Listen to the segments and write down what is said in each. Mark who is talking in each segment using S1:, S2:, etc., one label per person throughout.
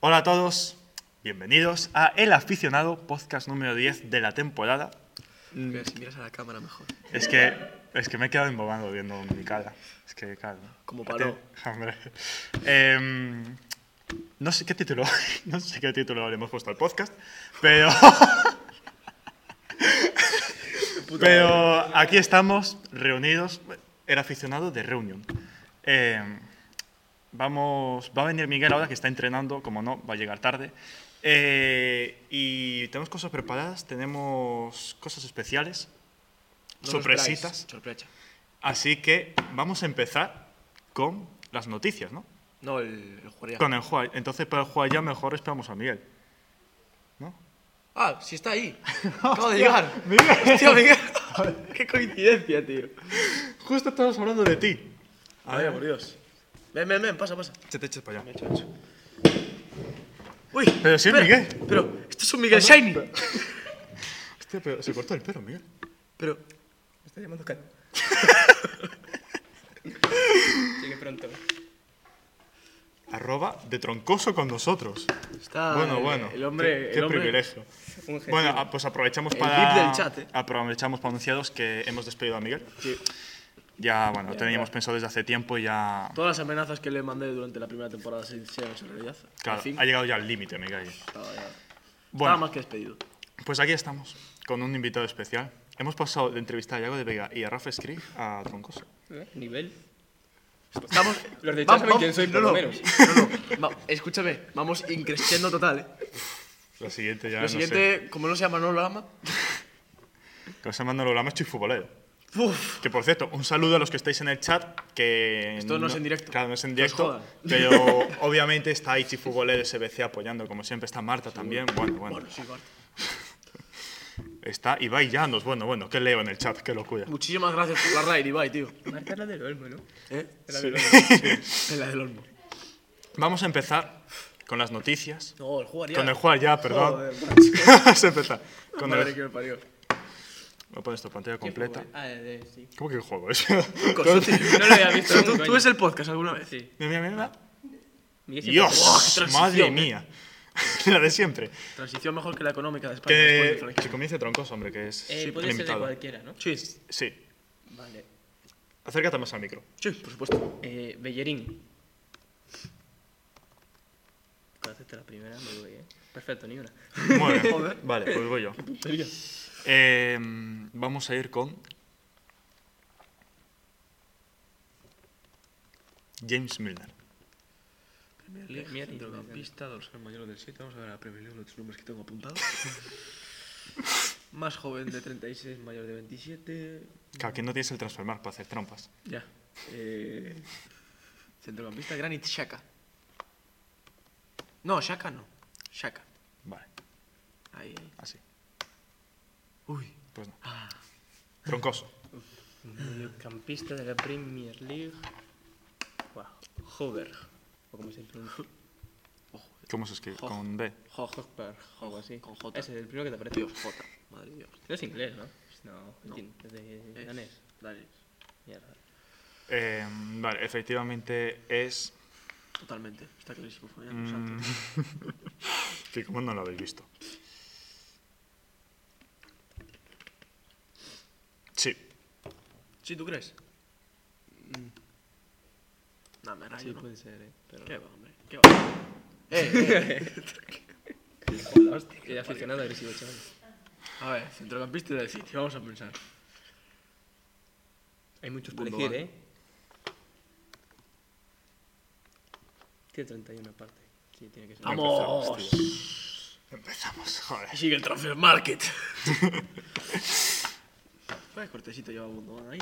S1: Hola a todos, bienvenidos a El Aficionado, podcast número 10 de la temporada.
S2: Pero si miras a la cámara mejor.
S1: Es que, es que me he quedado embobado viendo mi cara. Es que, claro.
S2: Como paró.
S1: Hombre. Em, no sé qué título, no sé qué título le hemos puesto al podcast, pero, pero aquí estamos reunidos, el aficionado de Reunion. Em, Vamos, va a venir Miguel ahora que está entrenando, como no, va a llegar tarde. Eh, y tenemos cosas preparadas, tenemos cosas especiales,
S2: No lo
S1: sorpresitas.
S2: esperáis. Sorpresa.
S1: Así que vamos a empezar con las noticias, ¿no?
S2: No, el, el jugaría.
S1: Con el Juan. Entonces, para el Juan ya mejor esperamos a Miguel. ¿No?
S2: Ah, sí está ahí. Acabo de llegar. Hostia, Miguel. Qué coincidencia, tío.
S1: Justo estamos hablando de ti. A ver, por
S2: Dios. Ven, ven, ven, pasa, pasa.
S1: Se te eches para allá.
S2: Uy.
S1: Pero sí es
S2: espera,
S1: Miguel.
S2: Pero, esto es un Miguel Shiny.
S1: Hostia, pero se cortó el pelo, Miguel.
S2: Pero. Me está llamando Cal.
S3: Llegué pronto.
S1: Arroba de troncoso con nosotros.
S2: Está.
S1: bueno,
S2: Ah, el-
S1: bueno.
S2: El hombre.
S1: Qué,
S2: el
S1: qué
S2: hombre-
S1: privilegio.
S3: Un gentil.
S1: Bueno, ah, pues aprovechamos
S2: El
S1: para.
S2: VIP del chat, eh.
S1: Aprovechamos para anunciaros que hemos despedido a Miguel.
S2: Sí.
S1: Ya, bueno, teníamos pensado desde hace tiempo y ya.
S2: Todas las amenazas que le mandé durante la primera temporada se se han hecho realidad.
S1: Claro,
S2: Al fin,
S1: ha llegado ya al límite, Miguel.
S2: estaba ya- Estaba
S1: Bueno,
S2: más que despedido.
S1: pues aquí estamos, con un invitado especial. Hemos pasado de entrevistar a Iago de Vega y a Rafa Skrig a Troncoso.
S3: ¿Eh? Nivel.
S2: Estamos.
S3: Los de
S2: vam-
S3: chat saben
S2: vam-
S3: quién soy,
S2: no,
S3: por lo
S2: no,
S3: menos.
S2: no, no. Va- escúchame, vamos increciendo total, ¿eh?
S1: Lo siguiente ya.
S2: Lo siguiente, como no se llama, no lo ama.
S1: No sé. Que se mandan los lamas futbolero.
S2: Uf,
S1: Que por cierto, un saludo a los que estáis en el chat. Que
S2: Esto no es en directo.
S1: Claro, no es en
S2: Que os
S1: directo.
S2: jodan.
S1: Pero obviamente está Ichi Futbolero SBC apoyando, como siempre. Está Marta también. Bueno, bueno.
S2: bueno, sí, Bart.
S1: Está Ibai Llanos. Bueno, bueno, que leo en el chat, que locura.
S2: Muchísimas gracias por la raid, Ibai, tío.
S3: Marta es la del Olmo, ¿no?
S2: ¿Eh?
S3: Es la del Olmo.
S2: En la del Olmo.
S1: Vamos a empezar con las noticias.
S2: No, el jugaría.
S1: Con el Juan ya, perdón.
S2: Joder, macho.
S1: Vamos a empezar. Con
S2: Madre
S1: el...
S2: que me parió.
S1: Voy a poner esto, pantalla completa.
S3: Ah, de, de- sí.
S1: ¿Cómo que el juego es?
S2: Coso, tío.
S3: No lo había visto.
S2: ¿Tú,
S3: nunca,
S2: tú,
S3: coño.
S2: ves el podcast alguna vez?
S3: Sí.
S1: Mira, mira, mira.
S3: Miguel siempre-
S1: Dios,
S2: Buah, qué transición,
S1: madre
S2: eh.
S1: mía. La de siempre.
S2: Transición mejor que la económica de
S1: Eh,
S2: España. después de
S1: Que,
S2: Franco.
S1: que comience troncos, hombre, que es
S3: Eh,
S1: siempre
S3: puede
S1: el
S3: ser de
S1: invitado.
S3: cualquiera, ¿no?
S2: Sí,
S1: Sí,
S3: Vale.
S1: acércate más al micro.
S2: sí, por supuesto.
S3: Eh, Bellerín. Cuando acepte la primera me voy, ¿eh? Perfecto, ni una.
S1: Muy bien.
S2: Joder.
S1: Vale, pues voy yo. Eh, vamos a ir con. James Milner.
S3: Mira,
S2: Centrocampista, dorsal mayor del 7. Vamos a ver la Premier League, los números que tengo apuntados. Más joven de 36, mayor de 27.
S1: Claro, que no tienes el transformar para hacer trampas.
S2: Ya. Eh, centrocampista, Granit Shaka. No, Shaka no. Shaka.
S1: Vale,
S2: Ahí, ahí.
S1: así.
S2: Uy.
S1: Pues no. Troncoso.
S3: Mediocampista de la Premier League. Wow. Hover. O como se pronuncia.
S1: ¿Cómo se escribe? Con B.
S3: Hover. O algo así.
S2: Con J.
S3: Ese es el primero que te aparece.
S2: Dios, Jota. Madre Dios.
S3: No es inglés, ¿no? No,
S2: No.
S3: es de
S2: Es-
S3: danés.
S2: Dale.
S3: Mierda.
S1: Eh, vale, efectivamente es.
S2: Totalmente. Está clarísimo. Fabián Los
S1: mm,
S2: Santos.
S1: que como no lo habéis visto. Sí.
S2: ¿Sí, tú crees? No, Mm. me rayo,
S3: Sí,
S2: ¿no?
S3: puede ser, ¿eh? Pero...
S2: ¿Qué va, hombre? ¿Qué va? eh, eh.
S3: Qué aficionado agresivo, chaval.
S2: A ver, centrocampista del City. Vamos a pensar.
S3: Hay muchos por
S2: Gundogan.
S3: elegir, ¿eh? Tiene 31 aparte. Sí, tiene que ser.
S2: Vamos.
S1: Empezamos, tío. Empezamos, joder.
S2: Y sigue el transfer market. Vaya cortecito lleva Gundogan ahí.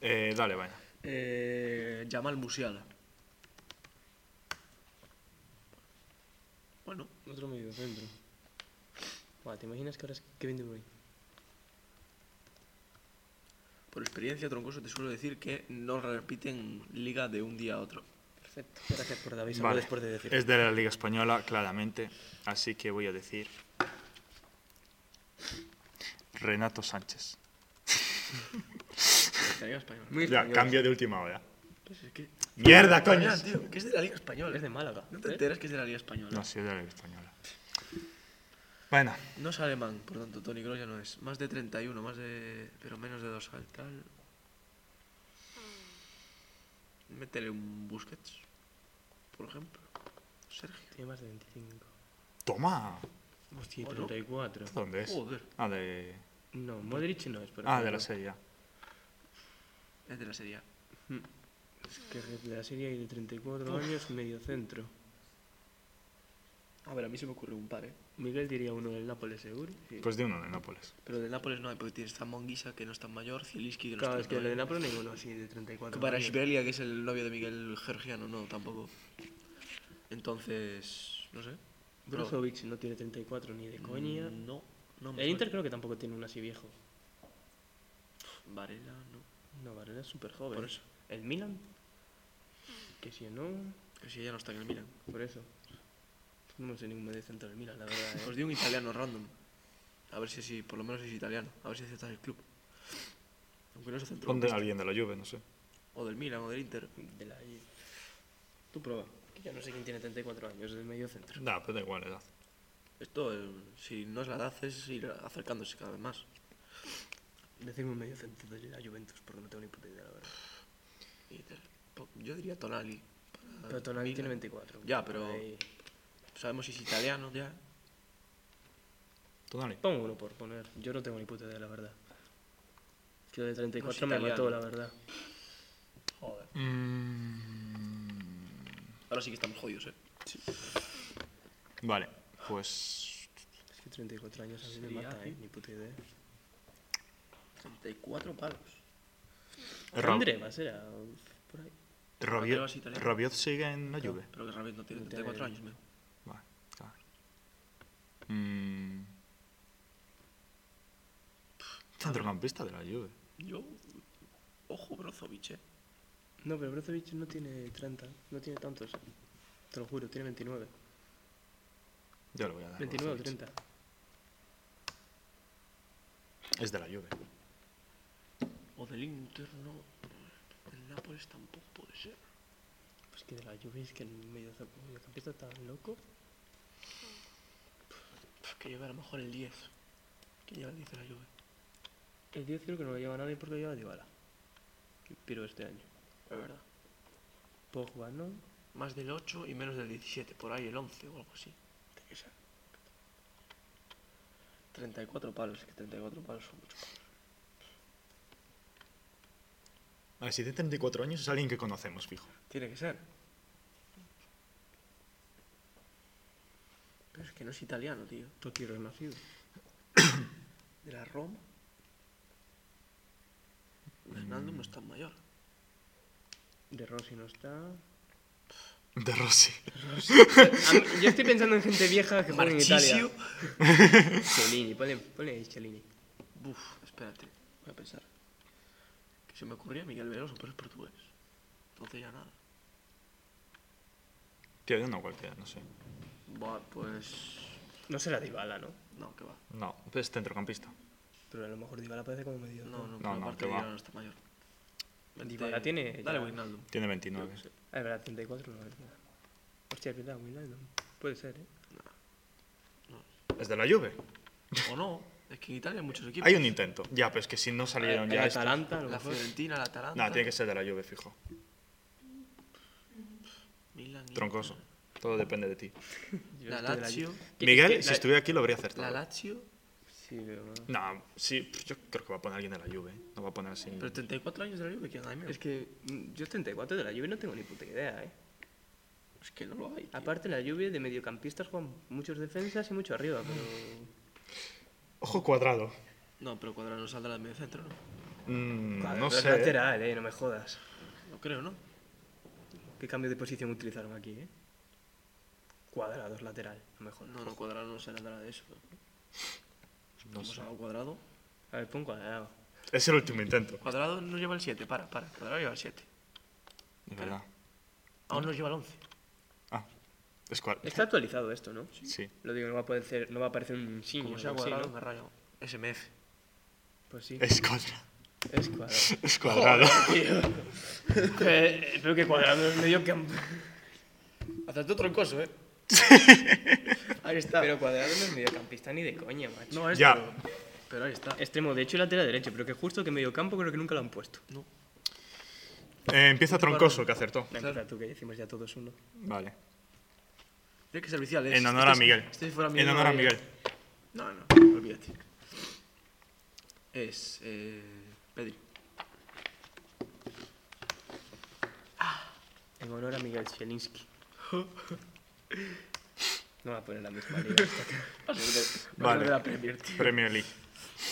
S1: Eh, dale, vaya.
S2: Eh, Jamal Musiala. Bueno,
S3: Otro medio centro. Buah, ¿te imaginas que ahora es Kevin De Bruyne?
S2: por experiencia troncoso te suelo decir que no repiten liga de un día a otro.
S3: Perfecto. Gracias por avisarme
S1: Vale.
S3: después de decir.
S1: Es de la Liga Española, claramente. Así que voy a decir. Renato Sánchez.
S2: Te digo español.
S3: Muy
S1: Ya,
S3: español.
S1: cambio de última hora.
S2: Pues es que-
S1: Mierda, coño.
S2: Española, tío, que es de la Liga Española.
S4: Es de Málaga.
S2: No te
S4: ¿eh?
S2: enteras que es de la Liga Española.
S1: No, sí, es de la Liga española. Bueno,
S2: No es alemán, por tanto, Tony Kroos ya no es. Más de 31, más de. pero menos de dos al tal. Métele un Busquets, por ejemplo. Sergio.
S4: Tiene más de 25.
S1: toma.
S2: Hostia, pero-
S4: 84.
S1: ¿Dónde es?
S2: Joder,
S1: Ah, de,
S4: No, Modric no es, por
S1: ah, de la
S4: ejemplo.
S1: serie. A.
S2: es de la Serie A.
S4: Es que de la serie hay de 34 años, medio centro.
S2: A ver, a mí se me ocurre un par, ¿eh?
S4: Miguel diría uno del Nápoles seguro.
S2: Sí.
S1: Pues de uno de Nápoles.
S2: Pero del Nápoles no hay, porque tienes a Monguisa, que no es tan mayor, Zielinski, que no
S4: Claro,
S2: es
S4: es que
S2: tan
S4: el de
S2: mayor.
S4: Nápoles ninguno así de 34
S2: Para
S4: años.
S2: Shbelia, que es el novio de Miguel Georgiano, no, tampoco. Entonces, no sé. Pero-
S4: Brozovic no tiene 34 ni de coña.
S2: Mm, No, no me
S4: El Inter
S2: suena.
S4: creo que tampoco tiene un así viejo.
S2: Varela, no.
S4: No, Varela es súper joven.
S2: Por eso.
S4: El Milan. Que si no,
S2: Que si ya no está en el Milan.
S4: por eso. No me sé ningún medio centro del Milan, la verdad. ¿eh?
S2: Os di un italiano random. A ver si así, por lo menos es italiano. A ver si aceptas el club. Aunque no es centro.
S1: Ponte a alguien de la Juve, no sé.
S2: O del Milan o del Inter.
S4: De la... Tú prueba. Que yo no sé quién tiene 34 años del medio centro.
S1: Nah, pero da igual la edad.
S2: Esto, eh, si no es la edad, es ir acercándose cada vez más.
S4: Decime un medio centro de la Juventus, porque no tengo ni puta idea, la verdad.
S2: Inter. Po- Yo diría Tonali. para
S4: Pero Tonali
S2: Milan.
S4: tiene 24.
S2: Ya, pero-
S4: Ahí-
S2: Sabemos si es italiano ya.
S1: Tonali.
S4: Pongo uno por poner. Yo no tengo ni puta idea, la verdad. Es Que lo de
S2: No
S4: 34 me
S2: es
S4: mató, la
S2: italiano.
S4: verdad.
S2: Joder.
S1: Mm,
S2: Ahora sí que estamos jodidos, eh.
S1: vale, pues.
S4: Es que 34 años a mí me
S2: Sería
S4: mata,
S2: así.
S4: ¿eh? Ni puta idea.
S2: 34 palos.
S1: Ro-
S4: Andrevas era por ahí.
S1: Rabiot,
S2: Mateos italiano.
S1: Rabiot sigue en la Juve.
S2: Pero que Rabiot no tiene
S4: No
S2: 34
S4: tiene-
S2: años, men.
S1: Vale, claro. Mm. Centrocampista de la Juve.
S2: Yo. Ojo, Brozovic, eh.
S4: No, pero Brozovic no tiene 30, no tiene tantos. Te lo juro, tiene
S2: Ah,
S4: 29.
S1: Yo lo voy a dar.
S4: 29 o
S1: Brozovic.
S4: 30.
S1: Es de la Juve.
S2: O del Inter, no. El Nápoles tampoco puede ser.
S4: Pues que de la Juve es que el medio- mediocampista está loco.
S2: Pf, Que lleve a lo mejor el 10. Que lleva el 10 de la Juve.
S4: El 10 creo que no lo lleva nadie porque lo lleva Dybala. Que Piro este año.
S2: Es verdad.
S4: Pogba, ¿no?
S2: Más del 8 y menos del 17. Por ahí el 11 o algo así. Tiene que ser. 34 palos. Es que 34 palos son muchos palos.
S1: A ver, si tiene 34 años es alguien que conocemos, fijo.
S2: Tiene que ser. Pero es que no es italiano, tío.
S4: Totti renacido.
S2: De la Roma. Fernando no es tan mayor.
S4: De Rossi no está.
S1: De Rossi.
S4: A mí- Yo estoy pensando en gente vieja que juega en Italia.
S2: Marchisio.
S4: Cellini, ponle, ponle ahí Cellini.
S2: Buf, espérate, voy a pensar. Que se me ocurría Miguel Veloso, pero es portugués. Entonces ya nada.
S1: Tío, yo no cualquiera, no sé.
S2: Buah, pues.
S4: No será Dybala, ¿no?
S2: No, que va.
S1: No, es centrocampista.
S4: Pero a lo mejor Dybala parece como medio.
S2: No,
S1: No,
S2: no, pero
S1: no,
S2: aparte
S1: que
S2: de
S1: va.
S2: Irán no está mayor. Este,
S4: Dybala tiene
S2: Dale,
S4: ya-
S2: Wijnaldum.
S1: Tiene 29.
S4: Ah, es verdad, 34 no es nada. Hostia, es verdad, Wijnaldum. Puede ser, ¿eh?
S1: Es de la Juve.
S2: O no, es que en Italia hay muchos equipos.
S1: Hay un intento. Ya, pero es que si no salieron
S4: Eh, El
S1: ya estos-
S4: Atalanta, a lo
S2: La
S4: mejor.
S2: Fiorentina, la Atalanta.
S1: Nah, tiene que ser de la Juve, fijo.
S2: Milan, Inter,
S1: Troncoso. Todo depende de ti.
S4: Yo
S2: La
S4: estoy de
S2: Lazio.
S4: Que-
S1: Miguel,
S4: es que
S1: si
S4: la-
S1: estuviera aquí lo habría acertado.
S2: La Lazio.
S4: Sí, pero no.
S1: No, sí, pff, yo creo que va a poner alguien de la Juve. ¿eh? No va a poner así.
S2: Pero 34 años de la Juve, ¿quién hay?
S4: Es
S2: Es que,
S4: que mm, yo 34 de la Juve no tengo ni puta idea, ¿eh?
S2: es que no lo hay. tío.
S4: Aparte, la Juve de mediocampistas juegan muchos defensas y mucho arriba, pero.
S1: Ojo cuadrado.
S2: No, pero Cuadrado no saldrá del medio centro, ¿no?
S1: Mm,
S4: Vale,
S1: no
S4: pero es
S1: sé. ¿eh?
S4: lateral, ¿eh? No me jodas.
S2: No creo, ¿no?
S4: ¿Qué cambio de posición utilizaron aquí, eh? Cuadrados lateral, no me jodas.
S2: No, no, Cuadrado no se nada de eso. ¿no?
S1: ¿eh? No
S2: Hemos
S1: sé.
S2: hablado Cuadrado.
S4: A ver, pon cuadrado.
S1: Es el último intento.
S2: Cuadrado no lleva el 7, para, para. Cuadrado lleva el 7.
S1: Es verdad.
S2: Aún no lleva el 11.
S1: Ah, es cuadrado.
S4: Está actualizado esto, ¿no?
S1: Sí.
S4: Lo digo, no va a, poder ser- no va a aparecer un insignia.
S2: Como sea
S4: o algo así,
S2: cuadrado,
S4: ¿no?
S2: me rayo. SMF.
S4: Pues sí.
S1: Es cuadrado.
S3: Es cuadrado.
S1: Es cuadrado.
S3: Eh, pero que cuadrado, es medio que... Acertó troncoso, ¿eh? Ahí está.
S4: Pero cuadrado no es mediocampista ni de coña, macho.
S3: No, es
S1: Ya.
S3: pero, pero ahí está.
S4: Extremo derecho y lateral derecho, pero que justo que mediocampo creo que nunca lo han puesto.
S1: Eh, empieza Troncoso, que acertó.
S4: Me encanta tú que decimos ya todos uno.
S1: Vale.
S2: Tiene que servicial, es.
S1: En honor a
S2: Estoy-
S1: Miguel.
S2: Estoy fuera
S1: En honor a Miguel.
S2: No, no, olvídate. Es. Eh, Pedri.
S4: En honor a Miguel Zielinski. No va a poner la misma liga.
S1: Vale.
S2: De la Premier, tío.
S1: Premier League.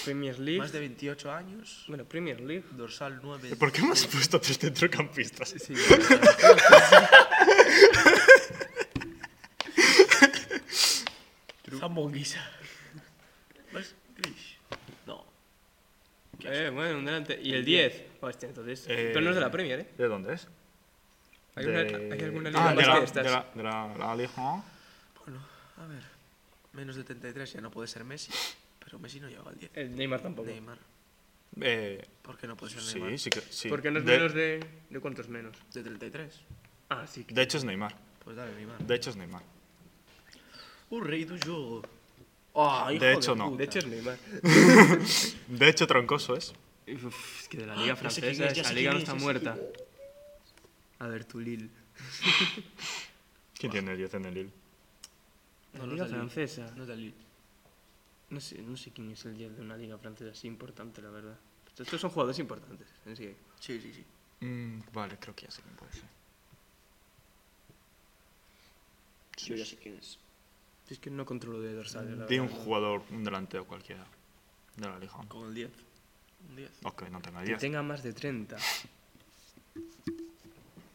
S4: Premier League.
S2: Más de 28 años,
S4: Bueno, Premier League.
S2: dorsal 9.
S1: ¿Por qué hemos puesto tres centrocampistas?
S2: Sí, ya.
S3: Zambonguisa.
S2: ¿Más Grish? No.
S4: Eh, bueno, un delante. Y el 10. Hostia, entonces. Pero no es de la Premier, ¿eh?
S1: ¿De dónde es?
S4: ¿Hay,
S1: De-
S4: una- hay alguna liga
S1: Ah, de
S4: más
S1: la,
S4: que estas?
S1: de la, de la, la Liga.
S2: Bueno, a ver. Menos de 33 ya no puede ser Messi. Pero Messi no llega al 10.
S4: El Neymar tampoco.
S2: Neymar.
S1: Eh,
S2: ¿Por qué no puede ser Neymar?
S1: sí, sí que sí.
S4: Porque no es
S1: de,
S4: menos de. ¿De cuántos menos?
S2: De 33.
S4: Ah, sí.
S1: de hecho es Neymar.
S2: Pues dale, Neymar.
S1: De hecho es Neymar.
S2: Un rey do jogo. Ah, hijo
S1: De hecho
S2: puta.
S1: no.
S4: De hecho es Neymar.
S1: De hecho Troncoso es.
S4: Uf, es que de la liga
S2: ya sé
S4: francesa
S2: quién es, ya
S4: esa
S2: sé
S4: liga
S2: quién es,
S4: no está
S2: ya sé
S4: muerta. A ver, Tulil.
S1: ¿Quién tiene el 10 en el Lille?
S4: La
S2: No, no
S4: liga
S2: es del Lille.
S4: francesa.
S2: No es del Lille.
S4: No sé, no sé quién es el 10 de una liga francesa así importante, la verdad. Estos son jugadores importantes. En sí.
S2: Sí, sí, sí.
S1: Mm, vale, creo que ya sé quién puede ser.
S2: Yo ya sé quién es.
S4: Es que no controlo de dorsales, la
S1: De
S4: verdad.
S1: un jugador, un delantero cualquiera. De la Liga.
S2: Con el 10. Un 10.
S1: Ok, no tenga
S4: Que
S1: 10.
S4: tenga más de 30.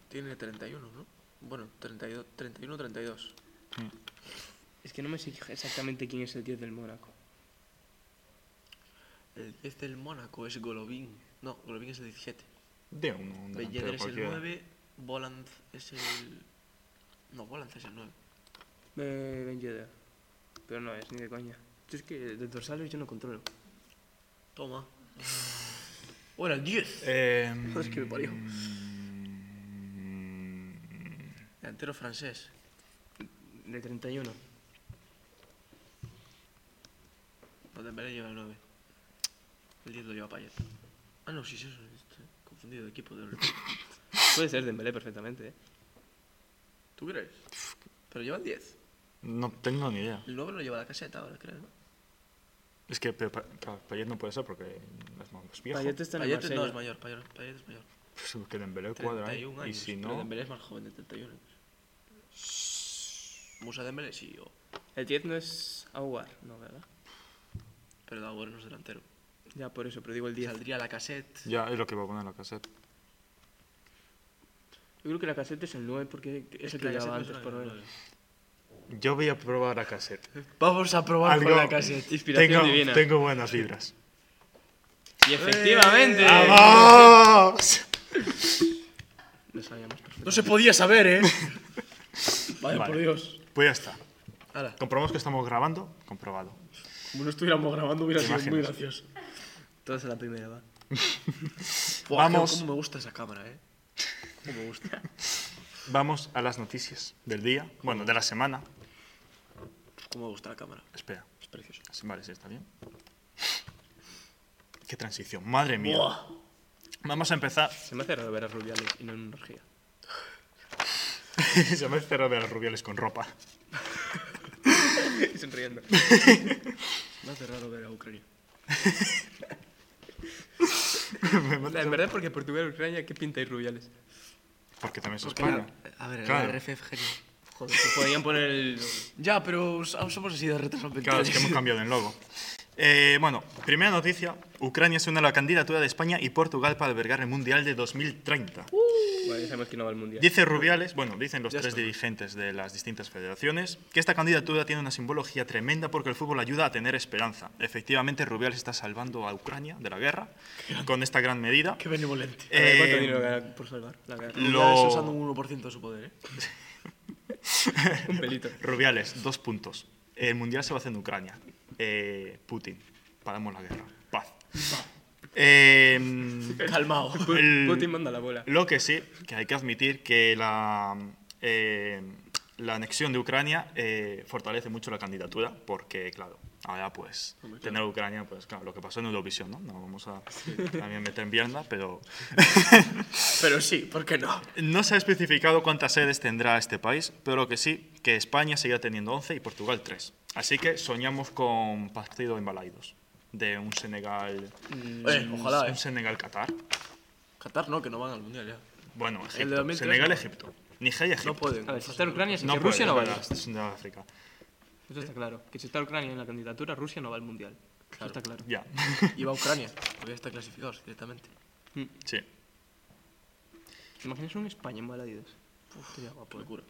S2: Tiene 31, ¿no? Bueno, 32, 31, 32.
S4: Es que no me sé exactamente quién es el 10 del Mónaco.
S2: El 10 del Mónaco es Golovin. No, Golovin es el 17.
S1: De uno, un
S2: Belleder
S1: delantero
S2: es el
S1: cualquiera.
S2: 9. Volant es el. No, Volant es el 9.
S4: Eh, Ben Yedder. Pero no es, ni de coña. Yo es que de dorsales yo no controlo.
S2: Toma. O era el 10.
S1: Eh,
S2: Joder, es que me parió.
S1: mm,
S2: Delantero francés.
S4: De 31.
S2: No, Dembélé lleva el 9. El 10 lo lleva Payet. Ah, no, sí, sí, eso. Estoy confundido de equipo de
S4: Puede ser Dembélé perfectamente, ¿eh?
S2: ¿Tú crees? Pero lleva el 10.
S1: No tengo ni idea.
S2: El 9 lo lleva la caseta ahora, creo, ¿no?
S1: Es que Pe- Pa- Pa- Payet no puede ser porque es más viejo.
S4: Payet está en el
S2: Payet no es
S4: Marsella.
S2: mayor, Payet, Payet es mayor.
S1: Pues que Dembélé cuadra.
S2: 31
S1: ¿eh?
S2: años.
S1: Y si
S2: Pero
S1: no,
S2: Dembélé es más joven de 31 años. Musa Dembélé sí, o...
S4: El 10 no es Aguar, no, ¿verdad?
S2: pero Dagüero no es delantero.
S4: Ya por eso, pero digo el 10.
S2: Saldría la cassette.
S1: ya es lo que va a poner la cassette.
S4: Yo creo que la caseta es el 9 porque es el que llevaba antes, por menos.
S1: Yo voy a probar la cassette.
S2: Vamos a probar
S1: Algo-
S2: con la cassette.
S4: Inspiración
S1: tengo,
S4: divina.
S1: tengo buenas vibras.
S4: Y efectivamente.
S1: Eh,
S2: Ah,
S1: ¡Vamos!
S4: Lo sabíamos perfectamente.
S2: No se podía saber, ¿eh? vale,
S1: Vale.
S2: por Dios.
S1: Pues ya está.
S2: Hala,
S1: Comprobamos que estamos grabando. Comprobado.
S2: como no estuviéramos grabando hubiera
S1: ¿Te
S2: sido muy
S1: imaginas?
S2: gracioso.
S4: Todas a la primera, va.
S2: Buah,
S1: Vamos.
S2: Cómo me gusta esa cámara, ¿eh? Cómo me gusta.
S1: Vamos a las noticias del día. Bueno, de la semana.
S2: Cómo me gusta la cámara.
S1: Espera.
S2: Es precioso.
S1: Vale, sí, está bien. Qué transición. Madre mía.
S2: Buah.
S1: Vamos a empezar.
S4: Se me hace raro ver a Rubiales y no en una orgía.
S1: Se me cerró de los rubiales con ropa.
S4: Y Sonriendo.
S2: Me hace raro ver a Ucrania.
S1: Me mata.
S4: En verdad, porque Portugal, Ucrania, ¿qué pinta y Rubiales?
S1: Porque también es
S2: Porque
S1: España.
S2: la- a ver, el
S1: Claro.
S2: RFF genio.
S4: Joder, se podían poner el.
S2: Ya, pero ah, somos así de retraso
S1: Claro, es que hemos cambiado el logo. Eh, bueno, primera noticia. Ucrania se une a la candidatura de España y Portugal para albergar el Mundial de 2030.
S4: Bueno, ya sabemos que no va al mundial.
S1: Dice Rubiales, bueno, dicen los
S2: Ya
S1: tres
S2: está.
S1: dirigentes de las distintas federaciones, que esta candidatura tiene una simbología tremenda porque el fútbol ayuda a tener esperanza. Efectivamente, Rubiales está salvando a Ucrania de la guerra con esta gran medida.
S2: Qué benevolente.
S4: A ver, ¿Cuánto
S1: Eh,
S4: dinero gana por salvar la guerra?
S1: Lo-
S2: Ya está usando un 1% de su poder, ¿eh?
S4: Un pelito.
S1: Rubiales, dos puntos. El mundial se va a hacer en Ucrania. Eh, Putin, paramos la guerra. Paz. Eh,
S2: Calmao.
S1: el-
S4: Putin manda la bola.
S1: Lo que sí, que hay que admitir que la, eh, la anexión de Ucrania eh, fortalece mucho la candidatura, porque, claro, ahora pues tener a Ucrania, pues claro, lo que pasó en Eurovisión, ¿no? No vamos a también meter en pierna, pero
S2: Pero sí, ¿por qué no?
S1: no se ha especificado cuántas sedes tendrá este país, pero lo que sí, que España seguirá teniendo 11 y Portugal 3. Así que soñamos con partido en Balaidos, de un Senegal...
S2: Oye, ojalá,
S1: Un
S2: eh.
S1: Senegal-Qatar.
S2: Qatar no, que no van al mundial ya.
S1: Bueno,
S2: El de
S1: Egipto.
S2: 2003 no.
S1: Senegal-Egipto.
S2: No
S1: Nigeria-Egipto.
S2: pueden.
S4: A ver, si está Ucrania, si
S1: No,
S4: está Rusia no va.
S1: puede, es de África.
S4: Eso está claro. Que si está Ucrania en la candidatura, Rusia no va al mundial. Eso
S2: Claro.
S4: está claro.
S1: Ya,
S2: Iba a Ucrania, porque está clasificados directamente.
S1: sí.
S4: Mm. ¿Te imaginas un España en Baladidos? Sería guapo. eh.
S2: Locura.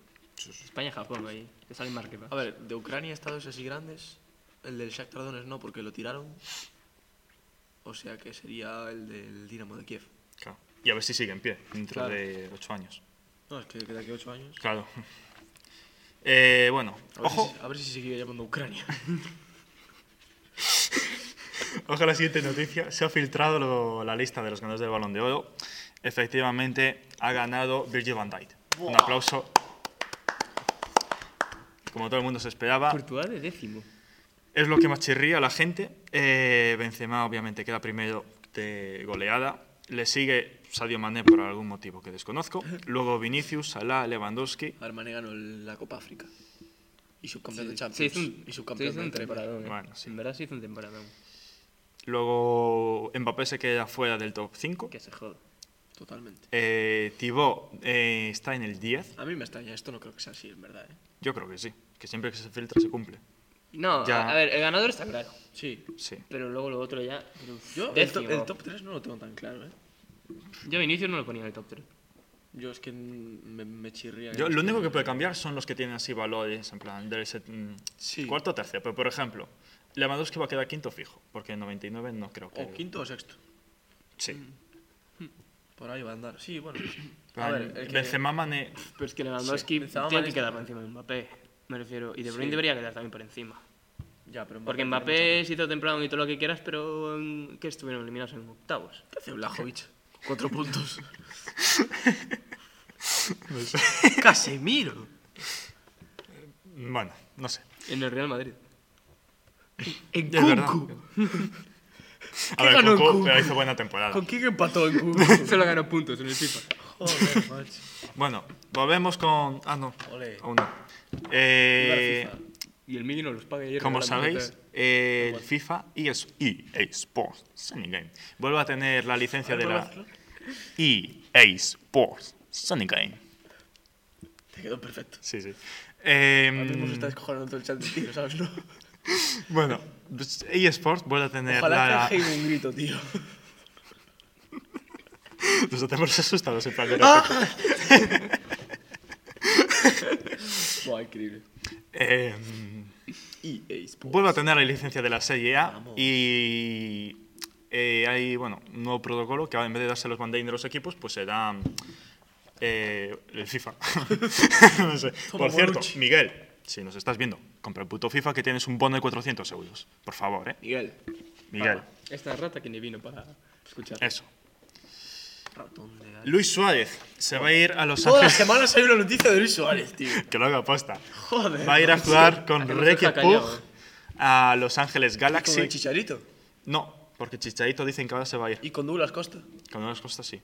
S4: España-Japón ahí. Que sale más que va.
S2: A ver, de Ucrania, estados así grandes. El del Shakhtar Donetsk no, porque lo tiraron. O sea que sería el del Dinamo de Kiev.
S1: Claro. Y a ver si sigue en pie dentro
S2: Claro.
S1: de ocho años.
S2: No, es que de aquí a 8 años.
S1: Claro. Eh, bueno,
S2: A ver,
S1: ojo,
S2: Si, a ver si se sigue llamando Ucrania.
S1: ojo a la siguiente noticia. Se ha filtrado lo- la lista de los ganadores del Balón de Oro. Efectivamente, ha ganado Virgil van Dijk. Un aplauso. Como todo el mundo se esperaba,
S4: Courtois de décimo.
S1: Es lo que más chirría a la gente. Eh, Benzema obviamente queda primero de goleada. Le sigue Sadio Mané por algún motivo que desconozco. Luego Vinicius, Salah, Lewandowski.
S2: Armani ganó la Copa África. Y subcampeón de
S4: Se
S2: Champions.
S4: hizo un,
S2: y
S4: se
S2: subcampeón
S4: hizo
S2: de
S4: un
S2: Premier.
S4: temporadón. eh.
S1: Bueno, sí.
S4: En verdad se hizo un temporadón.
S1: Luego Mbappé se queda fuera del top 5.
S4: Que se joda.
S2: Totalmente.
S1: Eh, Thibaut eh, está en el 10.
S2: A mí me extraña, esto no creo que sea así, en verdad. ¿eh?
S1: Yo creo que sí. Que siempre que se filtra se cumple.
S4: No,
S1: Ya.
S4: a, a ver, el ganador está claro.
S2: Sí.
S1: Sí.
S4: Pero luego lo otro ya. pero, uf,
S2: Yo el, to-
S4: décimo.
S2: el top 3 no lo tengo tan claro, ¿eh?
S4: Yo a Vinicius no lo ponía en el top 3.
S2: Yo es que me, me chirría.
S1: Yo, lo único que puede cambiar son los que tienen así valores, en plan, del set- mm,
S2: Sí.
S1: cuarto o tercero. Pero, por ejemplo, Lewandowski va a quedar quinto fijo, porque en 99 no creo que...
S2: O quinto o sexto.
S1: Sí.
S2: Por ahí va a andar. Sí, bueno.
S1: A ver,
S2: el que-
S1: Benzema, Mané,
S4: Pero es que Lewandowski
S2: Benzema
S4: tiene que
S2: malista.
S4: quedar por encima de Mbappé. Me refiero. Y De Bruyne
S2: Sí.
S4: debería quedar también por encima.
S2: Ya, pero
S4: Porque Mbappé se hizo temprano y todo lo que quieras, pero mm, que estuvieron eliminados en octavos.
S2: Hace Blajovic. Cuatro puntos.
S4: ¡Casemiro!
S1: bueno, no sé.
S4: En el Real Madrid.
S1: Es verdad. A ver,
S4: ganó
S1: Cucu,
S4: Cucu?
S1: pero hizo buena temporada.
S4: quién empató en Solo ganó puntos en el FIFA.
S2: Joder, macho.
S1: Bueno, volvemos con... Ah, no.
S2: Ole.
S1: Aún no. Eh,
S2: Viva la FIFA.
S4: Y el Mini no los paga ayer.
S1: como
S4: regalando
S1: sabéis,
S4: otra-
S1: eh, el FIFA y EA Sports Sunny Game vuelve a tener la licencia de la EA Sports Sunny Game.
S2: Te quedó perfecto.
S1: Sí, sí.
S2: Ahora mismo se
S1: Eh,
S2: está descojonando todo el chat de tiro, ¿sabes? No?
S1: bueno, pues EA Sports vuelve a tener
S2: Ojalá
S1: la...
S2: que Heim un grito, tío.
S1: Nos hacemos asustados en plan de
S2: Ah. Buah, increíble.
S1: Eh,
S2: EA Sports.
S1: Vuelve a tener la licencia de la Serie A
S2: Vamos.
S1: y eh, hay bueno, un nuevo protocolo que ahora en vez de darse los mandains de los equipos, pues se da eh, el FIFA. No sé.
S2: Toma,
S1: Por cierto,
S2: Bonucci.
S1: Miguel, si nos estás viendo, compra el puto FIFA que tienes un bono de 400 euros. Por favor, ¿eh?
S2: Miguel.
S1: Miguel,
S4: Esta rata que ni vino para escuchar.
S1: eso.
S2: Ratón de Al-
S1: Luis Suárez se va a ir a Los
S2: Todas las
S1: Ángeles.
S2: semanas hay una noticia de Luis Suárez, tío.
S1: Que lo haga aposta.
S2: Joder.
S1: Va a ir a jugar con
S4: A que nos
S1: Ricky
S4: deja callado,
S1: Pug
S4: eh.
S1: a Los Ángeles
S2: Como el
S1: Galaxy.
S2: Chicharito.
S1: No, porque Chicharito dicen que ahora se va a ir.
S2: Y con Douglas Costa.
S1: Con unas costas sí.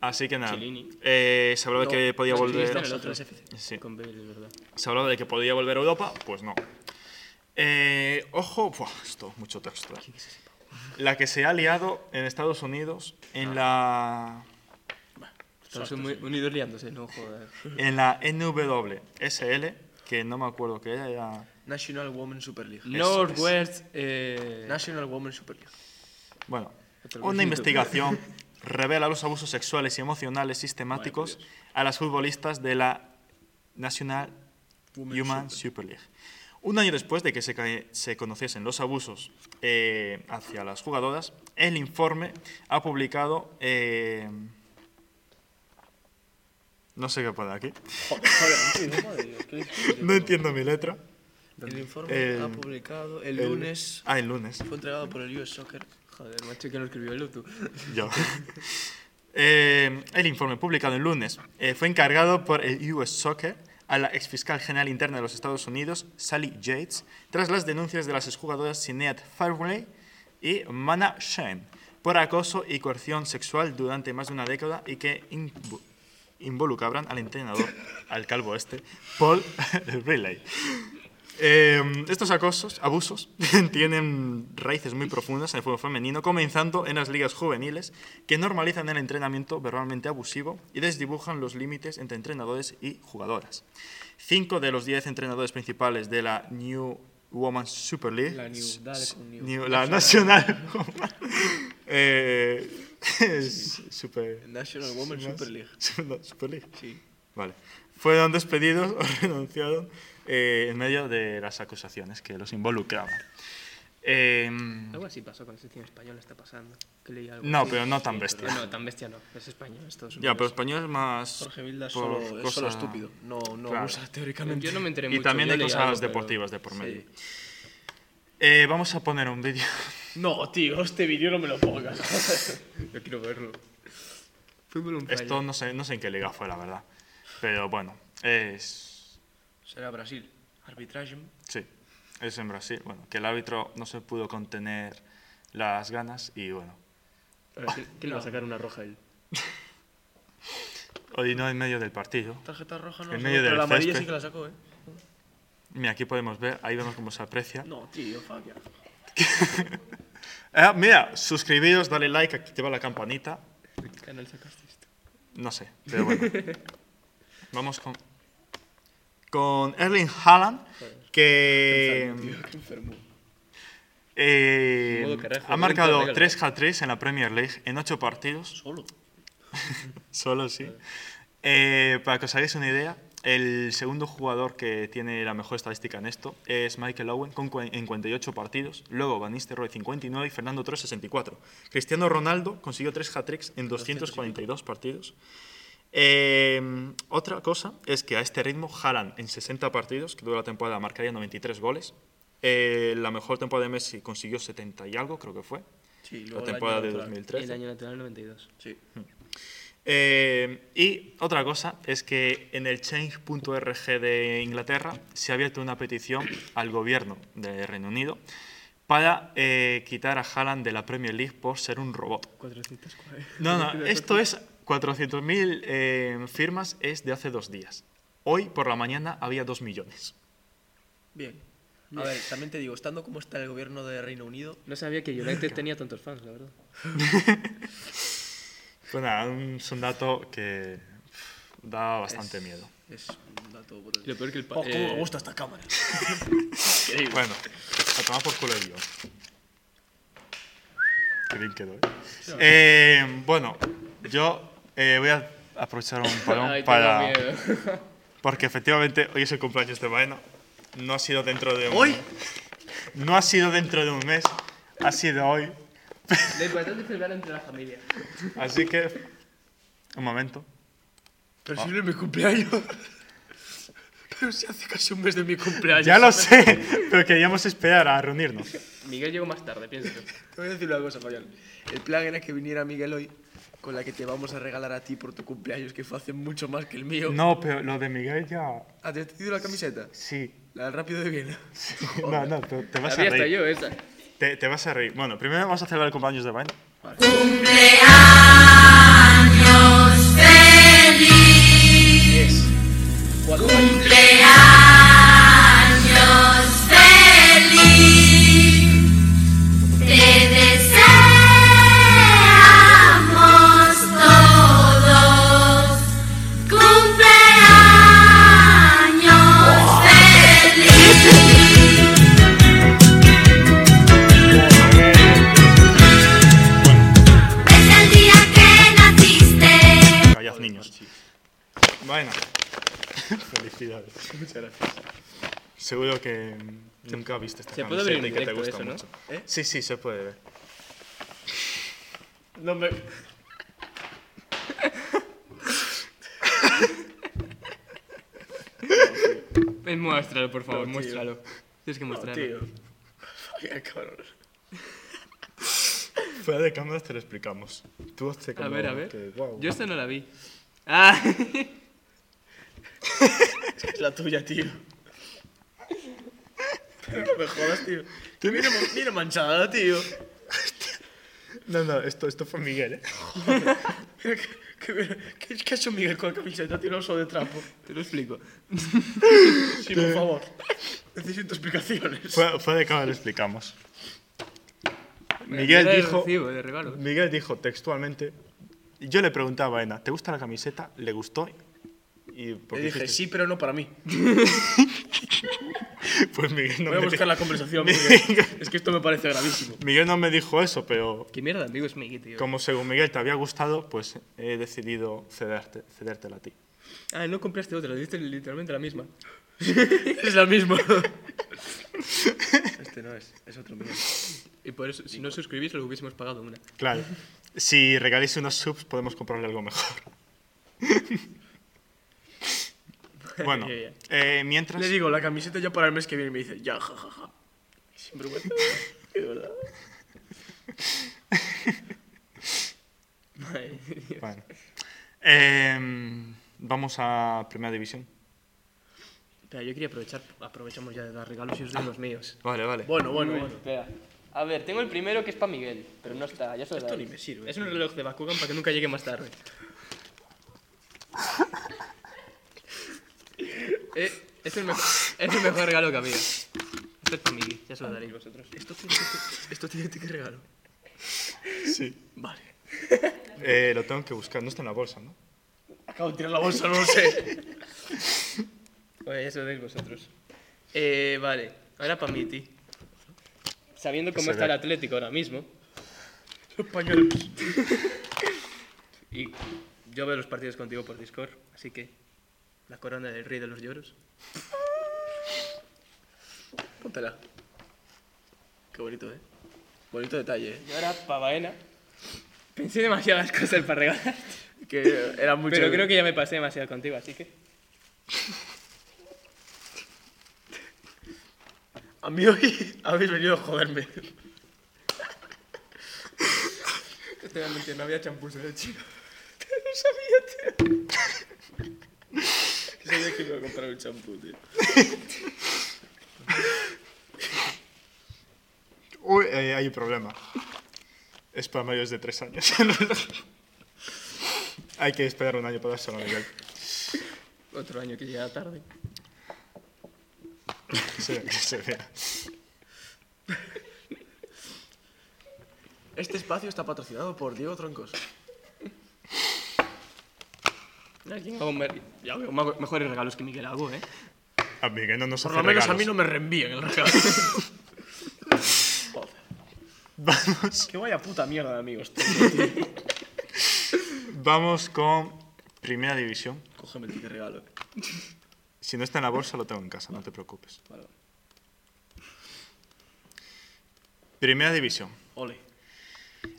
S1: Así que nada.
S4: Chiellini.
S1: eh, se hablaba de
S2: No,
S1: que podía
S2: no,
S1: volver.
S4: Está en
S2: Los
S4: el otro.
S2: Ángeles FC.
S1: Sí.
S4: Con Bale, es verdad.
S1: Se hablaba de que podía volver a Europa, pues no. Eh, ojo, buah, esto, mucho texto. eh. La que se ha liado en Estados Unidos en
S2: Ah.
S1: la
S4: Estamos muy unidos liándose, no joder.
S1: en la NWSL, que no me acuerdo que era, era-
S2: National Women Super League.
S4: Northwest. Eh...
S2: National Women Super League.
S1: bueno,
S4: Otro
S1: una
S4: cosito.
S1: investigación revela los abusos sexuales y emocionales sistemáticos a las futbolistas de la National
S2: Women
S1: Human Super League. Un año después de que se, cae- se conociesen los abusos eh, hacia las jugadoras, el informe ha publicado... eh, no sé qué pone aquí.
S2: Joder, joder, tío, madre de Dios, qué difícil.
S1: No entiendo mi letra.
S2: El informe
S1: El-
S2: ha publicado el,
S1: El-
S2: lunes.
S1: Ah, el lunes.
S2: Fue entregado por el US Soccer
S4: Joder, macho, que no escribió el tú.
S1: Yo. Eh, el informe publicado el lunes eh, fue encargado por el US Soccer a la exfiscal general interna de los Estados Unidos, Sally Yates, tras las denuncias de las exjugadoras Sinead Farley y Mana Shane por acoso y coerción sexual durante más de una década y que invo- involucraban al entrenador, al calvo este, Paul Riley. Eh, estos acosos, abusos, tienen raíces muy profundas en el fútbol femenino, comenzando en las ligas juveniles, que normalizan el entrenamiento verbalmente abusivo y desdibujan los límites entre entrenadores y jugadoras. Cinco de los diez entrenadores principales de la New Women's Super League,
S3: La New,
S1: s-
S3: dale
S1: s-
S3: con New.
S1: New- la Nacional Woman- eh, es Super,
S2: National Women's
S1: Nas-
S2: Super League.
S1: no, Super League.
S2: Sí.
S1: Vale. Fueron despedidos o renunciaron eh, en medio de las acusaciones que los involucraban. Eh,
S4: Algo así pasó con la selección española, está pasando. Que leí algo
S1: no,
S4: así.
S1: pero no tan
S4: Pero
S1: bestia.
S4: no, tan bestia no. Es español, es Estados
S1: Ya,
S4: Unidos.
S1: pero español es más.
S2: Jorge Vilda
S1: por
S2: solo, es solo
S1: cosa-
S2: estúpido. No, no
S1: Claro.
S2: usa teóricamente.
S4: Yo no me enteré
S1: Y
S4: mucho,
S1: también
S4: yo
S1: hay
S4: leí algo,
S1: cosas
S4: pero-
S1: deportivas de por medio.
S2: Sí.
S1: Eh, vamos a poner un vídeo.
S3: No, tío, este vídeo no me lo pongas.
S4: Yo quiero verlo. Fútbol un
S1: Esto no sé, no sé en qué liga fue, la verdad. Pero bueno, es.
S2: Será Brasil. Arbitraje.
S1: Sí, es en Brasil. Bueno, que el árbitro no se pudo contener las ganas y bueno,
S3: ¿Quién le va a sacar una roja a él?
S1: hoy no en medio del partido.
S2: Tarjeta roja no.
S1: En
S2: sé,
S1: medio
S2: pero
S1: del
S2: la amarilla
S1: césped.
S2: sí que la sacó, ¿eh?
S1: Mira, aquí podemos ver, ahí vemos cómo se aprecia.
S2: No, tío, Fabia.
S1: Ah, mira, suscribiros, dale like, activa la campanita.
S4: canal sacaste esto?
S1: No sé, pero bueno. Vamos con. Con Erling Haaland, que. eh,
S4: Modo carajo,
S1: ha
S4: no te
S1: marcado
S4: regalo.
S1: tres hat-tricks en la Premier League en ocho partidos,
S2: Solo.
S1: solo sí. Eh, para que os hagáis una idea, el segundo jugador que tiene la mejor estadística en esto es Michael Owen con cua- en 48 partidos, luego Van Nistelrooy 59 y Fernando Torres 64. Cristiano Ronaldo consiguió tres hat-tricks en 242 partidos. Eh, otra cosa es que a este ritmo Haaland en 60 partidos, que dura la temporada, marcaría 93 goles. Eh, la mejor temporada de Messi consiguió 70 y algo, creo que fue.
S2: Sí,
S1: La
S2: luego el año
S1: temporada de Hmm.
S2: natural.
S1: 2013.
S4: El año natural 92.
S2: Sí.
S1: Eh, y otra cosa es que en el change.org de Inglaterra se ha abierto una petición al gobierno de Reino Unido para eh, quitar a Haaland de la Premier League por ser un robot.
S4: 440.
S1: No, no, esto es 400.000 eh, firmas es de hace dos días. Hoy por la mañana había 2 millones.
S2: Bien. A ver, también te digo, estando como está el gobierno de Reino Unido,
S4: No sabía que United tenía tantos fans, la verdad.
S1: Pues nada, un- es un dato que pff, da bastante miedo.
S2: es un dato potente.
S4: Y lo peor que el pa-
S2: Oh, cómo
S4: eh,
S2: me gusta esta cámara.
S1: Bueno, a tomar por culo el guión. Qué bien quedó, ¿eh? Eh, bueno, yo eh, voy a aprovechar un parón
S4: Ay, tengo
S1: para...
S4: miedo. eh.
S1: Porque efectivamente hoy es el cumpleaños de Baena. No ha sido dentro de un...
S2: ¿Hoy?
S1: No ha sido dentro de un mes, ha sido hoy.
S4: Lo importante es celebrar entre la familia.
S1: Así que... Un momento.
S2: Pero si no es mi cumpleaños. Pero si hace casi un mes de mi cumpleaños.
S1: Ya lo sé, pero queríamos esperar a reunirnos.
S4: Miguel llegó más tarde, piénsalo.
S2: Te voy a decir una cosa, Fabián. El plan era que viniera Miguel hoy con la que te vamos a regalar a ti por tu cumpleaños, que fue hace mucho más que el mío.
S1: No, pero lo de Miguel ya...
S2: ¿Ah, te has traído la camiseta?
S1: Sí.
S2: La del Rápido de Viena.
S1: No, no, pero te vas a
S4: Había hasta
S1: reír.
S4: yo esa.
S1: Te, te vas a reír. Bueno, primero vamos a celebrar el cumpleaños de Baena.
S5: Te deseamos todos cumpleaños feliz. Desde el día que naciste.
S1: Callad, niños. Bueno, felicidades. Muchas gracias. Seguro que mm, nunca viste esta
S4: se puede
S1: camiseta
S4: ver en
S1: y que te
S4: directo
S1: gusta
S4: eso, ¿no? ¿Eh?
S1: mucho. Sí, sí, se puede ver.
S3: No me...
S4: Ven, Eh, muéstralo, por favor,
S2: No, tío.
S4: muéstralo. Tienes que mostrarlo.
S2: Qué cabrón.
S1: Fuera de cámaras te lo explicamos. Tú hazte como
S4: ver, a ver.
S1: que, guau.
S4: Yo esta no la vi. Ah,
S2: Es la tuya, tío. No me jodas, tío. Tú mira, man- mira manchada, tío.
S1: No, no, esto, esto fue Miguel, ¿eh?
S2: Mira que- que mira- ¿Qué, qué ha hecho Miguel con la camiseta? Tiene oso de trapo.
S4: te lo explico.
S2: Sí, por favor. Necesito explicaciones.
S1: Fuera, fuera de cámara lo explicamos. Miguel
S4: Era de
S1: dijo,
S4: recibo, de regalo.
S1: Miguel dijo textualmente, yo le preguntaba a Ena, ¿te gusta la camiseta? ¿Le gustó? Y
S2: Le
S1: porque
S2: dije,
S1: dijiste,
S2: sí, pero no para mí.
S1: Pues Miguel no,
S2: Voy a
S1: me
S2: buscar
S1: dijo,
S2: la conversación. porque Es que esto me parece gravísimo.
S1: Miguel no me dijo eso, pero
S4: Qué mierda, amigo, es Miki, tío.
S1: como según Miguel te había gustado, pues he decidido cederte, cedértela a ti.
S4: Ah, no compraste otra, diste literalmente la misma.
S2: Es la misma. Este no es, es otro mío.
S4: Y por eso, si no suscribís, lo hubiésemos pagado una.
S1: Claro. Si regaléis unos subs, podemos comprarle algo mejor. bueno,
S4: Ya, ya.
S1: eh, mientras...
S2: Le digo, la camiseta ya para el mes que viene. Y me dice, ya, jajaja. Ja, ja. Sin vergüenza. De verdad.
S4: Madre mía.
S1: Bueno. Em, vamos a Primera División.
S4: Espera, yo quería aprovechar, aprovechamos ya de dar regalos y os doy los míos.
S1: Vale, vale.
S2: Bueno, bueno, bueno.
S4: Espera. A ver, tengo el primero que es para Miguel, pero no está, ya se lo
S2: Esto ni me sirve.
S4: Es un reloj de Bakugan para que nunca llegue más tarde. Eh, es, el mejor, es el mejor regalo que había. Esto es para Miguel, ya se lo daréis vosotros.
S2: Esto tiene, que- esto tiene que regalo.
S1: Sí.
S2: Vale.
S1: Eh, lo tengo que buscar. No está en la bolsa, ¿no?
S2: Acabo de tirar la bolsa, no lo sé.
S4: Bueno, ya se lo daréis vosotros. Eh, vale, ahora para Miti. Sabiendo
S1: se
S4: cómo está el
S1: ve.
S4: Atlético ahora mismo,
S2: Los pañuelos.
S4: y yo veo los partidos contigo por Discord, así que la corona del rey de los lloros.
S2: Póntela. Qué bonito, ¿eh? Bonito detalle, ¿eh?
S4: Y ahora para Baena. Pensé demasiadas cosas para regalar,
S2: Que era mucho...
S4: pero creo que ya me pasé demasiado contigo, así que...
S2: A mí hoy habéis venido a joderme.
S4: Estoy dando no había champús en el chico.
S2: Sabía que me iba a comprar un champú, tío.
S1: Uy, eh, hay un problema. Es para mayores de tres años. hay que esperar un año para dárselo a Miguel.
S4: Otro año que llega tarde.
S1: Que se vea, que se vea.
S2: Este espacio está patrocinado por Diego Troncos.
S4: Hago mer- Ya veo mago- mejores regalos que Miguel hago, ¿eh?
S1: A Miguel no nos
S2: Por
S1: hace
S2: lo menos
S1: regalos.
S2: a mí no me reenvían el regalo.
S1: Vamos,
S2: que vaya puta mierda de amigos, tío.
S1: vamos con Primera División.
S2: Cógeme el que regalo.
S1: Si no está en la bolsa, lo tengo en casa, no te preocupes.
S2: Vale.
S1: Primera División.
S2: Ole.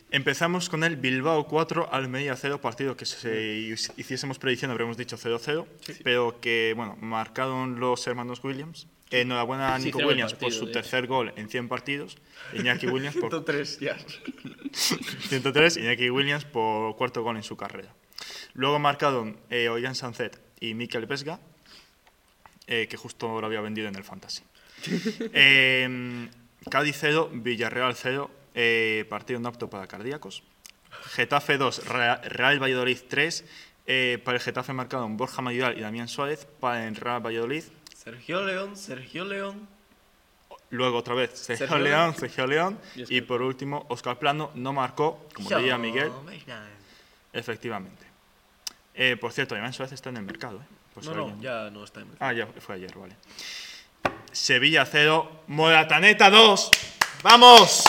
S1: Empezamos con el Bilbao 4, Almería 0, partido que si se- hiciésemos predicción habríamos dicho 0-0, pero que, bueno, marcaron los hermanos Williams. Enhorabuena a
S4: Sí,
S1: Nico
S4: hicieron el
S1: Williams por
S4: partido,
S1: su
S4: de
S1: tercer gol en 100 partidos, Iñaki Williams por
S2: 103, ya.
S1: 103 y Iñaki Williams por cuarto gol en su carrera. Luego marcaron eh, Oigan Sancet y Mikel Vesga, eh, que justo lo había vendido en el Fantasy. Eh, Cádiz 0, Villarreal 0, eh, partido no apto para cardíacos. Getafe 2, Rea- Real Valladolid 3. eh, para el Getafe marcaron Borja Mayoral y Damián Suárez. Para el Real Valladolid,
S2: Sergio León, Sergio León.
S1: luego otra vez Sergio,
S2: Sergio
S1: León,
S2: León.
S1: Sergio León. Y por último, Oscar Plano no marcó, como diría Miguel, Efectivamente. Eh, por cierto, además Suárez está en el mercado. ¿eh? Por si
S2: No, no,
S1: alguien-
S2: ya no está en
S1: Ah, ya fue ayer, vale. Sevilla 0, Morataneta 2. ¡Vamos!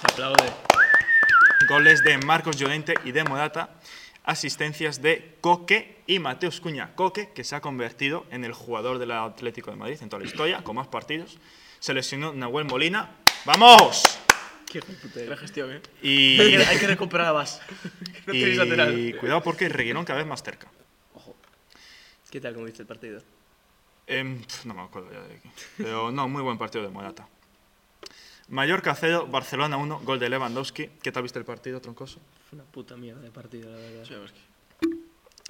S4: Se aplaude.
S1: Goles de Marcos Llorente y de Morata. Asistencias de Coque y Mateus Cuña. Coque, que se ha convertido en el jugador del Atlético de Madrid en toda la historia, con más partidos. Se lesionó Nahuel Molina. ¡Vamos!
S2: La gestión, ¿eh?
S1: Y,
S2: Hay que, hay que recuperar a Vas. No
S1: y
S2: tenéis lateral.
S1: cuidado porque Reguilón cada vez más cerca.
S4: ¿Qué tal cómo viste el partido?
S1: Em, pf, no me acuerdo ya de aquí. Pero no, muy buen partido de Morata. Mallorca 0, Barcelona 1, gol de Lewandowski. ¿Qué tal viste el partido, troncoso?
S4: Fue una puta mierda de partido, la verdad.
S2: Sí, a ver, es que-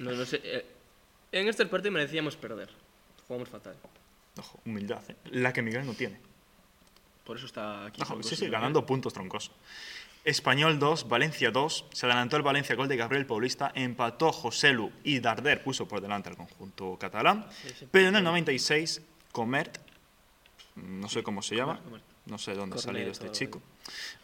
S4: No, no sé. eh, en este partido merecíamos perder. Jugamos fatal.
S1: Ojo, humildad, ¿eh? la que Miguel no tiene.
S2: Por eso está aquí. ¿eh?
S1: Ojo,
S2: Troncoso,
S1: sí, sí,
S2: ¿no?
S1: ganando puntos, troncoso. Español 2, Valencia 2. Se adelantó el Valencia gol de Gabriel Paulista. Empató Joselu y Darder puso por delante al conjunto catalán. Pero en el 96, Comert, no sé cómo se llama,
S2: Comert.
S1: no sé dónde ha salido
S4: Cornet,
S1: este
S4: algo
S1: chico,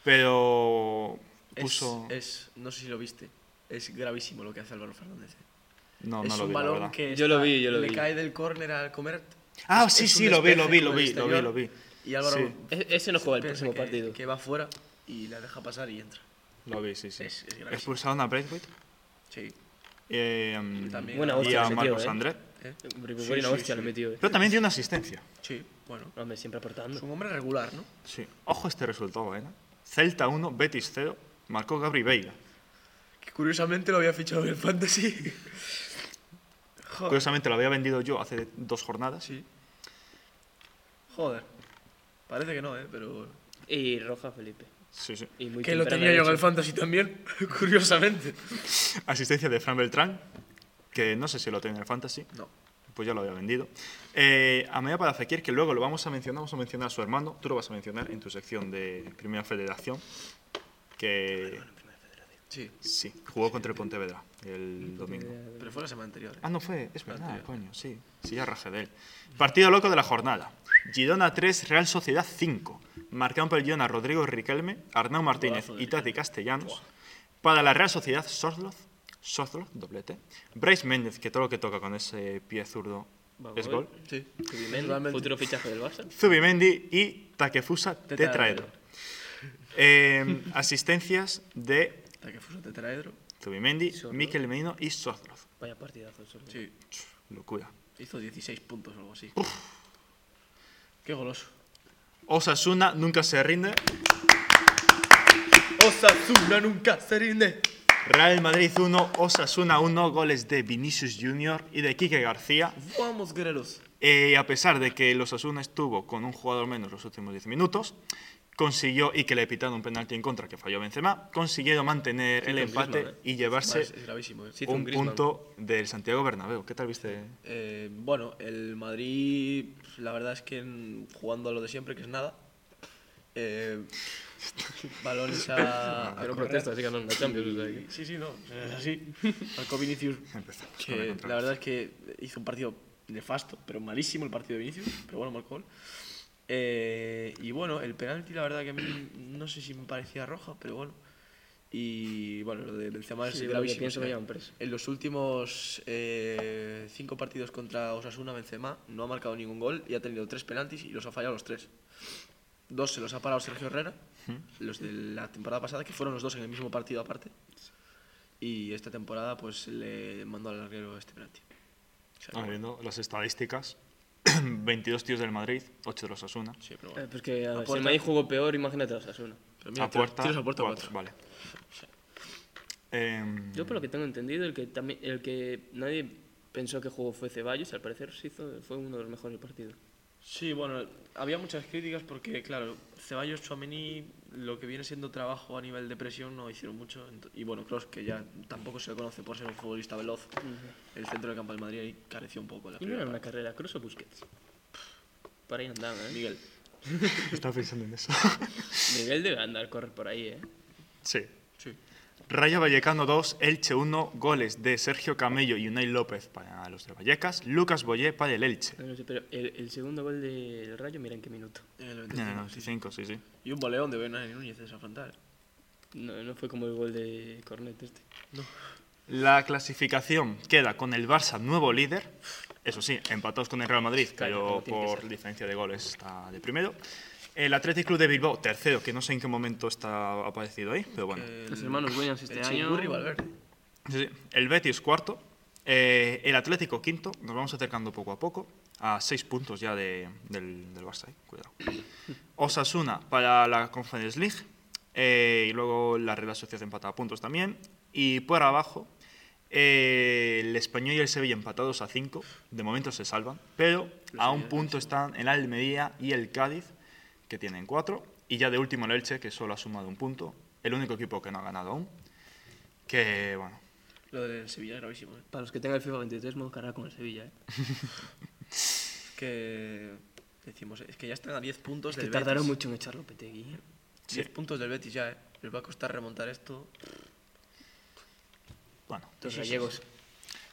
S1: pero
S2: Es,
S1: puso.
S2: es- no sé si lo viste. Es gravísimo lo que hace Álvaro Fernández. eh.
S1: No,
S2: es
S1: no lo
S2: un
S1: vi, la
S2: balón
S1: verdad.
S2: que
S4: Yo lo vi, yo lo
S2: le
S4: vi.
S2: cae del córner al comer.
S1: Ah,
S2: Es-
S1: sí,
S2: es
S1: sí,
S2: un
S1: lo vi, lo
S2: despeje
S1: vi, lo
S2: con
S1: vi, lo
S2: el
S1: vi,
S2: exterior,
S1: lo vi.
S2: Y Álvaro
S1: Sí.
S4: E- ese no juega el
S2: piensa
S4: próximo
S2: que-
S4: partido.
S2: Que va fuera y la deja pasar y entra.
S1: Lo vi, sí, sí.
S2: Es- es gravísimo.
S1: Expulsaron a Braithwaite
S2: Sí.
S1: eh, mm,
S2: También.
S4: Buena
S1: y
S4: hostia,
S1: a
S4: ese tío,
S1: Marcos
S4: ¿eh?
S1: André.
S2: ¿eh?
S4: Hombre,
S2: Sí,
S4: buena
S2: sí,
S4: hostia
S2: sí.
S4: lo metió, eh.
S1: Pero también dio una asistencia.
S2: Sí, bueno.
S4: Hombre, siempre
S2: Es
S4: aportando.
S2: un hombre regular, ¿no?
S1: Sí. Ojo este resultado, ¿eh? Celta 1, Betis 0. Marcó Gabri Veiga.
S2: Que curiosamente lo había fichado en el Fantasy. Joder.
S1: Curiosamente lo había vendido yo hace dos jornadas.
S2: Sí. Joder. Parece que no, ¿eh? Pero.
S4: Y Roja Felipe.
S1: Sí, sí.
S4: Y muy
S2: Que lo
S4: temprana
S2: tenía yo en
S4: leche.
S2: el Fantasy también, curiosamente.
S1: Asistencia de Fran Beltrán, que no sé si lo tiene en el Fantasy.
S2: No.
S1: Pues ya lo había vendido. Eh, a medida para Fekir, que luego lo vamos a mencionar, vamos a mencionar a su hermano. Tú lo vas a mencionar en tu sección de Primera Federación. Que
S2: Sí.
S1: sí, jugó contra el Pontevedra el domingo.
S2: Pero fue la semana anterior. ¿eh?
S1: Ah, no fue, es verdad,
S2: Anterior.
S1: coño, sí. Sí, ya rajé de él. Partido loco de la jornada. Girona 3, Real Sociedad 5. Marcaron por el Girona Rodrigo Riquelme, Arnau Martínez
S2: Golazo de
S1: y Tati Castellanos. Para la Real Sociedad, Sosloz, Sosloz, doblete. Bryce Méndez, que todo lo que toca con ese pie zurdo
S4: Va,
S1: es
S4: gol.
S1: gol.
S2: Sí.
S4: Zubimendi,
S2: Totalmente.
S4: futuro fichaje del Barça.
S1: Zubimendi y Takefusa
S2: Tetraedro.
S1: Tetraedro. Eh, asistencias de
S2: Hasta que fuese tetraedro.
S1: Zubimendi,
S4: Sosloz.
S1: Miquel Merino y Sosloz.
S4: Vaya partidazo. eso.
S2: Sí.
S1: Locura.
S2: Hizo 16 puntos o algo así. Qué goloso.
S1: Osasuna nunca se rinde.
S2: Osasuna nunca se rinde.
S1: Real Madrid 1, Osasuna 1, goles de Vinicius Junior y de Quique García.
S2: Vamos, guerreros.
S1: Eh, a pesar de que el Osasuna estuvo con un jugador menos los últimos 10 minutos, consiguió, y que le pitaron un penalti en contra que falló Benzema, consiguieron mantener el
S4: con
S1: empate
S4: Griezmann, ¿eh?
S1: y llevarse
S2: Es, es gravísimo. ¿eh?
S4: Sí. hizo
S1: un
S4: un Griezmann.
S1: punto del Santiago Bernabéu. ¿Qué tal viste?
S2: Eh, bueno, el Madrid, la verdad es que en- jugando a lo de siempre, que es nada. Eh, balones a. a
S4: Pero
S2: Correa.
S4: protesta, así ganan la Champions. o sea que-
S2: Sí, sí, no. Es así. Marco Vinicius,
S1: Empezamos con la
S2: que
S1: contra.
S2: la verdad es que hizo un partido nefasto, pero malísimo el partido de Vinicius, pero bueno, marcó gol. Eh, y bueno, el penalti, la verdad que a mí no sé si me parecía roja, pero bueno. Y bueno, lo de Benzema
S4: Sí,
S2: es
S4: lo que
S2: gravísimo.
S4: pienso
S2: o sea,
S4: que llevan preso.
S2: en los últimos eh, cinco partidos contra Osasuna, Benzema no ha marcado ningún gol y ha tenido tres penaltis y los ha fallado los tres. Dos se los ha parado Sergio Herrera, los de la temporada pasada, que fueron los dos en el mismo partido aparte. Y esta temporada pues le mandó al larguero este penalti. O sea,
S1: Estamos viendo las estadísticas. 22 tíos del Madrid, 8 de los Osasuna.
S2: sí, pero
S4: Eh,
S2: bueno.
S4: pues que a ver, si el
S2: Aporta.
S4: Madrid jugó peor, imagínate a Osasuna.
S2: Pero
S1: A puerta,
S2: tiros a puerta
S1: cuatro, Vale.
S2: cuatro.
S1: Em,
S4: Yo por lo que tengo entendido, el que también, el que nadie pensó que jugó fue Ceballos, al parecer se hizo, fue uno de los mejores del partido.
S2: Sí, bueno, había muchas críticas porque, claro, Ceballos, Chouameni, lo que viene siendo trabajo a nivel de presión no hicieron mucho. Ento- Y bueno, Kroos, que ya tampoco se le conoce por ser un futbolista veloz, el centro del campo del Madrid ahí careció un poco en la
S4: Y no era
S2: primera
S4: una
S2: parte.
S4: carrera, Cruz o Busquets. Por ahí andaban, ¿eh?
S2: Miguel,
S1: Estaba pensando en eso.
S4: Miguel debe andar, correr por ahí, ¿eh?
S1: sí.
S2: sí.
S1: Rayo Vallecano 2, Elche 1, goles de Sergio Camello y Unai López para los de Vallecas, Lucas Boyé para el Elche.
S4: No, no sé, pero el, el segundo gol del Rayo, mira en qué minuto.
S2: En el
S1: En
S2: 95,
S1: el
S2: sí.
S1: 95, sí, sí.
S2: Y un boleón de Bernal y Núñez de esa frontal.
S4: No, no fue como el gol de Cornet este.
S1: La clasificación queda con el Barça nuevo líder, eso sí, empatados con el Real Madrid,
S4: Claro,
S1: cayó
S4: como tiene que
S1: por
S4: ser.
S1: diferencia de goles, está de primero. El Athletic Club de Bilbao, tercero, que no sé en qué momento está aparecido ahí, pero bueno.
S2: El-
S4: Los hermanos Williams este
S2: el
S4: año-
S2: Chingurri Valverde.
S1: Sí, sí. El Betis cuarto, eh, el Atlético quinto, nos vamos acercando poco a poco a seis puntos ya de- del, del Barça, eh, cuidado. Osasuna para la Conference League eh, y luego la Real Sociedad empata a puntos también y por abajo eh, el Español y el Sevilla empatados a cinco, de momento se salvan, pero a un punto están el Almería y el Cádiz que tienen cuatro Y ya de último el Elche, que solo ha sumado un punto. El único equipo que no ha ganado aún. Que, bueno,
S2: Lo del Sevilla es gravísimo. ¿eh?
S4: Para los que tengan el FIFA 23, modo carrera con el Sevilla, ¿eh?
S2: Que decimos, es que ya están a 10 puntos
S4: Es que
S2: del
S4: tardaron
S2: Betis.
S4: mucho en echarlo, Lopetegui. ¿eh?
S2: 10 puntos del Betis ya, ¿eh? Les va a costar remontar esto.
S1: bueno.
S4: Los gallegos.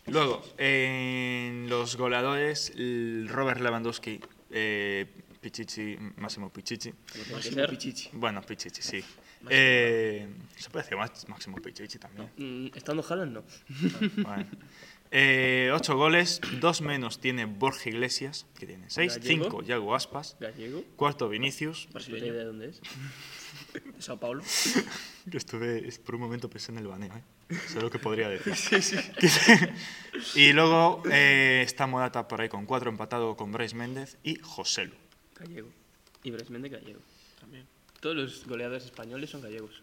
S1: Luego, en los goleadores, el Robert Lewandowski, eh, Pichichi, Máximo Pichichi.
S2: Máximo Pichichi.
S1: Bueno, Pichichi, sí. Eh, se puede decir Max- Máximo Pichichi también.
S4: Mm, Estando Haaland, no.
S1: Bueno. Eh, ocho goles, dos menos tiene Borja Iglesias, que tiene seis,
S4: Gallego.
S1: cinco Yago Aspas,
S4: Gallego.
S1: cuarto Vinicius,
S4: No tengo idea de dónde es.
S2: De Sao Paulo.
S1: que estuve es- por un momento pensé en el baneo, ¿eh? Eso es lo que podría decir. y luego eh, está Morata por ahí con cuatro, empatado con Bryce Méndez y Joselu.
S4: Gallego. Y Bresmende gallego.
S2: También.
S4: Todos los goleadores españoles son gallegos.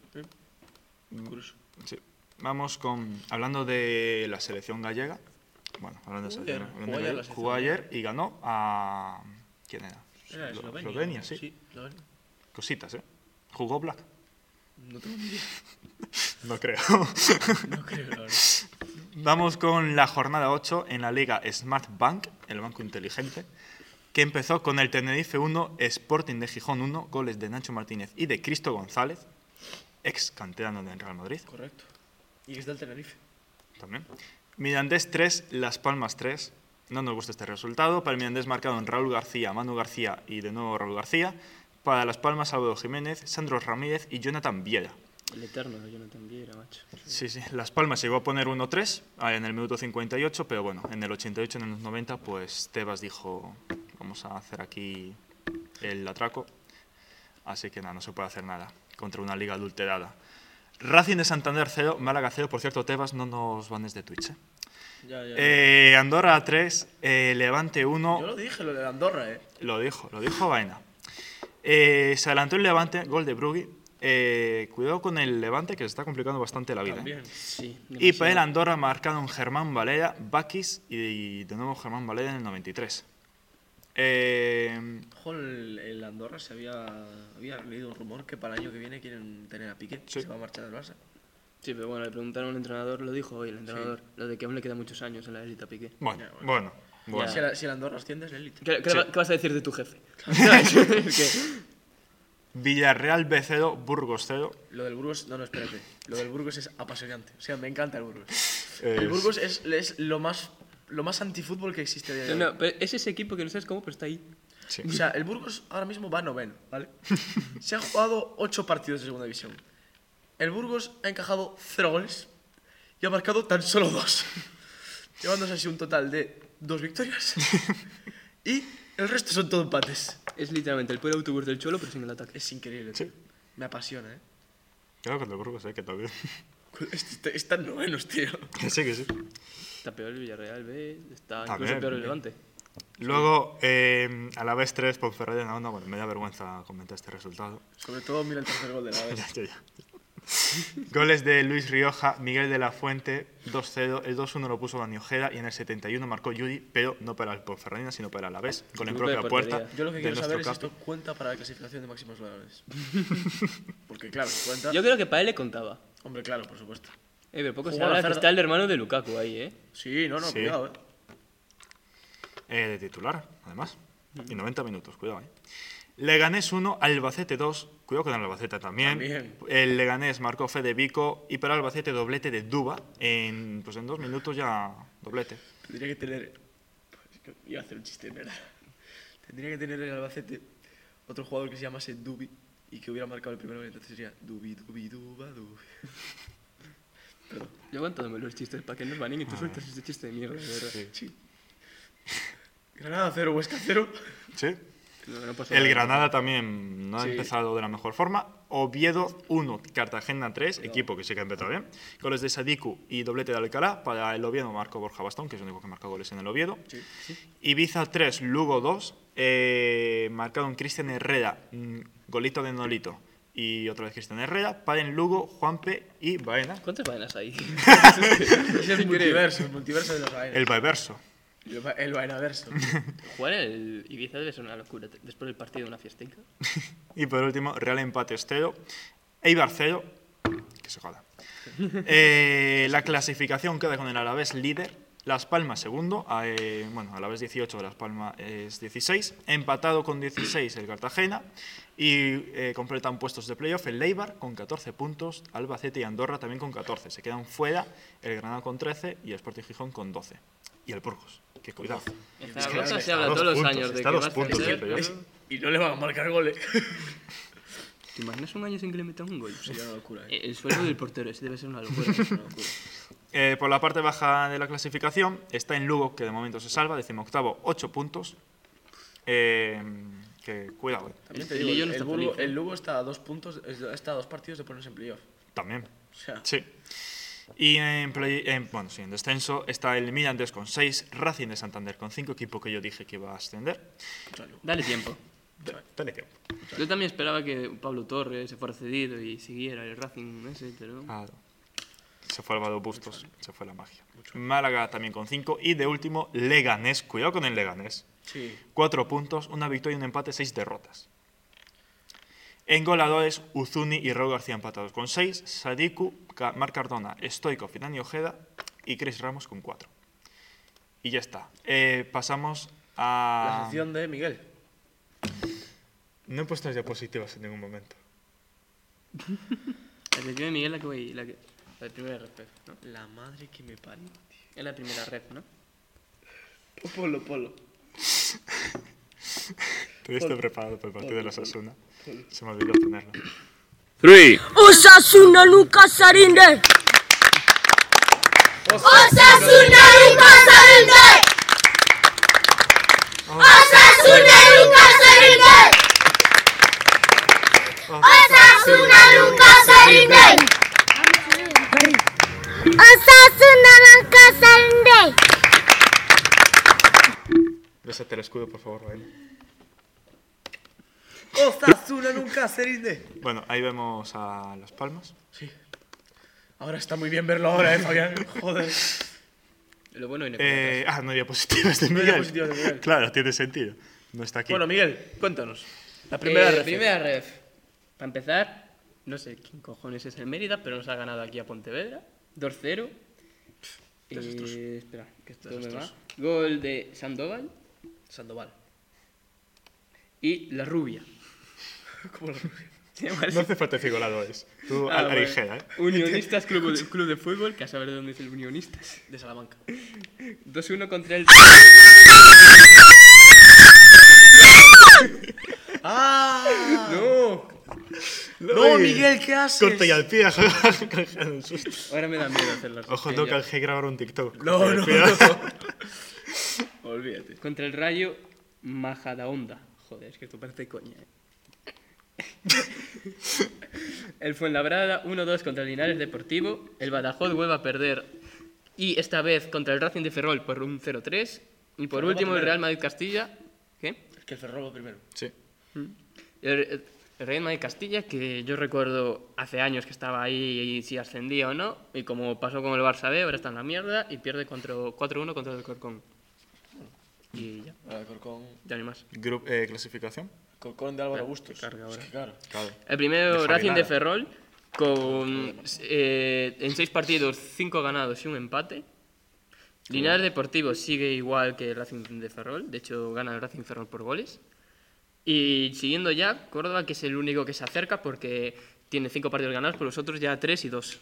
S1: Mm.
S2: Curioso.
S1: Sí. Vamos con. Hablando de la selección gallega. Bueno, hablando de
S2: Jugó
S1: selección,
S2: ayer,
S1: hablando
S2: jugó
S1: de
S2: ayer
S1: gallega,
S2: la
S1: jugó
S2: selección.
S1: ayer y ganó a. ¿Quién era?
S2: Era
S1: Eslo-
S2: Eslovenia.
S1: Eslovenia, sí.
S2: Sí, Eslovenia.
S1: Cositas, ¿eh? Jugó Black.
S2: No tengo ni idea.
S1: No creo.
S2: No creo, la verdad.
S1: Vamos con la jornada 8 en la liga Smart Bank, el banco inteligente, que empezó con el Tenerife 1, Sporting de Gijón 1, goles de Nacho Martínez y de Cristo González, ex canterano del Real Madrid.
S2: Correcto. Y es del Tenerife.
S1: También. Mirandés 3, Las Palmas 3. No nos gusta este resultado. Para el Mirandés marcado en Raúl García, Manu García y de nuevo Raúl García. Para Las Palmas, Álvaro Jiménez, Sandro Ramírez y Jonathan Viera.
S4: El eterno de Jonathan Viera, macho.
S1: Sí, sí. Las Palmas llegó a poner 1-3 ah, en el minuto 58, pero bueno, en el 88, en el 90, pues Tebas dijo, vamos a hacer aquí el atraco. Así que nada, no se puede hacer nada contra una liga adulterada. Racing de Santander 0, Málaga 0. Por cierto, Tebas, no nos banes de Twitch, ¿eh?
S2: Ya, ya.
S1: Eh, Andorra 3, eh, Levante 1.
S2: Yo lo dije, lo de Andorra, ¿eh?
S1: Lo dijo, lo dijo Vaina. Eh, se adelantó el Levante, gol de Brugui. Eh, cuidado con el Levante que se está complicando bastante la vida. ¿eh?
S2: También.
S4: Sí.
S1: Y para el Andorra marcado un Germán Valera, Bakis y de nuevo Germán Valera en el 93. Eh,
S2: Ojo, el, el Andorra se había, había leído un rumor que para el año que viene quieren tener a Piqué.
S1: Sí.
S2: Se va a marchar del Barça.
S4: Sí, pero bueno, le preguntaron al entrenador, lo dijo hoy el entrenador, lo de que aún le quedan muchos años en la élite a Piqué.
S1: bueno, bueno, bueno.
S2: Si, el, si el Andorra asciende es la élite.
S4: ¿Qué, qué
S1: Sí.
S4: va- qué vas a decir de tu jefe? ¿Sabes? Es
S1: Villarreal B 0, Burgos 0.
S2: Lo del Burgos, no, no, espérate. Lo del Burgos es apasionante. O sea, me encanta el Burgos.
S1: Eh,
S2: El Burgos es, es lo más lo más antifútbol que existe. a día
S4: que-
S2: de
S4: No,
S2: hoy.
S4: no, pero es ese equipo que no sabes cómo, pero está ahí.
S1: sí.
S2: O sea, el Burgos ahora mismo va noveno, ¿vale? Se han jugado ocho partidos de segunda división. El Burgos ha encajado cero goles y ha marcado tan solo dos. Llevándose así un total de dos victorias. Y el resto son todo empates.
S4: Es literalmente el puro autobús del cholo, pero sin el ataque.
S2: Es increíble. tío. Me apasiona, ¿eh?
S1: Cuidado con el Burgos, eh, que también.
S2: Est- Están novenos, tío.
S1: Que sí, que sí.
S4: Está peor el Villarreal, ve, está
S1: Está
S4: incluso
S1: bien,
S4: peor el
S1: bien.
S4: Levante.
S1: Luego, eh, a la vez 3, Ponferrada en la onda. Bueno, me da vergüenza comentar este resultado.
S2: Sobre todo mira el tercer gol de la vez.
S1: Ya, ya, ya. Goles de Luis Rioja, Miguel de la Fuente, 2-0. El 2-1 lo puso Dani Ojeda y en el 71 marcó Judy, pero no para el Ponferradina, sino para la vez, con la
S4: Golpe de
S1: propia
S4: portería.
S1: puerta.
S2: Yo lo que
S1: de
S2: quiero
S1: nuestro
S2: saber es si
S1: capo.
S2: esto cuenta para la clasificación de máximos goleadores. Porque claro, cuenta...
S4: Yo creo que para él le contaba.
S2: Hombre, claro, por supuesto.
S4: Eh, pero poco se
S2: Jugó a la
S4: habla que
S2: cerda.
S4: está el hermano de Lukaku ahí, ¿eh?
S2: Sí, no, no,
S1: Sí.
S2: cuidado, ¿eh?
S1: Eh, de titular, además. Y 90 minutos, cuidado. Eh. Leganés 1, Albacete 2. Cuidado con Albacete también.
S2: También.
S1: El Leganés marcó Fede Vico y para Albacete doblete de Duba. En, pues en dos minutos ya doblete.
S2: Tendría que tener. Es que iba a hacer un chiste, ¿verdad? Tendría que tener en Albacete otro jugador que se llamase Dubi y que hubiera marcado el primero, entonces sería Dubi, Dubi, Duba, Dubi.
S4: Yo aguanto me los chistes para que nos banen y tú sueltas este chiste de mierda, de verdad.
S2: Sí. Granada cero, Huesca cero.
S1: ¿Sí?
S4: No, no pasa
S1: El
S4: nada.
S1: Granada también no ha
S2: Sí.
S1: empezado de la mejor forma. Oviedo 1, Cartagena 3, equipo que sí que ha empezado bien. Goles de Sadiku y doblete de Alcalá. Para el Oviedo marcó Borja Bastón, que es el único que ha marcado goles en el Oviedo. Ibiza 3, Lugo 2. eh, marcado en Cristian Herrera, mm, golito de Nolito. Y otra vez Cristian Herrera. Para en Lugo, Juanpe y Baena.
S4: ¿Cuántas vainas hay?
S2: Es el multiverso, el multiverso de los Raenes.
S1: El Baiverso.
S2: El, va- el vainaverso.
S4: Jugar en el Ibiza debe ser una locura. te- Después del partido, una fiestica.
S1: Y por último, Real empate 0, Eibar 0, que se joda. Eh, la clasificación queda con el Alavés líder, Las Palmas segundo, a, eh, bueno, Alavés 18, Las Palmas es 16, empatado con 16 el Cartagena y eh, completan puestos de playoff el Eibar con 14 puntos, Albacete y Andorra también con 14, se quedan fuera el Granada con 13 y el Sporting Gijón con 12. Y el Burgos, que cuidado.
S4: En
S2: que
S4: Zaragoza se
S1: está
S4: habla
S1: a dos
S4: todos los
S1: puntos,
S4: años de
S1: está
S4: que
S1: a dos
S4: vas a
S1: puntos del
S4: perder.
S1: playoff.
S2: Es- y no le van a marcar goles.
S4: ¿Te imaginas un año sin que le metan un gol?
S2: Sería una locura, ¿eh?
S4: Eh, El sueldo del portero, ese debe ser una locura.
S2: Una locura.
S1: Eh, por la parte baja de la clasificación está en Lugo, que de momento se salva, decimoctavo, 8 puntos. Eh, que cuidado, eh,
S2: También te
S4: El
S2: digo,
S4: Lillo
S2: el,
S4: no está
S2: Burgo-
S4: feliz, ¿eh?
S2: el Lugo está a dos puntos, está a dos partidos de ponerse en playoff.
S1: también.
S2: O sea,
S1: Sí. Y en, play- en- bueno, sí, en descenso está el Mirandés con 6, Racing de Santander con 5, equipo que yo dije que iba a ascender.
S2: escúchalo.
S4: Dale tiempo.
S1: Dale tiempo.
S4: Yo también esperaba que Pablo Torres se fuera cedido y siguiera el Racing ese, pero...
S1: Claro. Se fue Álvaro Bustos, se fue la magia. Málaga también con 5 y de último Leganés, cuidado con el Leganés.
S2: Sí.
S1: Cuatro puntos, una victoria, un empate, seis derrotas. En goleadores, Uzuni y Raúl García empatados con seis, Sadiku, Ca- Marc Cardona, Stoico, Finani Ojeda y Chris Ramos con cuatro. Y ya está. Eh, pasamos
S2: La
S1: a...
S2: sección de Miguel.
S1: No he puesto las diapositivas en ningún momento.
S4: La sección de Miguel la que voy... La, que... la de primera red, ¿no?
S2: La madre que me parió, tío.
S4: Es la primera red, ¿no?
S2: Polo, polo.
S1: Te estoy
S2: Pol-
S1: preparado para el partido de la Sasuna.
S2: pol-
S1: Se me olvidó ponerlo.
S6: Three.
S5: Osasuna nunca se rinde. Osasuna nunca se rinde. Osasuna nunca se rinde. Osasuna nunca se rinde. Osasuna nunca se rinde.
S1: Bésate el escudo, por favor, Raúl.
S2: Osasuna nunca se rinde.
S1: Bueno, ahí vemos a Las Palmas.
S2: Sí. Ahora está muy bien verlo ahora, eh, Fabián. Joder.
S4: Lo bueno viene con
S1: Eh, ah, no hay diapositivas de
S2: hay
S1: Miguel.
S2: diapositivas de Miguel.
S1: Claro, tiene sentido. No está aquí.
S2: Bueno, Miguel, cuéntanos. La primera
S4: primera
S2: ref.
S4: Eh, primera red. Para empezar, no sé quién cojones es el Mérida, pero nos ha ganado aquí a Pontevedra. 2-0.
S2: desastroso.
S4: Eh, espera, que esto me va.
S2: Desastroso.
S4: Gol de Sandoval
S2: Sandoval.
S4: y La Rubia.
S2: ¿Cómo lo
S1: No hace falta decir goleadores. Tú,
S4: Ah,
S1: a la
S4: vale.
S1: ligera, ¿eh?
S4: Unionistas Club de, Club de Fútbol, que a saber de dónde es el Unionistas.
S2: De Salamanca.
S4: 2-1 contra el...
S2: ¡Ah!
S4: ¡No!
S2: ¡No, Miguel, qué haces!
S1: Corta y al pie, canjeando el susto.
S4: Ahora me da miedo hacerlo.
S1: Ojo, no canjeé grabar un TikTok.
S2: No, no,
S1: Cuidado.
S2: Olvídate.
S4: Contra el Rayo Majadahonda. Joder, es que esto parece coña, ¿eh? el Fuenlabrada 1-2 contra el Linares Deportivo. El Badajoz vuelve a perder. Y esta vez contra el Racing de Ferrol por un 0-3. Y por
S2: Ferrol va
S4: último el
S2: primero.
S4: Real Madrid Castilla. ¿Qué?
S2: Es que el Ferrol va primero.
S1: Sí.
S4: El, el Real Madrid Castilla, que yo recuerdo hace años que estaba ahí y si ascendía o no. Y como pasó con el Barça B, ahora está en la mierda y pierde contra- 4-1 contra el Corcón. Y ya,
S2: Ah, Corcón.
S4: ya no hay más.
S1: Grup- eh, clasificación.
S2: Corcón de Álvaro Bustos.
S4: carga ahora.
S2: Es que claro.
S1: Claro.
S4: El
S1: De
S4: primero,
S1: Javi
S4: Racing de
S1: Lara.
S4: Ferrol, con eh, en seis partidos, cinco ganados y un empate. Linares Deportivo sigue igual que el Racing de Ferrol, de hecho gana el Racing Ferrol por goles. Y siguiendo ya, Córdoba, que es el único que se acerca porque tiene cinco partidos ganados, pero los otros ya tres y dos.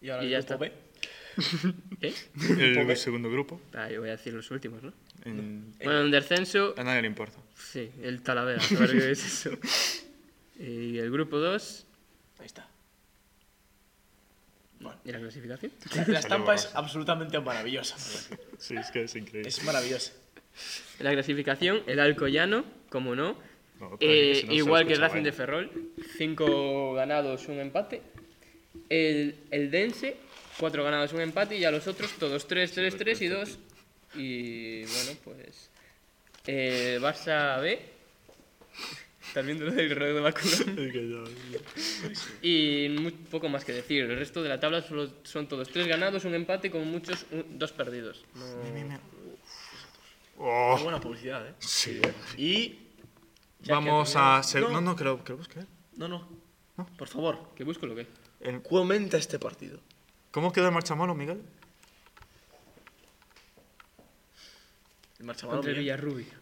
S2: Y ahora
S4: Y
S2: el
S4: ya
S2: grupo
S4: está.
S2: B.
S4: ¿Eh?
S1: El segundo grupo.
S4: Ah, yo voy a decir los últimos, ¿no?
S1: Eh. En-
S4: Bueno, en descenso,
S1: A nadie le importa.
S4: sí, el Talavera, a ver qué es eso. Y el grupo 2,
S2: Ahí está.
S4: ¿y la clasificación?
S2: La, la estampa es absolutamente maravillosa.
S1: Sí, es que es increíble.
S2: Es maravillosa.
S4: En la clasificación, el Alcoyano, como no,
S1: No, pero
S4: eh,
S1: si no, se
S4: igual
S1: lo
S4: que el
S1: escucha
S4: Racing de
S1: Bayern.
S4: Ferrol, 5 ganados, un empate. El, el Dense, 4 ganados, un empate. Y a los otros, todos 3, 3, 3 y 2. Y bueno, pues. eh, Barça B. También lo del Real de Macron.
S1: Es que ya-
S4: Y muy poco más que decir. El resto de la tabla solo son todos 3 ganados, un empate, como muchos, 2 perdidos. No-
S1: Mira, mira,
S2: Muy
S1: Oh,
S2: buena publicidad, ¿eh?
S1: sí.
S2: Y. ya
S1: Vamos
S2: que
S1: a
S2: ha
S1: ser.
S2: terminado-
S1: No, no, que lo, que lo busque. eh.
S2: No, no. Por favor,
S4: ¿Que busco lo que?
S1: El-
S2: comenta este partido.
S1: ¿Cómo quedó el marchamano, Miguel?
S2: El marchamalo,
S4: Contra el
S2: bien.
S4: Villarrubia.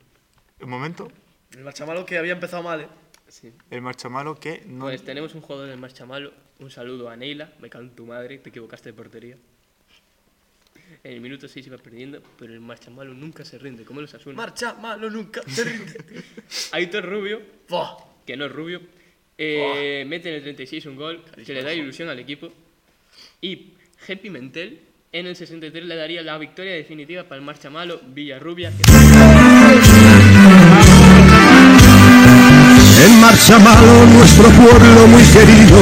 S1: Un momento.
S2: el marchamalo que había empezado mal, ¿eh?
S4: Sí.
S1: El marchamano que no.
S4: Pues tenemos un jugador del Marchamalo. Un saludo a Neila. Me cago en tu madre, te equivocaste de portería. En el minuto 6 iba perdiendo, pero el Marchamalo nunca se rinde, como los Asuna.
S2: Marchamalo nunca se rinde.
S4: Aitor Rubio,
S2: Buah.
S4: que no es Rubio, eh, mete en el 36 un gol que le da ilusión al equipo. Y G. Pimentel en el 63 le daría la victoria definitiva para el Marchamalo Villarrubia. que-
S6: En marcha malo nuestro pueblo muy querido,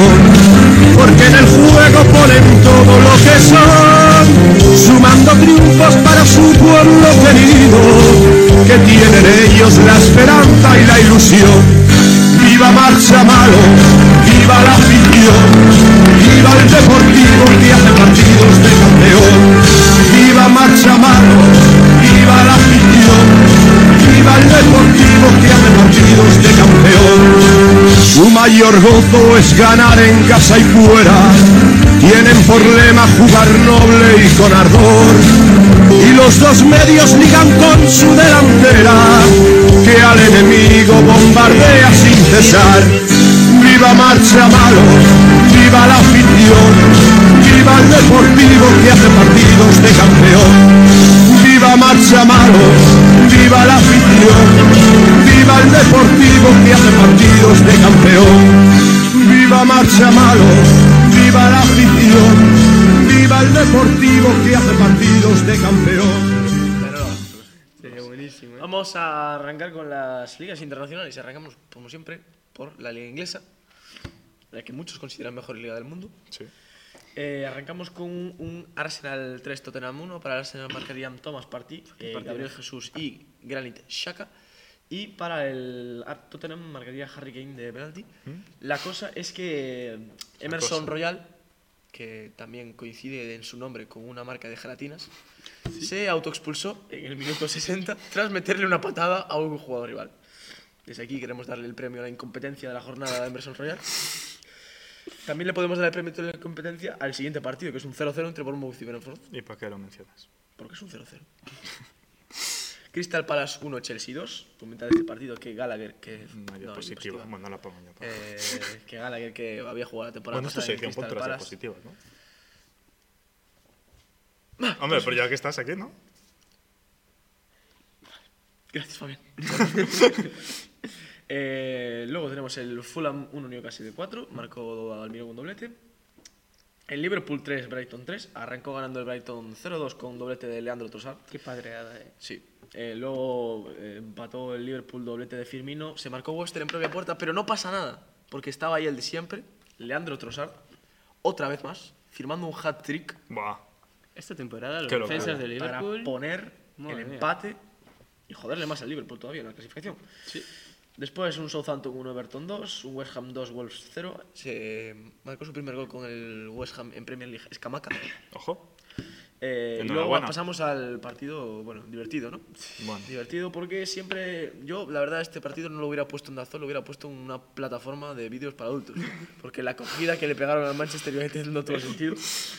S6: porque en el juego ponen todo lo que son, sumando triunfos para su pueblo querido, que tienen ellos la esperanza y la ilusión. Viva marcha malo, viva la afición, viva el deportivo que hace partidos de campeón. Viva marcha malo, viva la afición, viva el deportivo que hace partidos de campeón. Su mayor gozo es ganar en casa y fuera. Tienen por lema jugar noble y con ardor. Y los dos medios ligan con su delantera, que al enemigo bombardea sin cesar. Viva marcha malo, viva la afición, viva el deportivo que hace partidos de campeón. Viva marcha malo, viva la afición, viva el deportivo que hace partidos de campeón. Viva marcha malo, viva la afición, viva el deportivo que hace partidos de campeón.
S4: Sería buenísimo, ¿eh?
S2: Vamos a arrancar con las ligas internacionales. Arrancamos, como siempre, por la liga inglesa, la que muchos consideran mejor liga del mundo.
S1: Sí.
S2: Eh, arrancamos con un Arsenal 3 Tottenham 1. Para el Arsenal marcarían Thomas Partey, eh, Gabriel Jesús y Granit Xhaka. Y para el Ar- Tottenham marcaría Harry Kane de penalti. La cosa es que Emerson Royal, que también coincide en su nombre con una marca de gelatinas, se autoexpulsó en el minuto 60 tras meterle una patada a un jugador rival. Desde aquí queremos darle el premio a la incompetencia de la jornada de Emerson Royal. También le podemos dar el premio de la competencia al siguiente partido, que es un 0-0 entre Bournemouth y Brentford,
S1: ¿Y para qué lo mencionas?
S2: porque es un 0-0. Crystal Palace 1, Chelsea 2. Comentar este partido que Gallagher, que...
S1: No, yo positivo.
S2: no, diapositiva.
S1: Bueno, no la pongo yo. por favor.
S2: Eh, que Gallagher que había jugado la temporada
S1: bueno, esto
S2: pasada
S1: se dice
S2: en
S1: un
S2: Crystal
S1: punto de las
S2: Palace.
S1: positivas, ¿no? Hombre, pero ya que estás aquí, ¿no?
S2: Gracias, Fabián. Eh, luego tenemos el Fulham 1 Newcastle de 4, marcó Almiro con doblete. El Liverpool 3, Brighton 3, arrancó ganando el Brighton 0-2 con doblete de Leandro Trossard.
S4: Qué padreada, ¿eh?
S2: Sí. Eh, luego eh, empató el Liverpool doblete de Firmino. Se marcó Webster en propia puerta, pero no pasa nada, porque estaba ahí el de siempre, Leandro Trossard, otra vez más, firmando un hat-trick
S1: Buah.
S4: Esta temporada los
S1: Qué locura.
S4: defensas de
S2: para
S4: Liverpool...
S2: poner
S4: Madre
S2: el
S4: mía.
S2: empate y joderle más al Liverpool todavía en la clasificación. Después un Southampton 1 Everton 2, un West Ham 2 Wolves 0. Se marcó su primer gol con el West Ham en Premier League Escamaca.
S1: Ojo.
S2: Eh, y luego
S1: Enhorabuena.
S2: pasamos al partido, bueno, divertido, ¿no?
S1: Bueno.
S2: Divertido porque siempre. Yo, la verdad, este partido no lo hubiera puesto en Dazón, lo hubiera puesto en una plataforma de vídeos para adultos. Porque la cogida que le pegaron al Manchester United no tuvo sentido.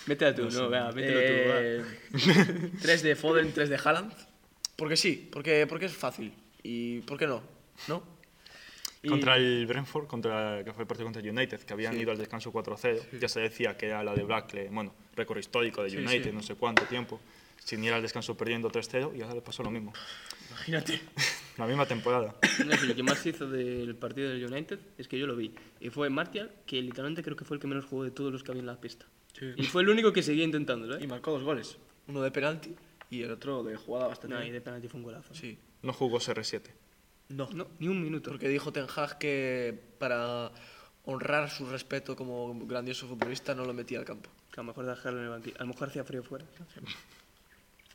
S4: Métela tú, no, vea, mételo tú, va.
S2: Eh, Tres de Foden, tres de Haaland. Porque sí, porque, porque es fácil. ¿Y por qué no? ¿No? Y-
S1: Contra el Brentford, contra el- que fue el partido contra el United, que habían ido al descanso 4-0. Ya se decía que era la de Blackley, bueno, récord histórico de United, no sé cuánto tiempo, sin ir al descanso perdiendo 3-0 y ahora le pasó lo mismo.
S2: Imagínate.
S1: La misma temporada.
S4: No sé, lo que más hizo del partido del United es que yo lo vi. Y fue Martial, que literalmente creo que fue el que menos jugó de todos los que había en la pista. Y fue el único que seguía intentándolo,
S2: Y
S4: ¿eh?
S2: marcó dos goles. Uno de penalti y el otro de jugada bastante.
S4: No, y
S2: bien.
S4: de penalti fue un golazo. ¿eh?
S2: Sí.
S1: No jugó CR7.
S2: No.
S4: No, ni un minuto.
S2: Porque dijo Ten Hag que para honrar su respeto como grandioso futbolista no lo metía al campo.
S4: Que a lo mejor dejarlo en el banquillo. A lo mejor hacía frío fuera.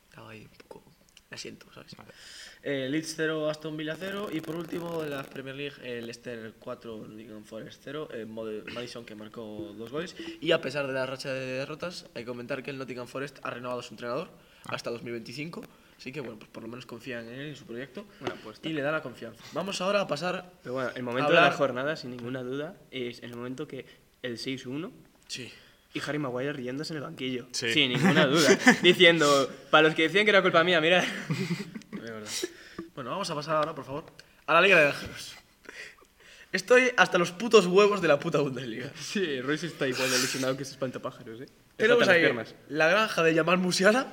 S2: Estaba ahí un poco. La siento, ¿sabes?
S1: Vale.
S2: Eh, Leeds 0, Aston Villa 0. Y por último, en la Premier League, el Leicester 4, Nottingham Forest 0. eh, Mod- Madison que marcó dos goles. Y a Ah. pesar de la racha de derrotas, hay que comentar que el Nottingham Forest ha renovado a su entrenador hasta 2025. Así que, bueno, pues por lo menos confían en él y en su proyecto.
S7: Buena apuesta.
S2: Y le da la confianza. Vamos ahora a pasar.
S7: Pero bueno, el momento de
S2: Hablar-
S7: la jornada, sin ninguna duda, es el momento que el 6-1
S2: Sí.
S7: y Harry Maguire riéndose en el banquillo.
S1: Sí.
S7: Sin ninguna duda. Diciendo, para los que decían que era culpa mía, mira.
S2: Bueno, vamos a pasar ahora, por favor, a la Liga de Viajeros. Estoy hasta los putos huevos de la puta Bundesliga.
S7: Sí, Royce está igual de lesionado que ese espantapájaros, ¿eh?
S2: Tenemos
S7: Faltan
S2: ahí
S7: las piernas.
S2: la granja de Yamal Musiala.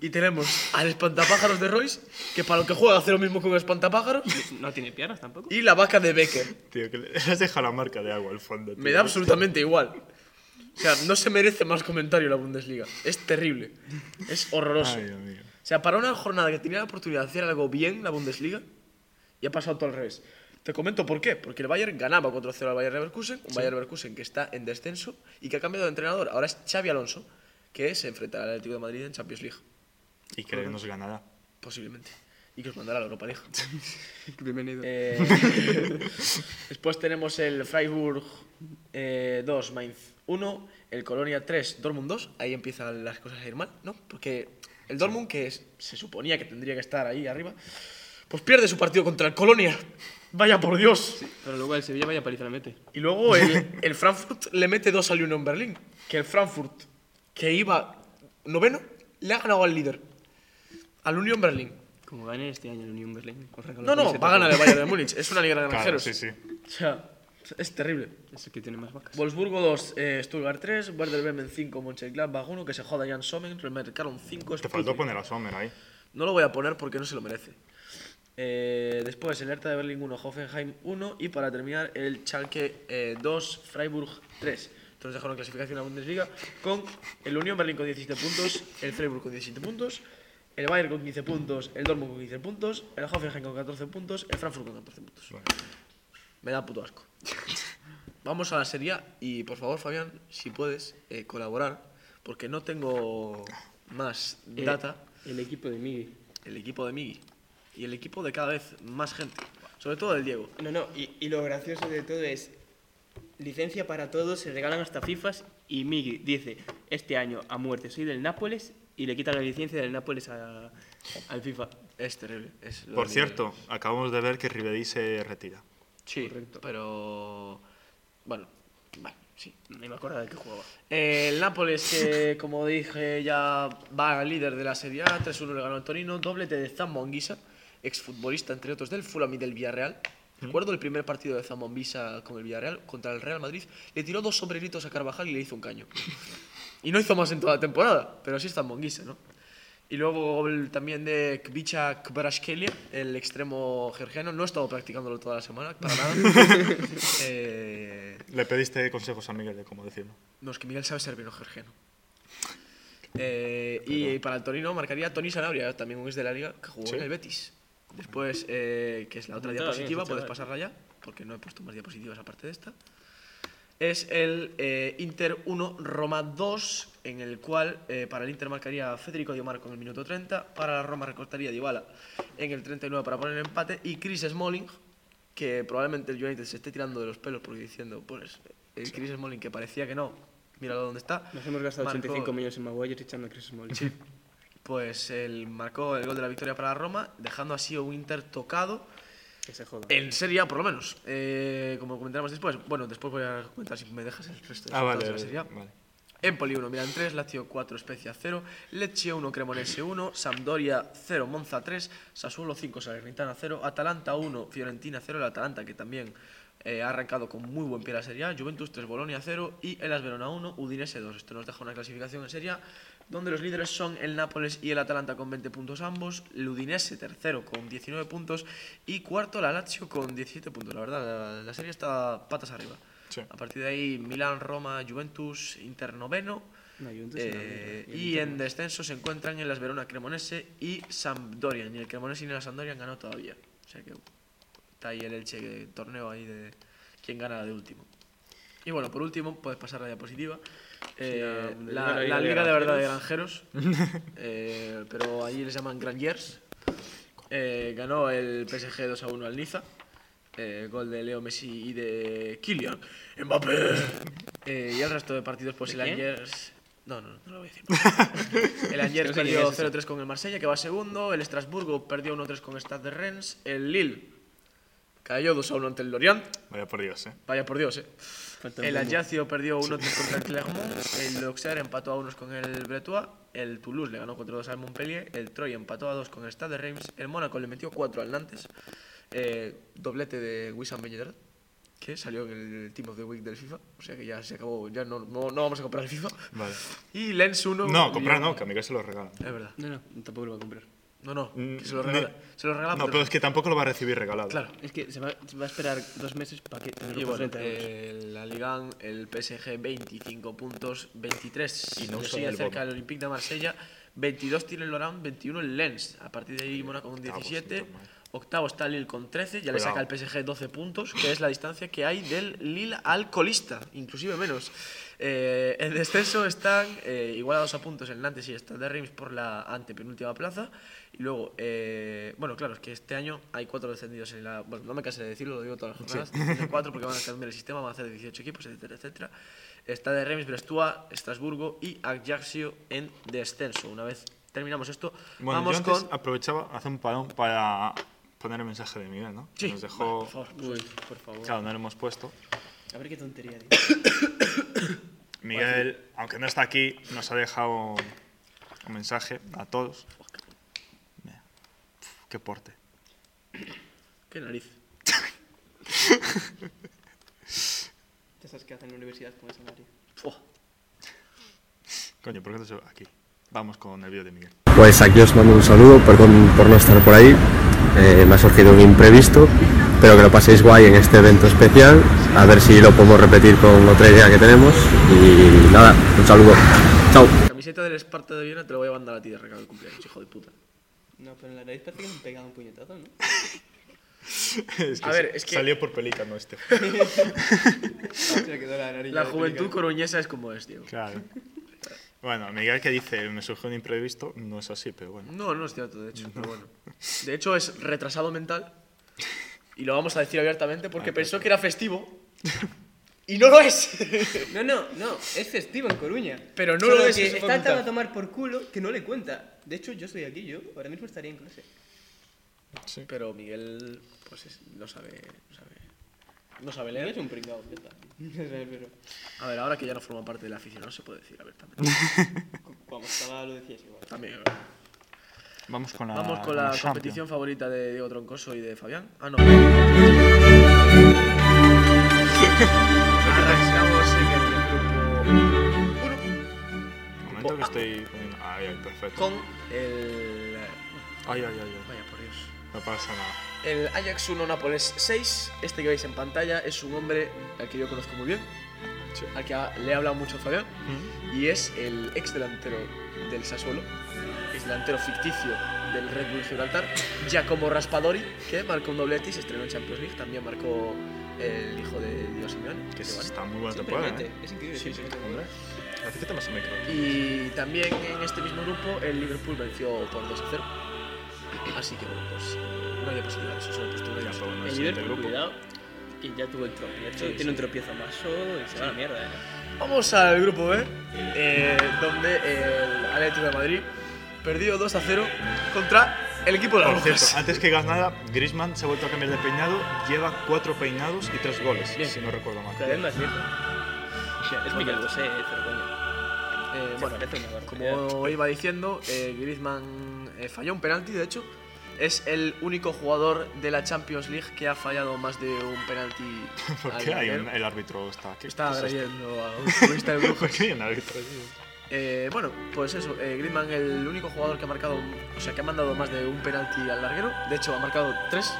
S2: Y tenemos al espantapájaros de Royce, que para lo que juega hace lo mismo que un espantapájaros.
S7: No tiene piernas tampoco.
S2: Y la vaca de Becker.
S1: Tío, que le has dejado la marca de agua al fondo.
S2: Me
S1: tío.
S2: da absolutamente igual. O sea, no se merece más comentario la Bundesliga. Es terrible. Es horroroso.
S1: Ay, Dios mío.
S2: O sea, para una jornada que tenía la oportunidad de hacer algo bien la Bundesliga, y ha pasado todo al revés. Te comento por qué. Porque el Bayern ganaba 4-0 al Bayern Leverkusen, un Bayern Leverkusen que está en descenso y que ha cambiado de entrenador. Ahora es Xavi Alonso, que se enfrentará al Atlético de Madrid en Champions League,
S1: Y que nos ganará.
S2: posiblemente. Y que os mandará a la Europa League.
S7: Bienvenido.
S2: Eh, después tenemos el Freiburg eh, 2, Mainz 1, el Colonia 3, Dortmund 2. Ahí empiezan las cosas a ir mal, ¿no? Porque el Dortmund, que es- se suponía que tendría que estar ahí arriba, pues pierde su partido contra el Colonia. Vaya por Dios.
S4: Pero luego el Sevilla vaya paliza le mete.
S2: Y luego el, el Frankfurt le mete 2 al 1 en Berlín. Que el Frankfurt, que iba noveno, le ha ganado al líder. Al Unión Berlín.
S4: Como gane este año el Unión Berlín. corre con la
S2: No, no,
S4: camiseta.
S2: va a ganar el Bayern de Múnich. Es una liga de
S1: Claro,
S2: granjeros.
S1: sí, sí.
S2: O sea, es terrible.
S4: Es el que tiene más vacas.
S2: Wolfsburgo 2, eh, Stuttgart 3, Werder Bremen 5, Mönchengladbach 1, que se joda Jan Sommen, remarcaron 5.
S1: Te faltó poner a Sommer ahí.
S2: No lo voy a poner porque no se lo merece. Eh, después el Hertha de Berlín 1, Hoffenheim 1 y para terminar el Schalke eh, 2, Freiburg 3. Entonces dejaron clasificación a Bundesliga con el Unión Berlín con 17 puntos, el Freiburg con 17 puntos, el Bayern con 15 puntos, el Dortmund con 15 puntos, el Hoffenheim con 14 puntos, el Frankfurt con 14 puntos. Me da puto asco. Vamos a la serie A y por favor, Fabián, si puedes eh, colaborar, porque no tengo más
S4: Eh,
S2: data
S4: El equipo de Miguel.
S2: el equipo de Migi y el equipo de cada vez más gente, sobre todo del Diego.
S7: No, no, y, y lo gracioso de todo es licencia para todos, se regalan hasta FIFAs y Migi dice, este año a muerte soy del Nápoles y le quita la licencia del Nápoles a- al FIFA.
S2: Es terrible. es lo
S1: Por
S2: del
S1: cierto, acabamos de ver que Ribery se retira.
S2: Diego. sí, pero bueno, vale, sí.
S7: No me acordaba de qué jugaba.
S2: Eh, El Nápoles, que como dije, ya va líder de la Serie A, 3-1 le ganó al Torino, doblete de Zambonguisa, exfutbolista entre otros del Fulham y del Villarreal. Recuerdo el primer partido de Zambonguisa con el Villarreal contra el Real Madrid, le tiró dos sombreritos a Carvajal y le hizo un caño. y no hizo más en toda la temporada, pero sí es Zambonguisa, ¿no? Y luego gol también de Kvicha Kvarashkelia, el extremo georgiano. No he estado practicándolo toda la semana, para nada. eh,
S1: Le pediste consejos a Miguel de cómo decirlo.
S2: no, es que Miguel sabe ser vino georgiano. Eh, y para el Torino marcaría Tony Sanabria, también un ex de la liga que jugó
S1: Sí.
S2: en el Betis. Después, eh, que es la otra
S4: Apuntado bien,
S2: diapositiva,
S4: este
S2: puedes
S4: chaval.
S2: pasarla ya, porque no he puesto más diapositivas aparte de esta. Es el eh, Inter 1 Roma 2, en el cual eh, para el Inter marcaría Federico Di Marco en el minuto 30, para la Roma recortaría Dybala en el 39 para poner el empate y Chris Smalling, que probablemente el United se esté tirando de los pelos porque diciendo, pues, el Chris Smalling que parecía que no, míralo dónde está.
S7: Nos hemos gastado
S2: Marcó-
S7: 85 millones en Maguire echando a Chris Smalling.
S2: Pues él marcó el gol de la victoria para la Roma, dejando así a un Inter tocado.
S7: Que se joda.
S2: En Serie A, por lo menos. Eh, como comentaremos después. Bueno, después voy a comentar si me dejas el resto de
S1: Ah,
S2: resultados
S1: vale.
S2: de la Serie A.
S1: vale. vale.
S2: Empoli 1, Milan 3, Lazio 4, Spezia 0, Lecce 1, Cremonese 1, Sampdoria 0, Monza 3, Sassuolo 5, Salernitana 0, Atalanta 1, Fiorentina 0, el Atalanta que también eh, ha arrancado con muy buen pie la Serie A, Juventus 3, Bolonia 0 y el AS Verona 1, Udinese 2. Esto nos deja una clasificación en Serie A donde los líderes son el Nápoles y el Atalanta con 20 puntos ambos, el Udinese tercero con 19 puntos y cuarto la Lazio con 17 puntos. La verdad, la, la serie está patas arriba.
S1: Sí.
S2: A partir de ahí, Milán, Roma, Juventus, Inter noveno.
S7: No, Juventus
S2: eh,
S7: no, Inter.
S2: y en descenso se encuentran en las Verona Cremonese y Sampdoria. Ni el Cremonese ni la Sampdoria han ganado todavía. O sea que está ahí el Elche que- torneo ahí de quién gana de último. Y bueno, por último, puedes pasar la diapositiva. Eh,
S7: la- la
S2: la, la
S7: Liga de
S2: Liga de Verdad de Granjeros, eh, pero allí les llaman Granjers. Eh, ganó el PSG 2 a 1 al Niza. Eh, gol de Leo Messi y de Kylian Mbappé. Eh, y el resto de partidos, pues el Angers. No, no, no, no lo voy a decir. el Angers
S4: No sé
S2: perdió
S4: quién es ese.
S2: 0-3 con el Marsella, que va segundo. El Estrasburgo perdió 1-3 con el Stade de Rennes. El Lille cayó 2-1 ante el Lorient.
S1: Vaya por Dios, ¿eh?
S2: Vaya por Dios, eh.
S7: Falta
S2: El
S7: un-
S2: Ajaccio perdió 1-3 contra el Clermont. El Auxerre empató a unos con el Bretois. El Toulouse le ganó 4-2 al Montpellier. El Troyes empató a 2 con el Stade de Reims. El Mónaco le metió 4 al Nantes. Eh, doblete de Wissam Ben Yedder, que salió en el Team of the Week del FIFA. O sea que ya se acabó, ya no, no, no vamos a comprar el FIFA.
S1: Vale.
S2: Y Lens 1.
S1: No, comprar
S2: Lyon-
S1: no, que a mi casa lo regalan.
S2: Es verdad.
S4: No, no, tampoco lo va a comprar.
S2: No, no,
S1: Mm,
S2: que se lo regala.
S1: no.
S2: Se lo regala
S1: No,
S2: Ah, pero-
S1: pero es que tampoco lo va a recibir regalado.
S2: Claro.
S7: Es que se va, se va a esperar dos meses para que tener
S2: Y
S7: por
S2: bueno,
S7: 30 euros.
S2: eh, la Liga, el PSG 25 puntos, 23
S1: Y no
S2: le
S1: usa
S2: sigue
S1: el
S2: cerca
S1: Bob.
S2: el Olympique de Marsella, 22 tiene el Lorán, 21 el Lens. A partir de ahí Mónaco con
S1: Octavos,
S2: 17,
S1: entonces, madre.
S2: octavo está el Lille con 13, ya
S1: Cuidado.
S2: le saca el PSG 12 puntos, que es la distancia que hay del Lille al colista, inclusive menos. Eh, en descenso están eh, igualados a puntos el Nantes y el Stade de Reims por la antepenúltima plaza. Y luego, eh, bueno, claro, es que este año hay cuatro descendidos en la. Bueno, no me cansé de decirlo, lo digo todas las jornadas. Hay cuatro porque van a cambiar el sistema, van a hacer 18 equipos, etcétera, etcétera. Stade de Reims, Brestua, Estrasburgo y Ajaccio en descenso. Una vez terminamos esto,
S1: Bueno,
S2: vamos
S1: yo antes
S2: con.
S1: aprovechaba hacer un parón para poner el mensaje de Miguel, ¿no? Que
S2: Sí,
S1: Nos dejó...
S2: vale, por favor, Pues
S7: Uy, por favor.
S1: Claro, no lo hemos puesto.
S7: A ver qué tontería. digo.
S1: Miguel, aunque no está aquí, nos ha dejado un mensaje a todos. Mira, pf, Qué porte.
S2: Qué nariz.
S7: Ya sabes qué hacen en la universidad con esa materia.
S2: Fua.
S1: Coño, ¿por qué no se ve aquí? Vamos con el vídeo de Miguel.
S8: Pues aquí os mando un saludo, perdón por no estar por ahí, eh, me ha surgido un imprevisto, pero que lo paséis guay en este evento especial, a ver si lo podemos repetir con otra idea que tenemos y nada, un saludo, chao.
S2: La camiseta del Esparta de Viena te la voy a mandar a ti de regalo de cumpleaños, hijo de puta.
S7: No, pero en la nariz parece que me han pegado un puñetazo, ¿no?
S1: Es
S2: A ver, es que-
S1: Salió por pelícano este.
S7: Se le quedó la nariz.
S2: La juventud coruñesa es como es, tío.
S1: Claro. Bueno, Miguel que dice, me surgió un imprevisto, no es así, pero bueno.
S2: No, no es cierto, de hecho, pero bueno. De hecho, es retrasado mental. Y lo vamos a decir abiertamente
S7: Ah,
S2: porque pensó que era festivo. Y no lo es.
S7: No, no, no. Es festivo en Coruña.
S2: Pero no
S7: Solo
S2: lo es,
S7: que
S2: eso fue
S7: Está tan
S2: mental.
S7: a tomar por culo que no le cuenta. De hecho, yo estoy aquí, yo ahora mismo estaría en clase.
S1: Sí.
S2: Pero Miguel, pues es- no sabe. No sabe. No sabe
S7: Miguel
S2: leer.
S7: es un pringao, ya está. O sea, pero
S2: A ver, ahora que ya no forma parte de la afición, no se puede decir abiertamente.
S7: Vamos, estaba lo decías igual.
S2: También, ¿verdad?
S1: Vamos con la,
S2: Vamos con la
S1: Champions.
S2: competición favorita de Diego Troncoso y de Fabián. Ah, no. Arrancamos en el grupo
S1: Momento que estoy... poniendo- Ay, ay, perfecto.
S2: con el.
S1: Ay, ay, ay, ay.
S2: Vaya por Dios.
S1: No pasa nada.
S2: El Ajax 1 Nápoles 6. Este que veis en pantalla es un hombre al que yo conozco muy bien,
S1: Sí.
S2: al que ha- le he hablado mucho Fabián, y es el ex delantero del Sassuolo, ex delantero ficticio del Red Bull Gibraltar, Giacomo Raspadori, que marcó un doblete y se estrenó en Champions League. También marcó el hijo de Dios Simeone.
S1: Que
S2: que
S1: sí,
S2: vale.
S1: está muy buena
S7: Siempre
S1: temporada,
S7: mete,
S1: ¿eh?
S7: Es increíble.
S2: Sí, sí,
S7: siempre mete.
S1: Hombre, acércate más al micro.
S2: Y también en este mismo grupo el Liverpool venció por 2 a 0. Así que bueno, pues no hay diapositivas, eso solo
S1: Ya,
S2: postura.
S1: pero bueno,
S7: El
S1: siguiente
S7: Liverpool,
S1: grupo.
S7: cuidado, que ya tuvo el tropiezo.
S2: Sí, sí.
S7: Tiene un tropiezo más solo y se va a la mierda, ¿eh?
S2: Vamos al grupo B, eh, donde el Atlético de Madrid perdió 2 a 0 contra el equipo de las
S1: Por cierto,
S2: Rojas.
S1: antes que hagas nada, Griezmann se ha vuelto a cambiar de peinado, lleva cuatro peinados y tres goles,
S2: Bien.
S1: si no recuerdo mal.
S7: Cada vez más viejo. Es Miguel Bosé, eh, pero coño.
S2: Eh,
S7: Se
S2: bueno,
S7: parece una barbaridad.
S2: como iba diciendo, eh, Griezmann eh, falló un penalti, de hecho. Es el único jugador de la Champions League que ha fallado más de un penalti.
S1: ¿Por
S2: al
S1: qué hay
S2: larguero.
S1: un- el árbitro está aquí?
S2: Está
S1: ¿Qué es esto?
S2: agrediendo a un futbolista del grupo.
S1: ¿Por qué hay un árbitro aquí?
S2: Eh, bueno, pues eso, eh, Griezmann el único jugador que ha marcado, o sea, que ha mandado más de un penalti al larguero, de hecho ha marcado tres.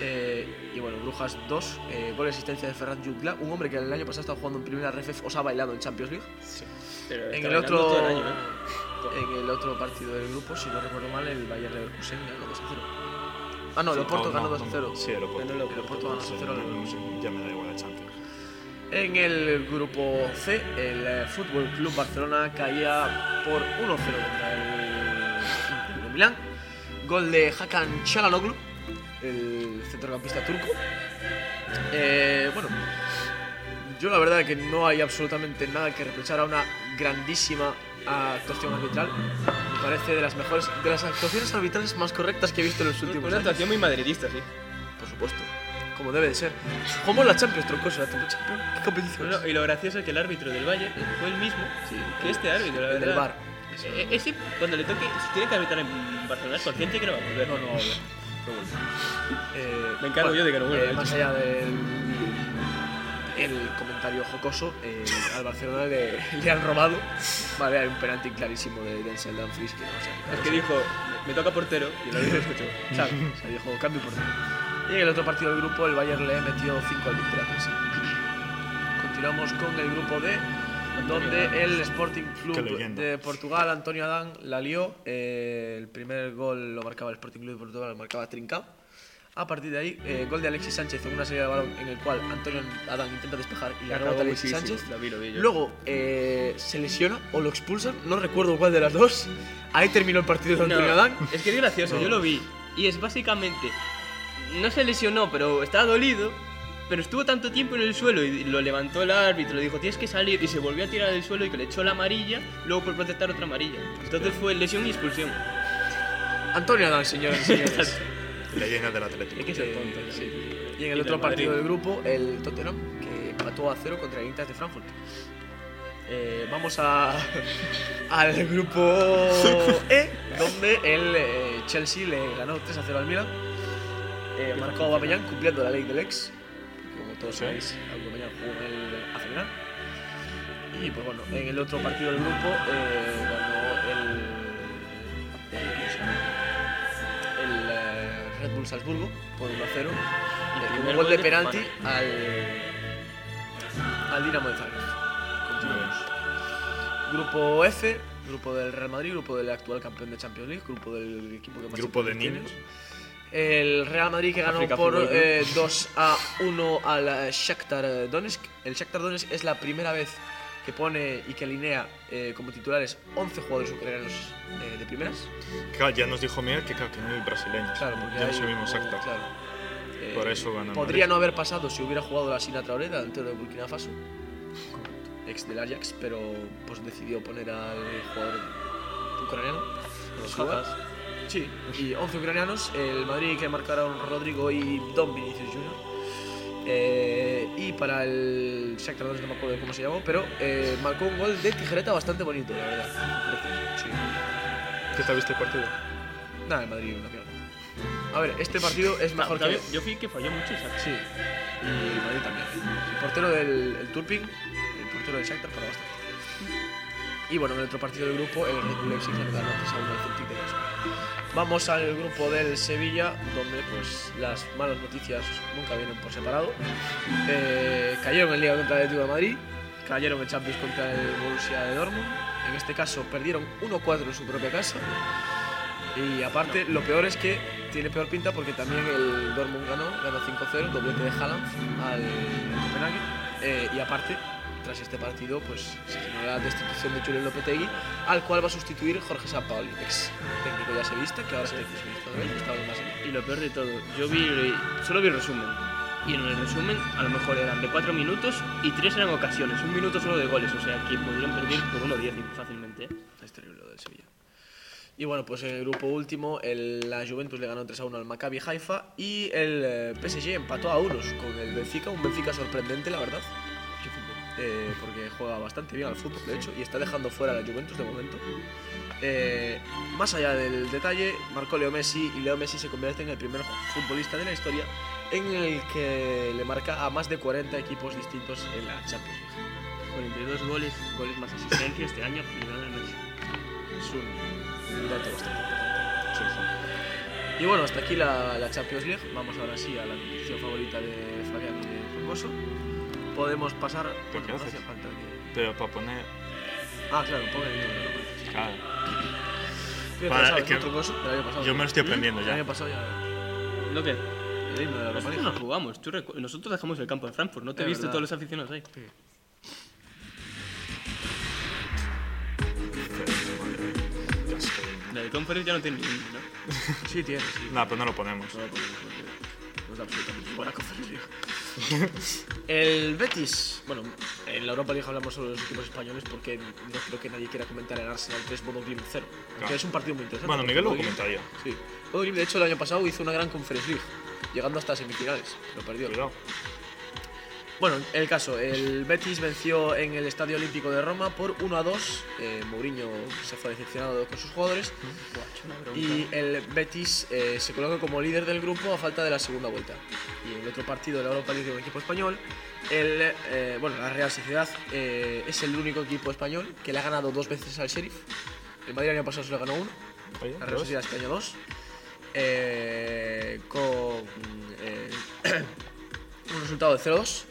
S2: Eh, y bueno, Brujas dos, eh, gol de asistencia de Ferran Jutgla, un hombre que el año pasado estaba jugando en primera RFF, os ha bailado en Champions League.
S7: Pero
S2: En
S7: está
S2: el
S7: bailando todo
S2: otro,
S7: el año, ¿eh?
S2: en el otro partido del grupo, si no recuerdo mal, el Bayern Leverkusen ganó 2 a 0. Ah, no, el Oporto
S1: Oh,
S2: ganó
S1: no,
S2: 2 a
S1: no,
S2: 0.
S1: Sí, el Oporto.
S2: Ganó el Oporto ganó 2 a 0 al
S1: No
S2: Leverkusen.
S1: sé, Ya me da igual la Champions.
S2: En el grupo C, el eh, Fútbol Club Barcelona caía por 1-0 contra el Inter de Milán. Gol de Hakan Çalhanoğlu, el centrocampista turco. Eh, bueno, Yo la verdad que no hay absolutamente nada que reprochar a una grandísima actuación arbitral. Me parece de las mejores, de las actuaciones arbitrales más correctas que he visto en los últimos
S7: Una
S2: años.
S7: actuación muy madridista, sí.
S2: Por supuesto, como debe de ser. Jugamos la Champions, troncoso, la Champions. ¿Qué competición
S7: Bueno,
S2: es?
S7: y lo gracioso es que el árbitro del Valle fue el mismo que este árbitro, la
S2: El
S7: verdad.
S2: del bar.
S4: Eh,
S7: E- ese, cuando le toque, si tiene que arbitrar en Barcelona, es consciente que no va a volver. No, no va a volver.
S2: Eh,
S7: Me encargo yo de que no vuelva,
S2: eh,
S7: de hecho.
S2: más allá del el comentario jocoso, eh, al Barcelona le, le han robado. Vale, hay un penalti clarísimo de Denzel Dumfries que no se ha
S7: Es que dijo, me toca portero, y el árbitro escuchó.
S2: Claro, o sea, dijo cambio por nada. Y en el otro partido del grupo, el Bayern le metió 5 al Victoria Pilsen. Continuamos con el grupo D, donde el Sporting
S1: Qué
S2: Club
S1: leyenda.
S2: de Portugal, Antonio Adán, la lió. Eh, el primer gol lo marcaba el Sporting Club de Portugal, lo marcaba Trincao. A partir de ahí, eh, gol de Alexis Sánchez en una serie de balón en el cual Antonio Adán intenta despejar y la rebota Alexis Sánchez.
S7: Lo vi, lo vi yo.
S2: Luego eh, se lesiona o lo expulsan, no recuerdo cuál de las dos. Ahí terminó el partido de Antonio
S4: No,
S2: Adán.
S4: es que es gracioso, yo lo vi. Y es básicamente. No se lesionó, pero está dolido. Pero estuvo tanto tiempo en el suelo y lo levantó el árbitro, le dijo tienes que salir y se volvió a tirar del suelo y que le echó la amarilla, luego por protestar otra amarilla. Entonces fue lesión y expulsión.
S2: Antonio Adán, señoras y señores.
S1: Leyenda del Atlético.
S4: Hay que ser tonto.
S2: Eh,
S4: ya.
S2: Y en el
S7: Y
S2: otro
S7: del
S2: partido
S7: Madrid.
S2: del grupo, el Tottenham, que empató a cero contra el Inter de Frankfurt. Eh, vamos a, al grupo E, donde el eh, Chelsea le ganó 3 a 0 al Milan. Eh, marcó Aubameyang cumpliendo la ley del ex. porque Como todos sabéis, Aubameyang jugó en el Arsenal. Y pues bueno, en el otro partido del grupo eh, ganó el, el- ¿cómo se llama? el, eh, Red Bull Salzburgo por 1 a 0. eh, con
S7: primer
S2: un
S7: gol
S2: gol de
S7: de
S2: penalti al, al Dinamo de Zagreb. Continuamos. Grupo F, grupo del Real Madrid, grupo del actual campeón de Champions League, grupo del equipo que más
S1: Grupo de
S2: Champions
S1: niños.
S2: tiene. El Real Madrid que ganó
S7: África
S2: por
S7: Fútbol Club.
S2: eh, 2 a 1 al eh, Shakhtar Donetsk. El Shakhtar Donetsk es la primera vez que pone y que alinea eh, como titulares 11 jugadores ucranianos eh, de primeras.
S1: Claro, ya nos dijo Miguel que, claro, que no hay brasileños.
S2: Claro, porque
S1: ya no
S2: hay-
S1: subimos exacta.
S2: claro. Eh,
S1: Por eso ganó el
S2: Podría
S1: Madrid.
S2: no haber pasado si hubiera jugado la Sina Traoré, delantero de Burkina Faso, ex del Ajax, pero pues decidió poner al jugador ucraniano. en
S7: Los
S2: su lugar.
S7: jajas.
S2: Sí, y 11 ucranianos. El Madrid que marcaron Rodrigo y Don Vinicius Jr. Eh, y para el Shakhtar Donetsk no me acuerdo cómo se llamó, pero eh, marcó un gol de tijereta bastante bonito, la verdad. Precioso, sí.
S1: ¿Qué tal viste el partido?
S2: Nada, el Madrid una mierda. A ver, este partido es mejor
S4: Ah,
S2: que...
S7: También- Yo fui que falló mucho, ¿sabes?
S2: Sí. Y el Madrid también. El portero del el Turpin, el portero del Shakhtar para bastante. Y bueno, en el otro partido del grupo, el Red Bull Leipzig le ganó 3 a 1 al Celtic de Glasgow. Vamos al grupo del Sevilla, donde pues las malas noticias nunca vienen por separado. Eh, cayeron en Liga contra el Atlético de Madrid, cayeron en Champions contra el Borussia de Dortmund. En este caso perdieron 1-4 en su propia casa. Y aparte, lo peor es que tiene peor pinta porque también el Dortmund ganó, ganó 5-0, doblete de Haaland al Copenhague. Eh, y aparte, tras este partido, pues se generó la destitución de Julien Lopetegui, al cual va a sustituir Jorge Sampaoli, ex técnico ya sevillista, que ahora es técnico sevillista de que estaba en más
S4: Y lo peor de todo, yo vi, solo vi el resumen. Y en el resumen, a lo mejor eran de 4 minutos y 3 eran ocasiones. Un minuto solo de goles, o sea que podrían perder por 1-10 fácilmente. ¿eh?
S2: Es terrible lo del Sevilla. Y bueno, pues en el grupo último, el- la Juventus le ganó 3 a 1 al Maccabi Haifa y el eh, PSG empató a unos con el Benfica, un Benfica sorprendente, la verdad. Eh, porque juega bastante bien al fútbol, de hecho, y está dejando fuera a la Juventus de momento. Eh, más allá del detalle, marcó Leo Messi y Leo Messi se convierte en el primer futbolista de la historia en el que le marca a más de 40 equipos distintos en la Champions League.
S4: 42 goles, goles más asistencia este año, le ganan el Messi.
S2: es un dato bastante importante. Y bueno, hasta aquí la, la Champions League. Vamos ahora sí a la competición favorita de Fabián de Rocoso. Podemos pasar.
S1: ¿Pero
S2: bueno,
S1: qué
S2: no
S1: haces?
S2: hace falta que-
S1: Pero para poner.
S2: Ah, claro, ponga el número, ¿no?
S1: Claro.
S2: Tú ya te
S1: Para-
S2: lo sabes,
S1: es que
S2: ¿no, Troncoso? El año pasado. ¿Mm?
S1: Yo me lo estoy aprendiendo
S2: El
S1: ya. Pues
S2: año pasado ya.
S4: ¿Lo que?
S2: El himno de la Europa
S4: Nosotros no
S2: League.
S4: jugamos, tú recu- nosotros dejamos el campo de Frankfurt, no te
S2: Es
S4: viste
S2: verdad.
S4: todos los aficionados ahí. La de Conference ya no tiene ninguno, ¿no?
S2: Sí, tiene, sí.
S1: Nada, pero no lo ponemos.
S2: No lo podemos, porque Nos da absolutamente buena conferencia. El Betis. Bueno, en la Europa League hablamos sobre los equipos españoles porque no creo que nadie quiera comentar el Arsenal 3 Bodo Glimt 0.
S1: Claro.
S2: Que es un partido muy interesante.
S1: Bueno,
S2: porque
S1: Miguel lo
S2: Bodo Glimt-
S1: comentaría.
S2: Sí. Bodo Glimt, de hecho, el año pasado hizo una gran Conference League, llegando hasta semifinales. Lo perdió.
S1: Cuidado.
S2: Bueno, el caso, el Betis venció en el Estadio Olímpico de Roma por 1 a 2. Eh, Mourinho se fue decepcionado con sus jugadores. Y el Betis eh, se coloca como líder del grupo a falta de la segunda vuelta. Y en el otro partido de la Europa League de un equipo español, el, eh, bueno, la Real Sociedad eh, es el único equipo español que le ha ganado dos veces al Sheriff. El Madrid el año pasado se lo ganó uno,
S1: Oye,
S2: la Real Sociedad este año dos. Eh, con eh, un resultado de 0-2.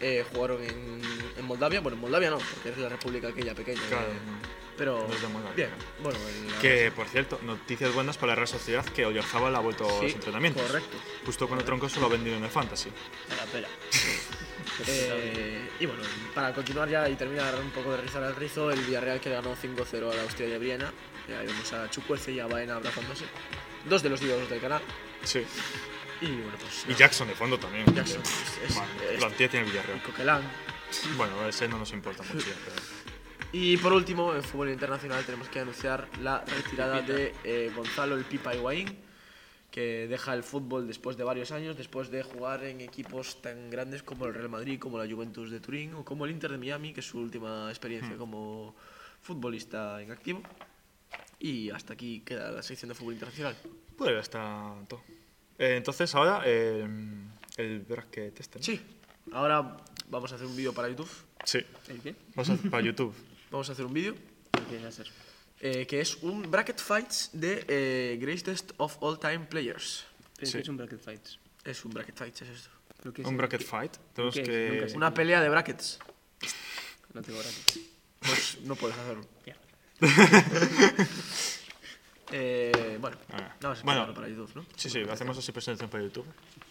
S2: Eh, jugaron en, en Moldavia, bueno, en Moldavia no, porque es la república aquella pequeña.
S1: Claro,
S2: eh,
S1: no.
S2: pero
S1: no es de Moldavia.
S2: bien, bueno, en la-
S1: Que, por cierto, noticias buenas para la Real Sociedad que Oyarzábal ha vuelto a los
S2: Sí,
S1: entrenamientos.
S2: correcto.
S1: Justo cuando Troncoso lo ha vendido en el Fantasy.
S7: la pela.
S2: Eh, y bueno, para continuar ya y terminar un poco de rizar el rizo, el Villarreal que le ganó 5-0 a la Austria de Briena. Y ahí vemos a Chucuece y a Baena abrazándose. Dos de los ídolos del canal.
S1: Sí.
S2: Y bueno, pues.
S1: Y
S2: nada.
S1: Jackson de fondo también.
S2: Jackson, es- es-
S1: Bueno,
S2: es-
S1: Plantier tiene el
S2: Y
S1: Villarreal.
S2: Coquelin.
S1: Bueno, ese no nos importa mucho. ya, pero-
S2: Y por último, en fútbol internacional tenemos que anunciar la retirada de eh, Gonzalo el Pipa Higuaín, que deja el fútbol después de varios años, después de jugar en equipos tan grandes como el Real Madrid, como la Juventus de Turín o como el Inter de Miami, que es su última experiencia como futbolista en activo. Y hasta aquí queda la sección de fútbol internacional.
S1: Pues ya está todo. Eh, entonces, ahora eh, el bracket este. ¿no?
S2: Sí, ahora vamos a hacer un vídeo para YouTube.
S1: Sí.
S7: ¿El qué?
S1: Vamos a, para YouTube.
S2: Vamos a hacer un vídeo
S7: ¿El qué va a ser?
S2: eh, que es un bracket fights de eh, greatest of all time players.
S7: ¿Pero
S1: Sí.
S7: qué es un bracket fights?
S2: Es un bracket fight, es esto.
S7: ¿Pero qué es
S1: Un
S7: el-
S1: bracket fight. Tenemos
S7: qué es? Nunca
S1: que.
S7: sé.
S2: Una pelea de brackets.
S7: No tengo brackets.
S2: Pues no puedes hacerlo.
S7: Mierda.
S2: Eh, bueno,
S1: Ah.
S2: nada más
S1: Bueno.
S2: bueno. para YouTube, ¿no?
S1: Sí, sí, hacemos así presentación para YouTube.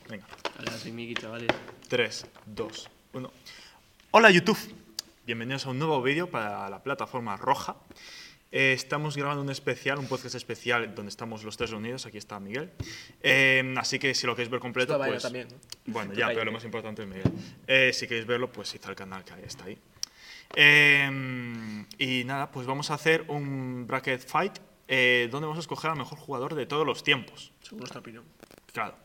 S1: Venga.
S7: Hola, soy Miki, chavales.
S1: Pues 3, 2, 1. Hola YouTube. Bienvenidos a un nuevo vídeo para la plataforma roja. Eh, estamos grabando un especial, un podcast especial donde estamos los tres reunidos. Aquí está Miguel. Eh, así que si lo queréis ver completo,
S2: Está Baena
S1: pues...
S2: también, ¿no?
S1: Bueno, ya, pero lo más importante es Miguel. Eh, si queréis verlo, pues está el canal que ahí está ahí. Eh, y nada, pues vamos a hacer un bracket fight eh, donde vamos a escoger al mejor jugador de todos los tiempos.
S2: Según nuestra opinión.
S1: Claro.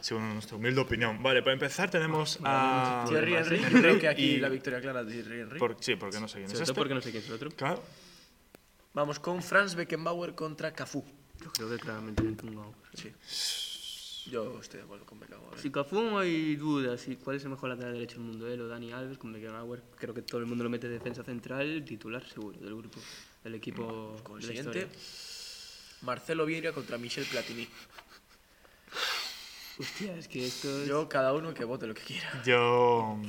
S1: Según nuestra humilde opinión. Vale, para empezar tenemos a...
S2: Thierry Henry, yo creo que aquí la victoria clara de Thierry Henry.
S1: Por- sí, porque no sé quién es
S4: Sobre
S1: este.
S4: todo porque no sé quién es el otro.
S1: Claro.
S2: Vamos con Franz Beckenbauer contra Cafú.
S4: Yo creo que claramente me he tumbado.
S2: Sí. Yo estoy de acuerdo con Beckenbauer.
S4: Si Cafú no hay dudas, ¿y ¿cuál es el mejor lateral derecho del mundo? Él o Dani Alves, con Beckenbauer, creo que todo el mundo lo mete defensa central, titular seguro del grupo, del equipo
S2: Con el
S4: de la
S2: siguiente.
S4: historia.
S2: Marcelo Vieira contra Michel Platini.
S4: Hostia, es que esto es...
S2: Yo, cada uno que vote lo que quiera.
S1: Yo... mm,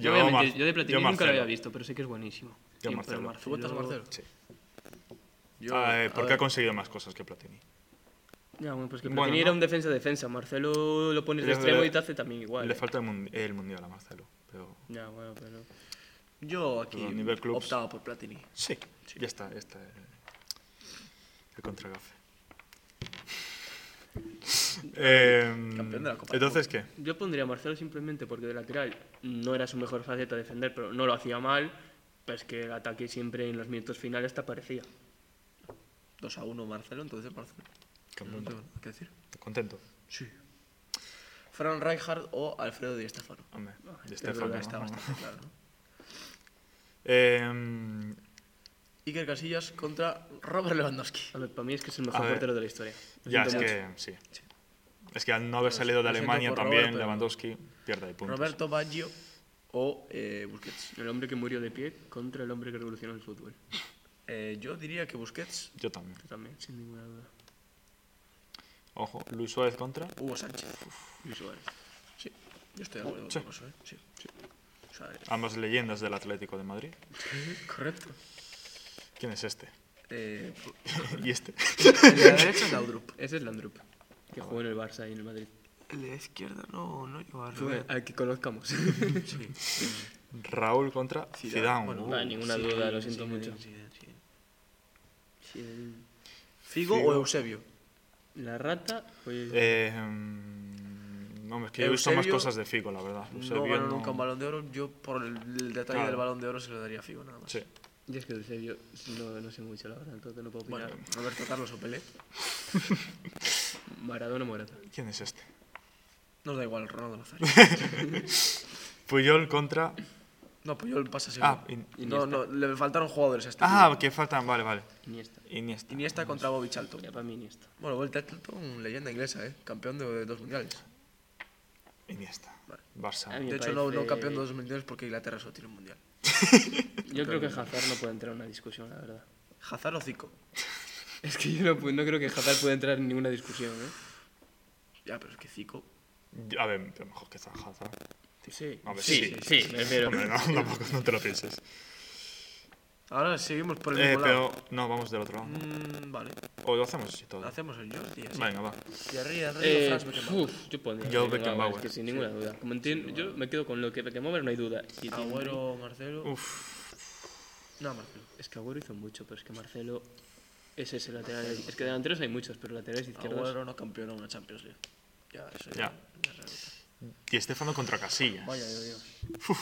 S4: Yo, voy a mentir,
S1: Mar-
S4: yo de Platini nunca
S1: Marcelo.
S4: lo había visto, pero sé que es buenísimo.
S1: Yo
S4: Sí,
S1: Marcelo.
S4: pero
S2: ¿Tú votas a Marcelo?
S1: Sí.
S2: Yo,
S1: Ah, eh,
S2: a
S1: porque
S2: ver.
S1: ha conseguido más cosas que Platini.
S4: Ya, bueno, pues que
S1: Bueno,
S4: Platini
S1: ¿no?
S4: era un defensa-defensa. Marcelo lo pones de
S1: Le-
S4: extremo y te hace también igual.
S1: Le
S4: eh.
S1: falta el, mun- el Mundial a Marcelo. Pero...
S4: Ya, bueno, pero...
S2: Yo aquí
S1: Pero a nivel clubs-
S2: optaba por Platini.
S1: Sí, ya está. Ya está eh, el contragafe. Em,
S2: Campeón de la Copa.
S1: Entonces, ¿qué?
S4: Yo pondría a Marcelo simplemente porque de lateral no era su mejor faceta defender, pero no lo hacía mal. Pues que el ataque siempre en los minutos finales te aparecía.
S2: 2 a 1 Marcelo, entonces Marcelo. No
S1: Campeón.
S2: tengo nada que decir.
S1: Contento.
S2: Sí. Fran Rijkaard o Alfredo Di Stéfano.
S1: Hombre, ya
S4: es verdad,
S1: Fabián,
S2: Está
S1: ¿no?
S2: bastante claro. ¿no?
S1: Em,
S2: Iker Casillas contra Robert Lewandowski.
S4: A ver, para mí es que es el
S1: A
S4: mejor
S1: ver.
S4: portero de la historia. Lo
S1: Ya, es
S4: siento
S1: que sí. Es que al no haber salido de
S2: lo siento
S1: Alemania
S2: por
S1: también,
S2: Robert, pero-
S1: Lewandowski pierde de puntos.
S2: Roberto Baggio o eh, Busquets.
S4: mucho. El hombre que murió de pie contra el hombre que revolucionó el fútbol.
S2: Eh, yo diría que Busquets,
S1: Yo también.
S4: Yo también, sin ninguna duda.
S1: Ojo, Luis Suárez contra.
S2: Hugo Sánchez.
S4: Luis Suárez.
S2: Sí, yo estoy de acuerdo
S1: Sí.
S2: con eso. ¿eh? Sí, sí. O sea, eh,
S1: Ambas leyendas del Atlético de Madrid.
S2: correcto.
S1: ¿Quién es este?
S2: Eh,
S1: y este.
S2: el de la derecha es Laudrup.
S4: Ese es Landrup, que jugó en el Barça y en el Madrid.
S2: El de la izquierda no, no llegó a
S4: Fue Al que conozcamos.
S1: Raúl contra Zidane.
S4: No hay ninguna duda, lo siento mucho.
S2: Figo,
S1: Figo.
S2: o Eusebio.
S4: La rata, pues...
S1: Eh, mm, No, es que he visto más
S2: Eusebio
S1: cosas de Figo, la verdad.
S2: no
S1: Eusebio
S2: ganó
S1: no-
S2: nunca un balón de oro. Yo, por el, el detalle
S1: Claro.
S2: del balón de oro, se lo daría a Figo, nada más.
S1: Sí.
S4: Yo es que Eusebio no, no sé mucho, la verdad, entonces no puedo
S2: Bueno,
S4: opinar.
S2: Roberto Carlos o Pelé.
S4: Maradona Morata.
S1: ¿Quién es este?
S2: Nos da igual, Ronaldo Nazario.
S1: Puyol contra.
S2: no, pues yo el pase seguro.
S1: Ah, In-
S2: no, no, le faltaron jugadores a este.
S1: ah, que faltan. Vale, vale.
S4: Iniesta.
S1: Iniesta.
S2: Iniesta contra Bobby Charlton.
S4: Ya para mí Iniesta.
S2: Bueno, Bobby Charlton, leyenda inglesa, ¿eh? Campeón de dos mundiales.
S1: Iniesta.
S4: A
S1: Barça.
S4: mí- Me
S2: De hecho, no, no
S4: parece-
S2: campeón de dos mundiales porque Inglaterra solo tiene un mundial.
S4: Yo creo que Hazard no puede entrar en una discusión, la verdad.
S2: Hazard o Zico.
S4: Es que yo no, pu- no creo que Hazard pueda entrar en ninguna discusión, ¿eh?
S2: Ya, pero es que Zico.
S1: A ver, pero mejor que está Hazard.
S4: Sí.
S1: A ver,
S4: Sí,
S1: sí.
S4: sí, sí, me refiero.
S1: Hombre, no, tampoco, no te lo pienses.
S2: Ahora seguimos por el
S1: Eh,
S2: mismo
S1: pero
S2: lado.
S1: no, vamos del otro lado.
S2: Mm, vale,
S1: O lo hacemos así todo.
S2: hacemos el Jordi. así.
S1: Venga, va.
S2: Y arriba, arriba,
S4: Eh,
S2: Franz Beckenbauer.
S4: uf, yo pondría.
S1: Yo
S4: a
S1: Beckenbauer.
S4: es que sin ninguna duda. Como entiendo, yo me quedo con lo que Beckenbauer no hay duda. Y Timbri-
S2: Agüero, Marcelo. No, Marcelo.
S4: Es que Agüero hizo mucho, pero es que Marcelo es ese lateral. Es que delanteros hay muchos, pero laterales izquierdos.
S2: Agüero no campeón en una Champions League. Ya, eso
S1: Ya.
S2: ya es realidad.
S1: Y Estefano contra Casillas.
S2: Vaya, Dios mío.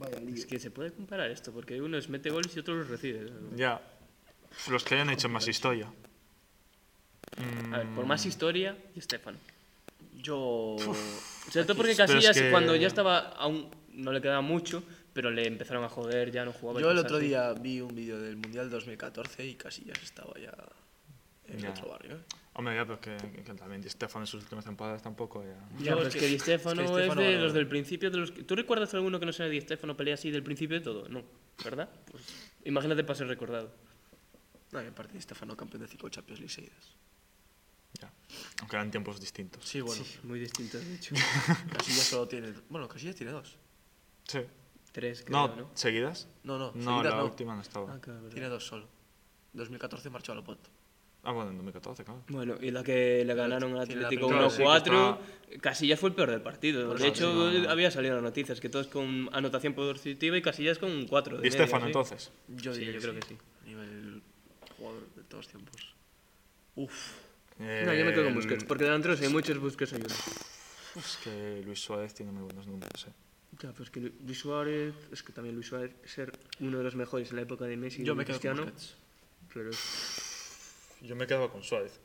S2: Vaya lío.
S4: Es que se puede comparar esto, porque uno es mete goles y otro los recibe.
S1: Ya. Los que hayan hecho más historia.
S4: A ver, por más historia, y Estefano.
S2: Yo.
S4: Sobre todo porque
S1: Pero es
S4: Casillas,
S1: que-
S4: cuando ya estaba, aún no le quedaba mucho, pero le empezaron a joder, ya no jugaba.
S2: Yo el
S4: cosas
S2: otro
S4: así.
S2: día vi un vídeo del Mundial 2014 y Casillas estaba ya en
S1: Ya.
S2: otro barrio. ¿eh?
S1: Hombre, ya, pero que, que también Di Stefano en sus últimas temporadas tampoco. Ya.
S4: Ya,
S2: Yo
S4: pero
S2: es
S4: es que
S2: que-
S4: Di
S2: es que Di
S4: Stéfano es,
S2: Stéfano
S4: de
S2: no-
S4: los del principio de los que- ¿Tú recuerdas alguno que no sea Di Stéfano pelea así del principio de todo? No, ¿verdad? Pues imagínate para ser recordado.
S2: No, y aparte de Estefano, campeón de 5 Champions League seguidas.
S1: ya. Aunque eran tiempos distintos.
S2: Sí, bueno.
S4: Muy distinto, de hecho.
S2: Casillas solo tiene. Bueno, Casillas tiene dos.
S1: Sí.
S4: Tres, creo,
S1: No,
S4: ¿no?
S1: ¿seguidas?
S2: No,
S1: No,
S2: no. seguidas
S1: la
S2: no.
S1: última no estaba.
S4: Ah, claro, verdad.
S2: Tiene dos solo. 2014 marchó a Lopoto.
S1: Ah, bueno, en 2014, claro.
S4: Bueno, y la que le ganaron al
S2: Tiene la
S4: Atlético
S2: primera.
S4: 1-4,
S1: Claro,
S4: Casillas fue el peor del partido.
S2: Por
S4: de
S2: eso,
S4: hecho, había salido en las noticias que todos con anotación positiva y Casillas con un 4. de
S1: Di
S4: media,
S1: Stefano,
S4: ¿sí?
S1: este entonces.
S2: Yo,
S4: Sí,
S2: diría
S4: yo creo que sí.
S2: A nivel jugador de todos tiempos. Uf.
S4: No, yo me quedo
S1: Eh,
S4: con Busquets, porque delanteros hay muchos, Busquets hay uno.
S1: Es que Luis Suárez tiene muy buenos números, eh.
S4: Ya, pues que Lu- Luis Suárez, es que también Luis Suárez ser uno de los mejores en la época de Messi y
S2: Yo me
S4: de
S2: quedo con
S4: Cristiano.
S2: Busquets.
S4: Pero es
S1: Yo me quedaba con Suárez.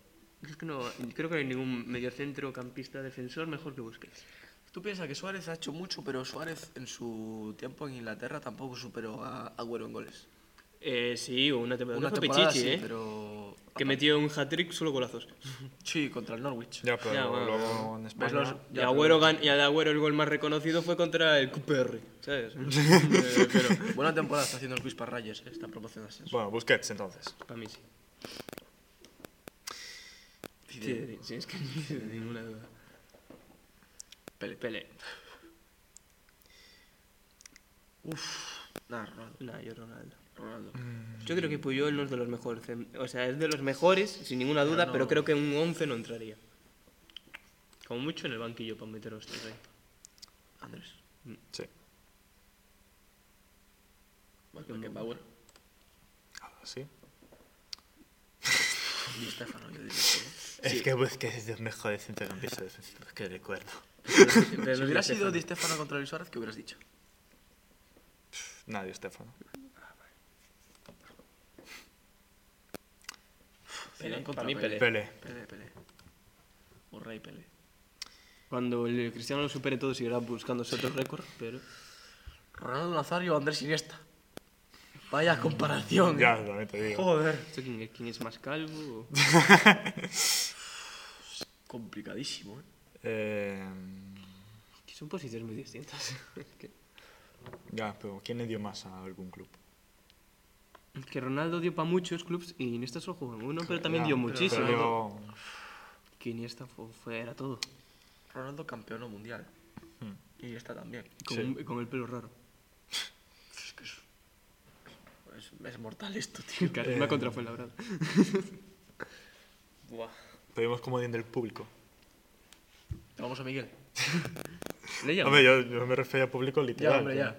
S4: es que no, creo que no hay ningún mediocentro, campista, defensor mejor que Busquets.
S2: Tú piensas que Suárez ha hecho mucho, pero Suárez en su tiempo en Inglaterra tampoco superó a Agüero en goles.
S4: Eh, sí, una temporada,
S2: Una
S4: que fue
S2: temporada
S4: Pichichi,
S2: sí,
S4: ¿eh?
S2: pero...
S4: Que metió un hat-trick solo golazos.
S2: Sí, contra el Norwich.
S1: Ya, pero
S4: Ya, bueno, Pues
S1: luego en España.
S2: los-
S4: Y, Agüero gan- y al Agüero el gol más reconocido fue contra el QPR, ¿sabes? Eh, pero
S2: Buena temporada está haciendo el Luis Parrayes, ¿eh? está promocionando ascenso.
S1: Bueno, Busquets, entonces.
S4: para mí sí.
S2: Zidane,
S4: Sí, sí, es que ni- ninguna duda.
S2: Pele.
S4: Pele.
S2: Nah, Ronaldo.
S4: Nah, yo Ronaldo.
S2: Ronaldo.
S4: Yo creo que Puyol no es de los mejores. cen- O sea, es de los mejores, sin ninguna duda, pero creo que un 11 no entraría. Como mucho en el banquillo para meter a los tres ahí.
S2: Andrés.
S1: Sí.
S2: Beckenbauer.
S1: Ahora sí.
S2: Y Estefano, yo ¿eh? diría. que-
S1: Es que Busquets es de los mejores centrocampistas defensivos que recuerdo.
S4: Pero
S2: Si hubiera sido Di Stefano contra Luis Suárez, ¿qué hubieras dicho?
S1: Nadie, Estefano.
S2: ¿eh? Pelé,
S4: ¿eh? para mí Pelé.
S1: Pele.
S2: Pelé, Pelé. Un rey Pelé.
S4: Cuando el Cristiano lo supere todo, seguirá buscándose otro récord, pero.
S2: Ronaldo Nazario o Andrés Iniesta. Vaya comparación. ¿eh?
S1: Ya, también te digo.
S4: Joder. ¿Quién, quién es más calvo? o-
S2: Complicadísimo, ¿eh?
S1: Eh,
S4: Que son posiciones muy distintas. Es que-
S1: ya, pero ¿quién le dio más a algún club?
S4: es que Ronaldo dio para muchos clubes y Iniesta solo jugó en uno, pero también
S1: Ya,
S4: dio muchísimo.
S1: pero-
S4: Que Iniesta fue, fue- era todo.
S2: Ronaldo campeón mundial. Y Iniesta también.
S4: Hmm. Con,
S1: Sí.
S4: un- con el pelo raro.
S2: Es que es, es, es mortal esto, tío.
S4: El carisma contra fue labrado.
S1: Pedimos comodín del público.
S2: Te Vamos a Miguel.
S4: Le llamo.
S1: Hombre, yo, yo me refería al público literal.
S2: Ya, hombre, ya.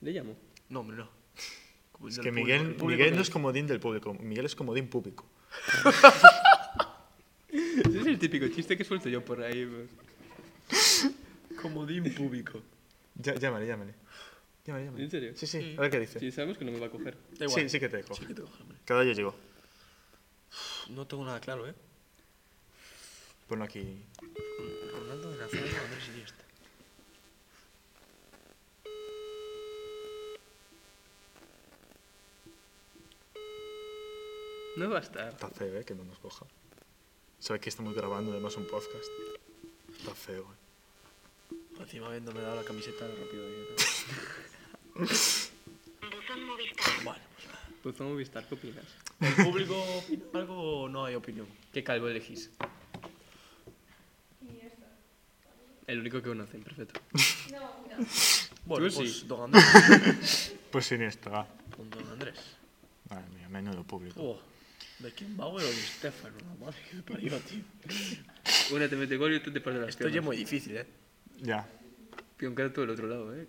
S4: Le llamo.
S2: No, hombre, no. Como
S1: Es
S2: del
S1: que
S2: público,
S1: Miguel,
S2: el público
S1: Miguel
S2: que-
S1: no es comodín del público, Miguel es comodín público.
S4: Ese es
S2: el típico chiste que suelto yo por ahí.
S4: pues.
S2: Comodín público.
S1: Ya, llámale, llámale. Llámale, llámale.
S4: ¿En serio?
S1: Sí, sí, a ver qué dice.
S4: Sí, sabemos que no me va a coger.
S2: Da igual.
S1: Sí, sí que te dejo.
S2: Sí que te coge, hombre.
S1: Cada día llegó.
S2: No tengo nada claro, ¿eh?
S1: Ponlo aquí.
S2: Ronaldo de Nazario, Andrés Iniesta.
S4: No va a estar.
S1: Está feo, ¿eh? Que no nos coja. Sabe que estamos grabando además un podcast. Está feo, ¿eh?
S2: Encima habiéndome dado la camiseta de rápido. ¿eh? de Dieta. bueno, pues nada.
S4: Pues vamos a estar, ¿qué opinas?
S2: ¿El público opina algo o no hay opinión?
S4: ¿Qué calvo elegís? El único que conocen, perfecto.
S2: Bueno,
S4: Yo
S2: pues
S4: sí.
S2: don Andrés.
S1: Pues sin esta.
S2: Con don Andrés.
S1: Madre mía, menudo público.
S2: Oh, Beckenbauer o Di Stefano, la madre que me parió, tío.
S4: Una te mete gol y tú te partes las
S2: Esto ya es
S4: piernas.
S2: muy difícil, ¿eh?
S1: Ya.
S4: Pioncar todo el otro lado, ¿eh?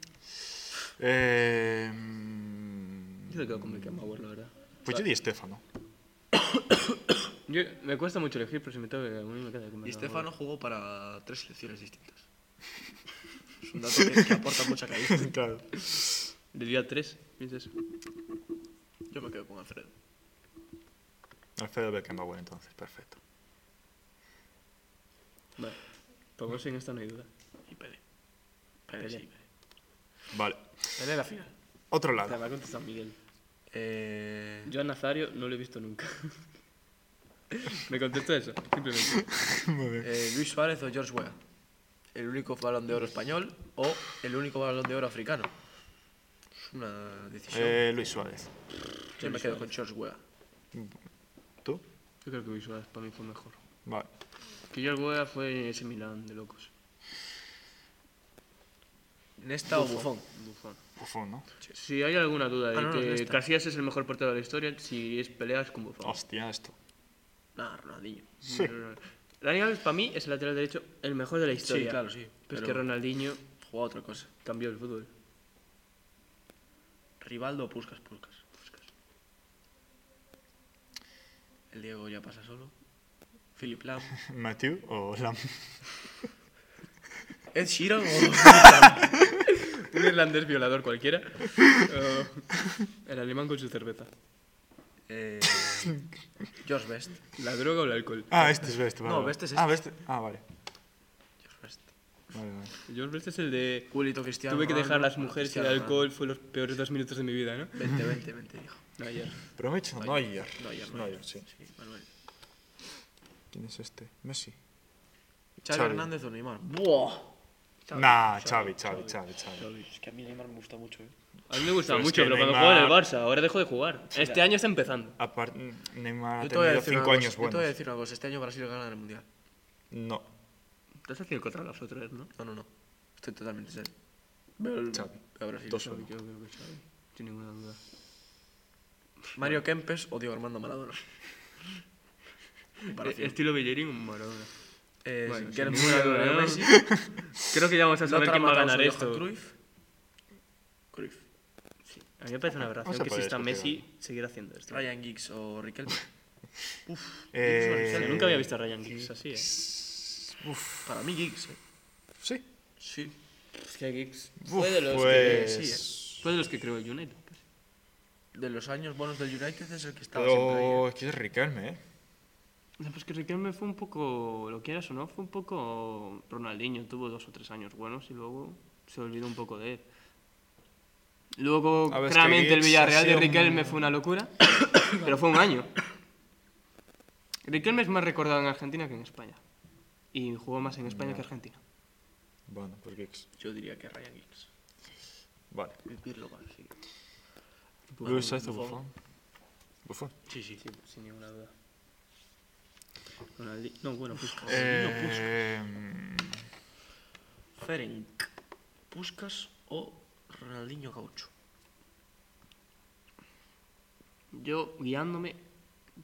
S1: Eh, mm,
S4: Yo me quedo con mi cama, la verdad.
S1: pues yo di Estefano.
S4: Yo, me cuesta mucho elegir, pero si me tengo que... A mí me queda que me
S2: Di
S4: da
S2: Stefano jugó para tres selecciones distintas. Es un dato que, que aporta mucha calidad.
S1: claro.
S4: igual. Del día 3, piensas.
S2: Yo me quedo con Alfredo.
S1: Alfredo Beckenbauer, entonces, perfecto.
S4: Vale. Por vos en esta no hay duda.
S2: Y Pele. Pele, sí, Pele.
S1: Vale.
S2: Pele la final.
S1: Otro
S4: Te
S1: lado.
S4: va a contestar Miguel.
S2: Eh...
S4: Yo a Nazario no lo he visto nunca. me contesta eso, simplemente.
S2: Eh, Luis Suárez o George Weah. El único balón de oro español o el único balón de oro africano. Es una decisión.
S1: Eh, Luis Suárez.
S2: Yo me quedo con George Weah.
S1: ¿Tú?
S4: Yo creo que Visual para mí fue mejor.
S1: Vale.
S4: Que yo el Boa fue ese Milán de locos.
S2: Nesta o Buffon.
S4: Bufón.
S1: Bufón, ¿no?
S4: Si hay alguna duda de
S2: Ah, no, no, ya
S4: que
S2: está.
S4: Casillas es el mejor portero de la historia, si es peleas con Bufón.
S1: Hostia, esto.
S2: Nah, Ronaldinho.
S1: Sí.
S4: Dani Alves para mí es el lateral derecho el mejor de la historia.
S2: Sí, claro, sí.
S4: Pero
S2: Pero
S4: es que Ronaldinho
S2: jugaba otra cosa.
S4: cambió el fútbol.
S2: Rivaldo o Puskas, Puskas. Puskas. El Diego ya pasa solo. Philip Lam.
S1: Matthew o Lam.
S2: Ed Sheeran o...
S4: Un irlandés violador cualquiera. Eh, el alemán con su cerveza.
S2: eh, George Best.
S4: La droga o el alcohol.
S1: Ah, este es Best, vale.
S2: No,
S1: vale.
S2: Best es este.
S1: Ah, Best. Ah, vale.
S2: George Best.
S1: Vale, vale.
S4: George Best es el de...
S2: Culito Cristiano
S4: Tuve que dejar
S2: Ronaldo,
S4: las mujeres y el
S2: Cristiano
S4: alcohol fue los peores dos minutos de mi vida, ¿no?
S2: Ronaldo. 20, 20, 20, dijo.
S4: Ayer.
S1: Pero me he hecho Neuer.
S2: Neuer,
S1: Neuer, sí.
S2: Sí, Manuel.
S1: ¿Quién es este? Messi.
S2: Xavi,
S1: Xavi.
S2: Hernández o Neymar.
S1: Nah, Xavi, Xavi, Xavi, Xavi.
S2: Es que a mí Neymar me gusta mucho, ¿eh?
S4: A mí me gustaba
S1: Pero es
S4: mucho,
S1: que
S4: pero cuando
S1: Neymar-
S4: jugaba en el Barça, ahora dejo de jugar. Este año está empezando.
S1: Aparte, Neymar ha
S2: Yo te voy a
S1: tenido
S2: decir una
S1: cinco
S2: cosa,
S1: años
S2: yo te voy a
S1: buenos.
S2: decir una cosa. Este año Brasil gana el Mundial.
S1: No,
S4: Estás haciendo contra las otras, ¿no?
S2: No, no, no. Estoy totalmente serio. Veo el-
S1: Xavi.
S2: veo a Brasil.
S1: Dos
S4: Yo
S1: uno.
S4: creo que Xavi, sin ninguna duda.
S2: Mario Kempes o Diego Armando Maradona.
S4: Eh, Estilo Bellerín, un Maradona.
S2: Eh,
S4: Bueno,
S2: sin
S4: sin
S2: querer
S4: ninguna
S2: fuera de
S4: duda,
S2: Leo
S4: ¿no?
S2: Messi.
S4: Creo que ya vamos a saber
S2: Lautaro
S4: quién va a
S2: Marcos
S4: ganar
S2: o
S4: esto.
S2: Johan Cruyff. Cruyff.
S4: A mí me parece una aberración
S1: se
S4: que si
S1: puede
S4: está
S1: discutir,
S4: Messi, seguirá haciendo esto.
S2: Ryan Giggs o Riquelme.
S1: Eh,
S4: Yo nunca había visto a Ryan Giggs así, ¿eh?
S2: Para mí Giggs, eh.
S1: Sí.
S2: Sí.
S7: Es que Giggs
S1: Uf,
S7: fue de los que... ¿eh?
S1: pues...
S2: sí, ¿eh?
S4: Fue de los que creó el United. casi.
S2: De los años buenos del United es el que estaba siempre ahí. ¿eh?
S1: Pero es que es Riquelme, ¿eh?
S4: No, pues que Riquelme fue un poco, lo quieras o no, fue un poco Ronaldinho, tuvo dos o tres años buenos y luego se olvidó un poco de él. Luego,
S1: A ver, es que
S4: claramente, el
S1: Giggs ha
S4: Villarreal de
S1: sido un-
S4: Riquelme fue una locura, pero fue un año. Riquelme es más recordado en Argentina que en España. Y jugó más en España que Argentina.
S1: Bueno, pues Giggs.
S2: Yo diría que Ryan Giggs.
S1: Vale.
S2: Vivirlo mal, sí.
S1: Luis Suárez o Buffon. Buffon.
S2: Sí, sí.
S4: Sin ninguna duda. Ronaldi- No, bueno, pues
S1: Eh,
S2: Ferenc. Puskas o Ronaldinho Gaucho.
S4: yo guiándome,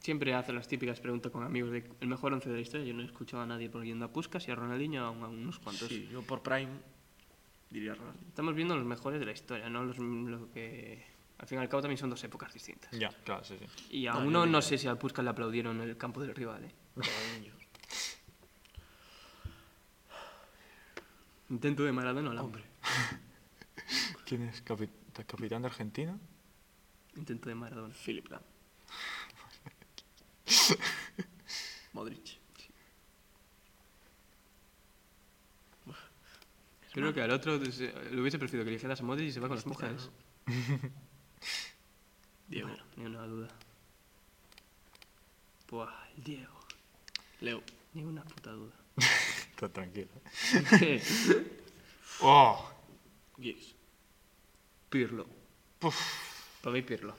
S4: siempre hace las típicas preguntas con amigos de el mejor once de la historia. Yo no he escuchado a nadie por yendo a Puskas y a Ronaldinho a, un- a unos cuantos.
S2: Sí, yo por Prime diría Ronaldinho.
S4: Estamos viendo los mejores de la historia, no los lo que al fin y al cabo también son dos épocas distintas.
S1: ya, claro, sí, sí.
S4: Y a uno no sé si a Puskas le aplaudieron en el campo del rival, ¿eh?
S2: Ronaldinho.
S7: Intento de Maradona al hombre.
S1: ¿Quién es capi- capitán de Argentina?
S7: Intento de Maradona.
S2: Philip Lam. Modric.
S4: Creo que al otro se- le hubiese preferido que eligieras a Modric y se va con las mujeres.
S2: Diego.
S4: Bueno, ni una duda. Buah, el Diego.
S2: Leo.
S4: Ni una puta duda.
S1: Está tranquilo. ¡Oh!
S2: Giggs.
S4: Pirlo. Para mí Pirlo.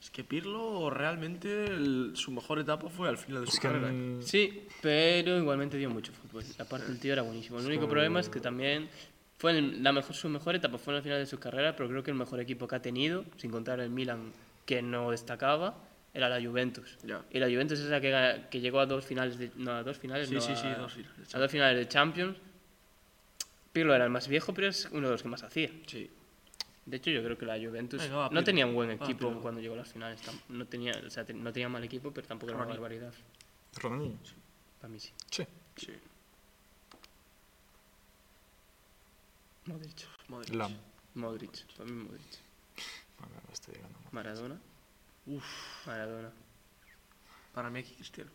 S2: Es que Pirlo realmente el- su mejor etapa fue al final de su
S1: Es que
S2: carrera. ¿eh?
S1: mm,
S4: Sí, pero igualmente dio mucho fútbol. Aparte el tío era buenísimo. El único problema es que también fue en la mejor, su mejor etapa fue en la final de su carrera, pero creo que el mejor equipo que ha tenido, sin contar el Milan que no destacaba, era la Juventus.
S2: Ya.
S4: Y la Juventus es la que, ga- que llegó a dos finales de no a dos finales,
S2: Sí,
S4: no,
S2: sí, sí,
S4: a,
S2: dos finales de
S4: a dos finales de Champions. Pirlo era el más viejo, pero es uno de los que más hacía.
S2: Sí.
S4: De hecho, yo creo que la Juventus
S2: Venga, va,
S4: no
S2: Pirlo.
S4: tenía un buen
S2: Va,
S4: equipo
S2: Pirlo.
S4: cuando llegó a las finales. tam- No tenía, o sea, te- no tenía mal equipo, pero tampoco era una
S2: Ronaldo.
S4: barbaridad.
S1: Ronaldinho.
S4: Para mí sí.
S1: Sí.
S2: Sí.
S4: Modric.
S2: Modric.
S1: Lam.
S4: Modric. Para mí Modric.
S1: Vale, ahora estoy llegando. mal.
S4: Maradona. Uf. Maradona.
S2: Para mí aquí Cristiano.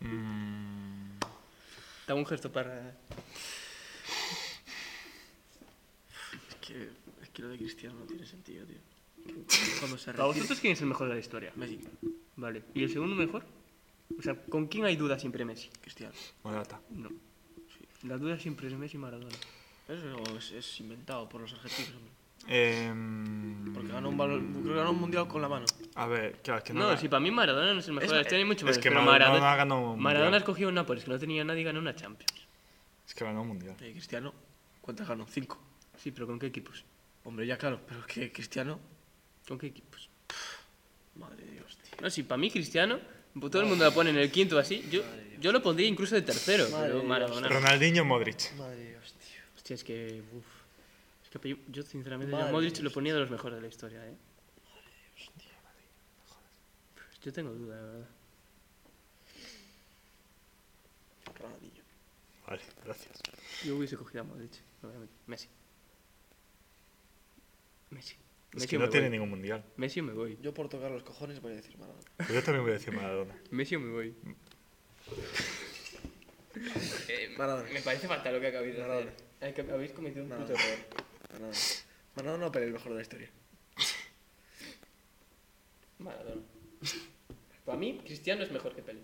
S1: Mm,
S4: Da un gesto para...
S2: Es que, es que lo de Cristiano no tiene sentido, tío.
S4: Cuando se ¿Para vosotros quién es el mejor de la historia?
S2: Messi.
S4: Vale. ¿Y el segundo mejor? O sea, ¿con quién hay duda siempre Messi?
S2: Cristiano.
S1: Morata.
S4: No. La duda siempre es Messi y Maradona.
S2: Eso es, es inventado por los argentinos, hombre.
S1: Em,
S2: Porque ganó un, balón- creo que ganó un mundial con la mano.
S1: a ver, claro, es que no.
S4: No,
S1: la-
S4: sí, para mí Maradona no es el mejor
S1: Es-
S4: de la historia, ni mucho
S1: es
S4: menos.
S1: que
S4: pero
S1: Maradona
S4: Maradona,
S1: ganó un mundial.
S4: Maradona escogió una Nápoles que no tenía nadie y ganó una Champions.
S1: Es que ganó un mundial.
S2: Eh, Cristiano, ¿cuántas ganó? Cinco.
S4: Sí, pero ¿con qué equipos?
S2: Hombre, ya claro, pero es que Cristiano.
S4: ¿Con qué equipos?
S2: Madre de Dios, tío.
S4: No, sí, para mí Cristiano, pues todo el mundo la pone en el quinto así. Yo, yo lo pondría incluso de tercero, pero Maradona.
S1: Ronaldinho Modric.
S2: Madre de Dios, tío.
S4: Hostia, es que. uf. Es que apellido- yo, sinceramente,
S2: Madre
S4: a Modric
S2: Dios.
S4: lo ponía de los mejores de la historia, ¿eh? Pues Yo tengo duda, la verdad.
S2: Ronaldinho.
S1: Vale, gracias.
S4: Yo hubiese cogido a Modric, obviamente. Messi. Messi.
S1: Es
S4: Messi
S1: que
S4: o
S1: no
S4: me
S1: tiene
S4: voy.
S1: ningún mundial.
S4: Messi o me voy.
S2: Yo por tocar los cojones voy a decir Maradona.
S1: Pero yo también voy a decir Maradona.
S4: Messi o me voy.
S2: Maradona.
S4: Eh, Me parece fatal lo que acabáis de
S2: Maradona.
S4: hacer. Hay que- Habéis cometido un puto
S2: Maradona.
S4: error.
S2: Maradona. Maradona, pero el mejor de la historia.
S4: Maradona. Para mí, Cristiano es mejor que Pelé.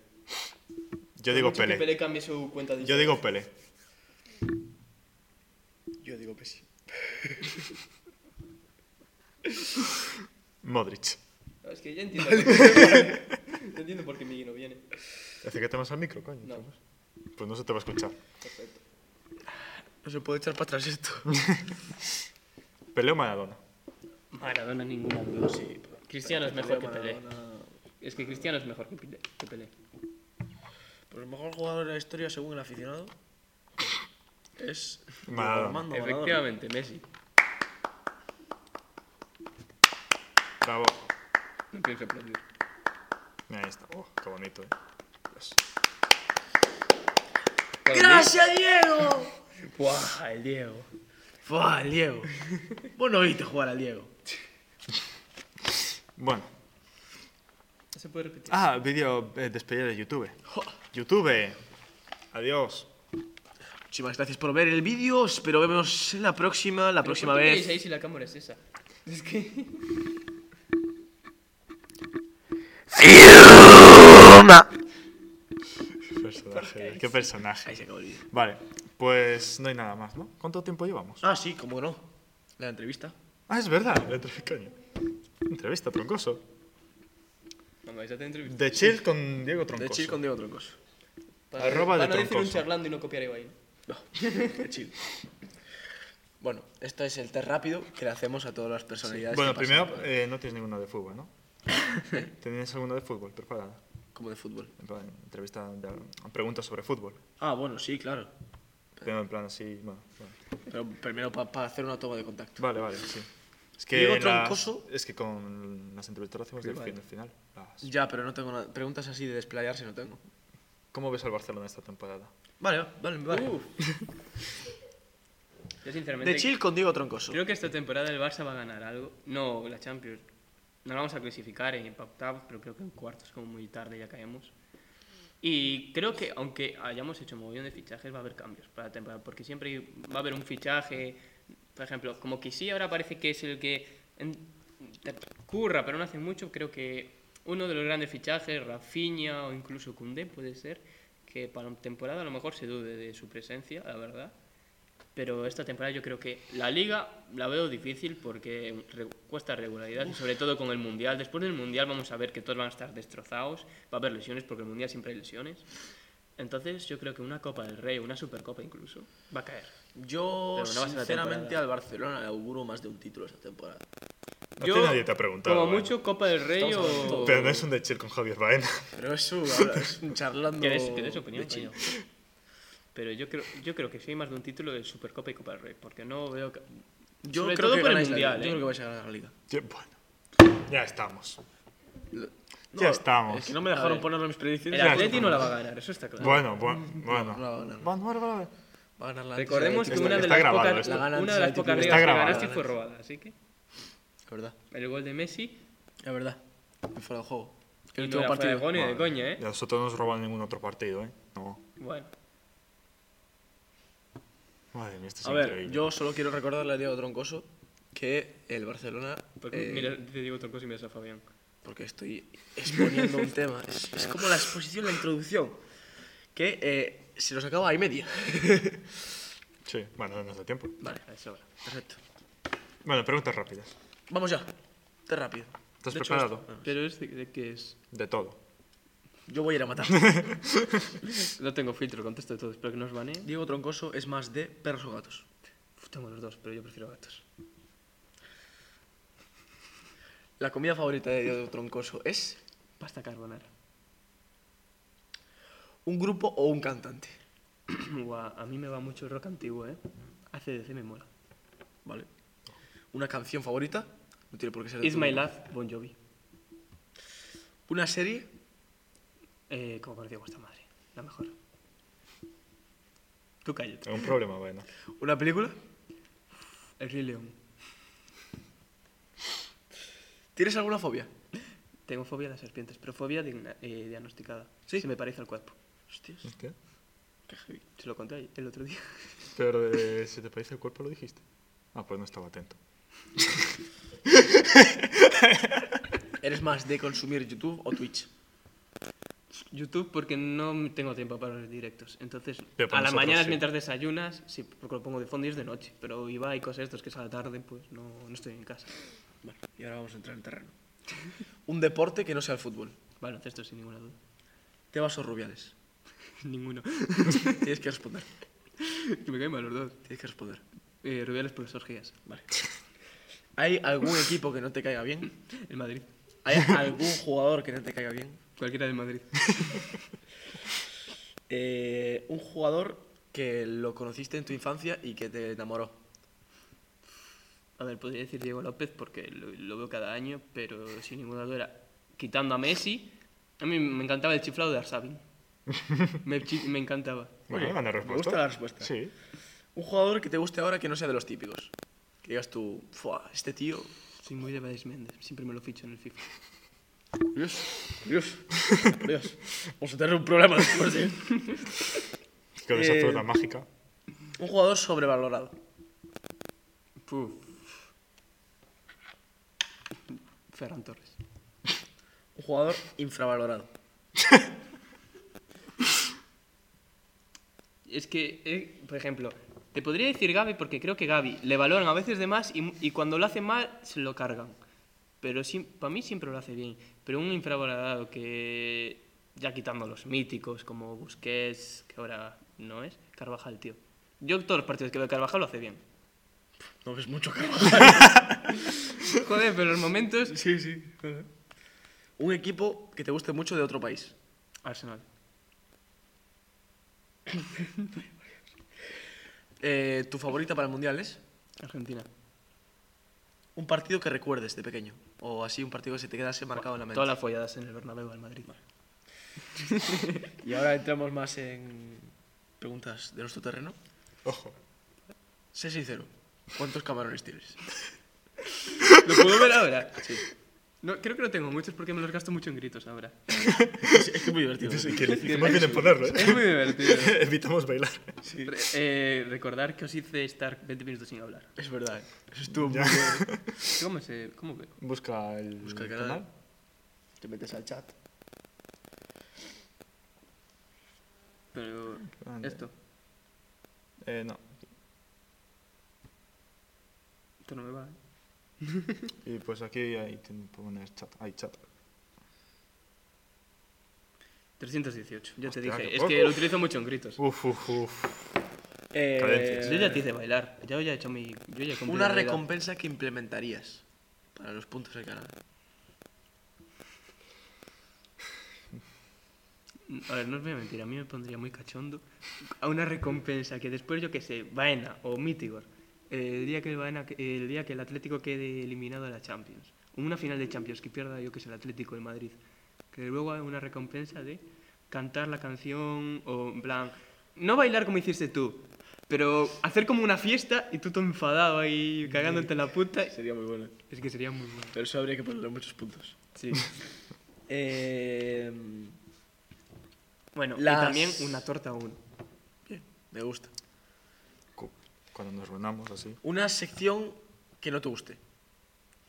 S1: Yo digo
S4: Mucho que
S1: Pele.
S4: Pelé cambie su cuenta de
S1: Yo digo Pele.
S2: Yo digo Messi.
S1: Modric.
S4: No, es que ya entiendo. por- Ya entiendo por qué Miguel no viene.
S1: Acércate más al micro, coño.
S4: No.
S1: Pues no se te va a escuchar.
S4: Perfecto.
S2: No se puede echar para atrás esto.
S1: Pele o Maradona.
S4: Maradona ninguna duda. Sí, Cristiano es mejor que Pelé.
S2: Maradona-
S4: Es que Cristiano es mejor que Pelé. que Pelé.
S2: Pues el mejor jugador de la historia, según el aficionado, es. Diego
S1: Maradona.
S2: Armando Maradona.
S4: Efectivamente, Messi.
S1: Bravo.
S4: No pienso aplaudir.
S1: Mira, Ahí está. Oh, qué bonito, eh. Dios.
S2: ¡Gracias, Diego!
S4: Buah, el Diego.
S2: ¡Fua, el Diego! Vos no viste jugar al Diego.
S1: Bueno.
S4: No se puede repetir.
S1: Ah, vídeo eh, despedida de YouTube. YouTube. Adiós.
S2: Muchísimas gracias por ver el vídeo. Espero vemos en la próxima, la próxima vez.
S4: ahí si la cámara es esa? Es que.
S1: Qué personaje. Qué personaje.
S2: Ahí se acabó el vídeo.
S1: Vale. Pues no hay nada más, ¿no? ¿Cuánto tiempo llevamos?
S2: Ah, sí, cómo no. La entrevista.
S1: Ah, es verdad. La entrev- coño. Entrevista, troncoso.
S4: No, vais a tener entrevista.
S1: De chill con Diego
S2: De
S1: Troncoso.
S2: chill con Diego Troncos.
S4: Para,
S1: Arroba
S4: para
S1: de
S4: no decir un
S1: troncoso.
S4: charlando y no copiar Ibai.
S2: De chill. Bueno, esto es el test rápido que le hacemos a todas las personalidades.
S1: Bueno,
S2: que pasan
S1: primero
S2: por-
S1: eh, no tienes ninguna de fútbol, ¿no? ¿Tenías alguna de fútbol preparada?
S2: Como de fútbol.
S1: En plan, entrevista, de, preguntas sobre fútbol.
S2: Ah, bueno, sí, claro.
S1: Pero en plan así, bueno, bueno.
S2: Pero primero para hacer una toma de contacto.
S1: Vale, vale, sí. Es que,
S2: Diego
S1: en las-
S2: Troncoso.
S1: es que con las entrevistas lo hacemos del fin- del final. Ah, Las-
S2: Ya, pero no tengo nada. Preguntas así de desplayarse no tengo.
S1: ¿Cómo ves al Barcelona esta temporada?
S2: Vale, vale, vale.
S4: Yo sinceramente
S2: de chill con Diego Troncoso.
S4: creo que esta temporada el Barça va a ganar algo. No, la Champions. No la vamos a clasificar en octavos, pero creo que en cuartos como muy tarde ya caemos. Y creo que aunque hayamos hecho mogollón de fichajes, va a haber cambios para la temporada, porque siempre va a haber un fichaje, por ejemplo, como que sí ahora parece que es el que en- te curra, pero no hace mucho, creo que uno de los grandes fichajes, Rafinha o incluso Koundé puede ser, que para la temporada a lo mejor se dude de su presencia, la verdad. Pero esta temporada yo creo que la liga la veo difícil porque re- cuesta regularidad, y sobre todo con el Mundial. Después del Mundial vamos a ver que todos van a estar destrozados, va a haber lesiones porque el Mundial siempre hay lesiones. Entonces yo creo que una Copa del Rey, una Supercopa incluso, va a caer.
S2: Yo,
S4: Pero no va a ser la
S2: sinceramente,
S4: temporada.
S2: al Barcelona le auguro más de un título esta temporada.
S1: No te- nadie te ha preguntado,
S4: Como
S1: ¿vale?
S4: mucho Copa del Rey
S2: Estamos hablando
S4: o...
S2: de
S1: Pero no es un de chill con Javier Baena.
S2: Pero eso ahora es un charlando.
S4: Que des, que des opinión,
S2: de chill.
S4: coño. Pero yo creo, yo creo que sí hay más de un título de Supercopa y Copa del Rey, porque no veo... que-
S2: Yo
S4: sobre
S2: creo
S4: todo
S2: que
S4: por el
S2: ganáis la liga. Yo
S4: Mundial, ¿eh?
S2: creo que vais a ganar la liga.
S1: Ya- Bueno, ya estamos.
S2: Lo-
S1: ya estamos.
S2: Es que no me dejaron ponerme mis
S4: El
S2: predicciones.
S1: Ya
S4: Atleti no
S1: estamos.
S4: la va a ganar, eso está claro.
S1: Bueno, bueno, bueno.
S2: Mm, no la va a ganar.
S1: Bueno, bueno, bueno.
S2: Va a ganar la
S4: Recordemos que
S2: Atlético.
S4: una de
S1: está
S4: las
S1: grabado
S4: pocas,
S1: esto.
S4: la-
S2: La
S4: una de las
S2: ganancia
S4: pocas
S2: del
S4: ligas
S1: Atlético.
S4: que
S1: Está
S4: ganaste
S2: grabado.
S4: fue robada, así que
S2: Es verdad,
S4: el gol de Messi
S2: es verdad. Me fuera de juego.
S4: y no era fuera de juego ni de
S1: Madre.
S4: coña, ¿eh?
S1: Y a nosotros no nos roban ningún otro partido, ¿eh? No.
S4: Bueno,
S1: Madre mía, esto es
S2: A ver,
S1: increíble.
S2: yo solo quiero recordarle a Diego Troncoso que el Barcelona.
S4: porque
S2: eh,
S4: Pues mira, te digo otra cosa y miras a Fabián.
S2: porque estoy exponiendo un tema. Es, es como la exposición, la introducción. Que eh, se nos acaba ahí media.
S1: Sí, bueno, no nos da tiempo.
S2: Vale,
S4: Eso ahora.
S2: perfecto.
S1: Bueno, preguntas rápidas.
S2: Vamos ya. Te rápido.
S1: ¿Estás
S2: De hecho,
S1: preparado?
S2: esto-
S4: Pero es de, de que es...
S1: De todo.
S2: Yo voy a ir a matar.
S4: No tengo filtro, contesto de todo, espero que no os baneen.
S2: Diego Troncoso es más de perros o gatos.
S4: Uf, Tengo los dos, pero yo prefiero gatos.
S2: La comida favorita de Diego Troncoso es
S4: Pasta carbonara.
S2: un grupo o un cantante.
S4: Guau, a mí me va mucho el rock antiguo, ¿eh? ACDC me mola.
S2: Vale. Una canción favorita. No tiene por qué ser de
S4: It's
S2: tu
S4: My
S2: grupo.
S4: Life, Bon Jovi.
S2: Una serie.
S4: Eh, como parecía vuestra madre, la mejor. Tú cállate.
S1: ¿Algún problema, Baena?
S2: Una película.
S4: El Rey León.
S2: ¿Tienes alguna fobia?
S4: Tengo fobia a las serpientes, pero fobia digna- eh, diagnosticada.
S2: ¿Sí?
S4: Se me parece al cuerpo.
S2: Hostias.
S1: ¿Qué?
S4: Se lo conté el otro día.
S1: Pero de, si te parece el cuerpo lo dijiste. Ah, pues no estaba atento.
S2: ¿Eres más de consumir YouTube o Twitch?
S4: YouTube porque no tengo tiempo para los directos. Entonces,
S1: Pero para
S4: a las
S1: nosotros
S4: mañanas
S1: sí.
S4: mientras desayunas, sí, porque lo pongo de fondo y es de noche. Pero iba y cosas estos que es a la tarde, pues no, no estoy en casa.
S2: Bueno, y ahora vamos a entrar en terreno. Un deporte que no sea el fútbol.
S4: Bueno, esto sin ninguna duda.
S2: Tebas o Rubiales.
S4: Ninguno.
S2: Tienes que responder.
S4: que me caen mal los dos.
S2: Tienes que responder.
S4: Eh, Rubiales por las orgías.
S2: Vale. ¿Hay algún equipo que no te caiga bien?
S4: El Madrid.
S2: ¿Hay algún jugador que no te caiga bien?
S4: Cualquiera del Madrid.
S2: Eh, un jugador que lo conociste en tu infancia y que te enamoró.
S4: A ver, podría decir Diego López porque lo, lo veo cada año, pero sin ninguna duda era quitando a Messi. A mí me encantaba el chiflado de Arsabin. Me, chi- me encantaba.
S1: Bueno, buena
S2: me
S1: respuesta.
S2: gusta la respuesta.
S1: Sí.
S2: Un jugador que te guste ahora que no sea de los típicos. Que digas tú, "Fua, este tío.
S4: Soy muy de Bades Méndez, siempre me lo ficho en el FIFA.
S2: Dios, Dios, Dios. Vamos a tener un problema después ¿eh? de.
S1: Con
S2: Eh,
S1: esa fruta mágica.
S2: Un jugador sobrevalorado.
S4: Puf. Ferran Torres.
S2: Un jugador infravalorado.
S4: Es que, eh, por ejemplo, te podría decir Gaby porque creo que Gaby le valoran a veces de más y, y cuando lo hace mal se lo cargan. Pero para mí siempre lo hace bien. Pero un infravalorado que, ya quitando los míticos como Busquets, que ahora no es, Carvajal, tío. Yo todos los partidos que veo a Carvajal lo hace bien.
S2: No ves mucho caro.
S4: Joder, pero los momentos...
S2: Sí, sí. Un equipo que te guste mucho de otro país.
S4: Arsenal.
S2: Eh, ¿Tu favorita para el mundial es?
S4: Argentina.
S2: Un partido que recuerdes de pequeño. O así, un partido que se te quedase marcado en la mente.
S4: Todas las folladas en el Bernabéu al Madrid.
S2: Y ahora entramos más en preguntas de nuestro terreno.
S1: Ojo.
S2: Sé sincero, ¿cuántos camarones tienes? ¿Lo puedo ver ahora? Sí.
S4: No, creo que no tengo muchos porque me los gasto mucho en gritos ahora.
S2: Es, es que es muy divertido.
S1: Entonces, ¿qué decir? Más bien en ponerlo, ¿eh?
S4: Es muy divertido.
S1: Evitamos bailar.
S4: Re- eh, recordar que os hice estar 20 minutos sin hablar.
S2: Es verdad, ¿eh? eso estuvo muy
S1: Ya.
S2: bien.
S4: ¿Cómo se...? ¿Cómo que...?
S1: Busca el,
S2: Busca el canal. Te metes al chat.
S4: Pero...
S1: Ande.
S4: Esto.
S1: Eh, no.
S4: Esto no me va, ¿eh?
S1: Y pues aquí hay, ten- pones chat. Hay chat.
S4: 318. Ya te
S1: Hostia,
S4: dije.
S1: qué
S4: Es que
S1: poco.
S4: lo utilizo mucho en gritos.
S1: Uf, uf, uf.
S2: Eh,
S1: Cadencias.
S4: Yo ya te hice bailar. Yo ya he hecho mi... Yo ya he cumplido
S2: Una
S4: mi edad.
S2: recompensa que implementarías para los puntos del canal.
S4: A ver, no os voy a mentir, a mí me pondría muy cachondo a una recompensa que después, yo que sé, Baena o Mitigor, el día que el, Baena, el día que el Atlético quede eliminado de la Champions, una final de Champions que pierda, yo que sé, el Atlético, el Madrid, que luego haga una recompensa de cantar la canción o en plan, no bailar como hiciste tú, pero hacer como una fiesta y tú todo enfadado ahí cagándote en la puta.
S2: Sería muy bueno.
S4: Es que sería muy bueno.
S2: Pero eso habría que ponerle muchos puntos.
S4: Sí.
S2: Eh,
S4: Bueno,
S2: Las-
S4: y también una torta o uno.
S2: me gusta.
S1: Cu- Cuando nos reunamos así.
S2: Una sección que no te guste.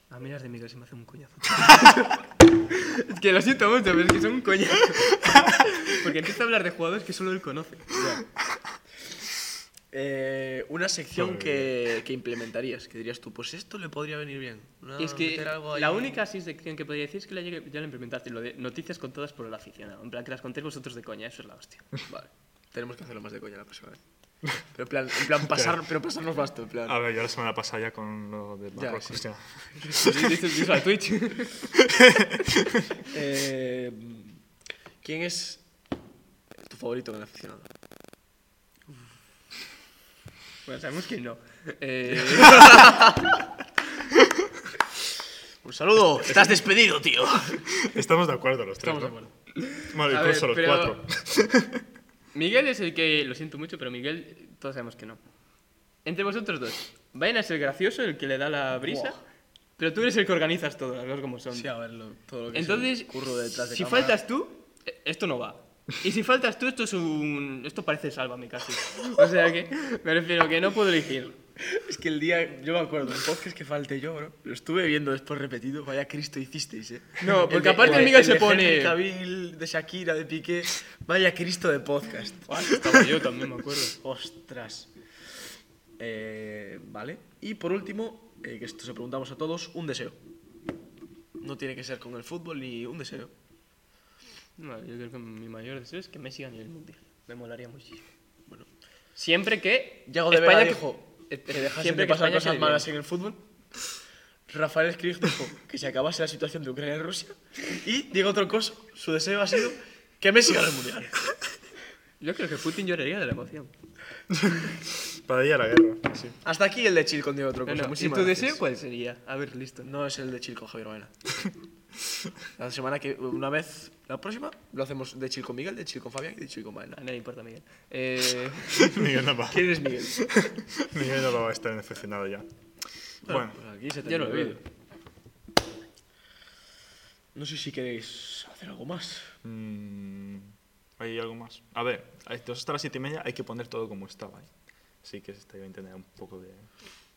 S4: A mí las de Miguel se me hace un coñazo. es que lo siento mucho, pero es que son un coñazo. Porque empieza a hablar de jugadores que solo él conoce.
S2: Eh, una sección
S1: Joder.
S2: que, que implementarías, que dirías tú, pues esto le podría venir bien. Una-
S4: es que
S2: Ah, meter algo ahí.
S4: la única así sección que podría decir es que la llegué- ya la implementaste, lo de noticias contadas por el aficionado. En plan, que las contéis vosotros de coña, eso es la hostia.
S2: Vale, tenemos que hacerlo más de coña la próxima vez. Pero en plan, en plan pasar, pero pasarnos basto, en plan.
S1: A ver, yo la semana pasada ya con lo de
S2: Ya,
S1: Marruecos.
S2: sí.
S1: ya.
S4: Dices eso a Twitch.
S2: Eh, ¿Quién es tu favorito en el aficionado?
S4: Bueno, sabemos que no. Eh,
S2: Un saludo, estás despedido, tío.
S1: Estamos de acuerdo los tres.
S4: estamos de
S1: ¿no?
S4: acuerdo.
S1: Bueno,
S4: A
S1: incluso
S4: ver,
S1: los
S4: pero-
S1: cuatro.
S4: Miguel es el que, lo siento mucho, pero Miguel, todos sabemos que no. Entre vosotros dos, Vaina es el gracioso, el que le da la brisa, pero tú eres el que organizas todo, las cosas como son.
S2: Sí, a verlo, todo lo que es
S4: Entonces,
S2: el curro detrás de
S4: si
S2: cámara.
S4: faltas tú, eh, esto no va. Y si faltas tú, esto es un... Esto parece Sálvame casi. O sea que, me refiero que no puedo elegir.
S2: Es que el día, yo me acuerdo, el podcast que falté yo, bro, lo estuve viendo después repetido, vaya Cristo hicisteis, eh.
S4: No,
S2: El
S4: porque
S2: de-
S4: aparte
S2: el
S4: Miguel
S2: el
S4: se
S2: de
S4: pone-
S2: Henry Cavill, de Shakira, de Piqué, vaya Cristo de podcast.
S4: estaba yo también, me acuerdo.
S2: Ostras. Eh, vale. Y por último, eh, que esto se preguntamos a todos, un deseo. No tiene que ser con el fútbol ni un deseo.
S4: No, yo creo que mi mayor deseo es que Messi gane el Mundial. Me molaría muchísimo.
S2: Bueno.
S4: Siempre que...
S2: Yago de Vega
S4: que-
S2: dijo
S4: eh,
S2: que dejasen
S4: siempre
S2: de
S4: que
S2: pasar
S4: España
S2: cosas
S4: quede
S2: malas
S4: bien.
S2: en el fútbol. Rafael Escrib dijo que se acabase la situación de Ucrania y Rusia. Y Diego Troncoso, su deseo ha sido que Messi gane el Mundial.
S4: Yo creo que Putin lloraría de la emoción.
S1: Para ir a la guerra. Sí.
S2: Hasta aquí el de Chile con Diego
S4: No,
S2: Troncoso.
S4: no, ¿Y
S2: Muchísimas
S4: tu
S2: gracias.
S4: deseo cuál sería? A ver, listo.
S2: No es el de Chile con Javier Baena. La semana que una vez, la próxima, lo hacemos de Chile con Miguel, de Chile con Fabián y de Chile con Baena.
S4: A nadie importa, Miguel. Eh,
S1: Miguel no va.
S2: ¿Quién es Miguel?
S1: Miguel no va a estar en el aficionado ya. Bueno,
S2: Aquí se
S4: ya lo he oído.
S2: No sé si queréis hacer algo más.
S1: mm, hay algo más. A ver, a las dos hasta las siete y media hay que poner todo como estaba. ¿eh? Así que esta iba a tener un poco de.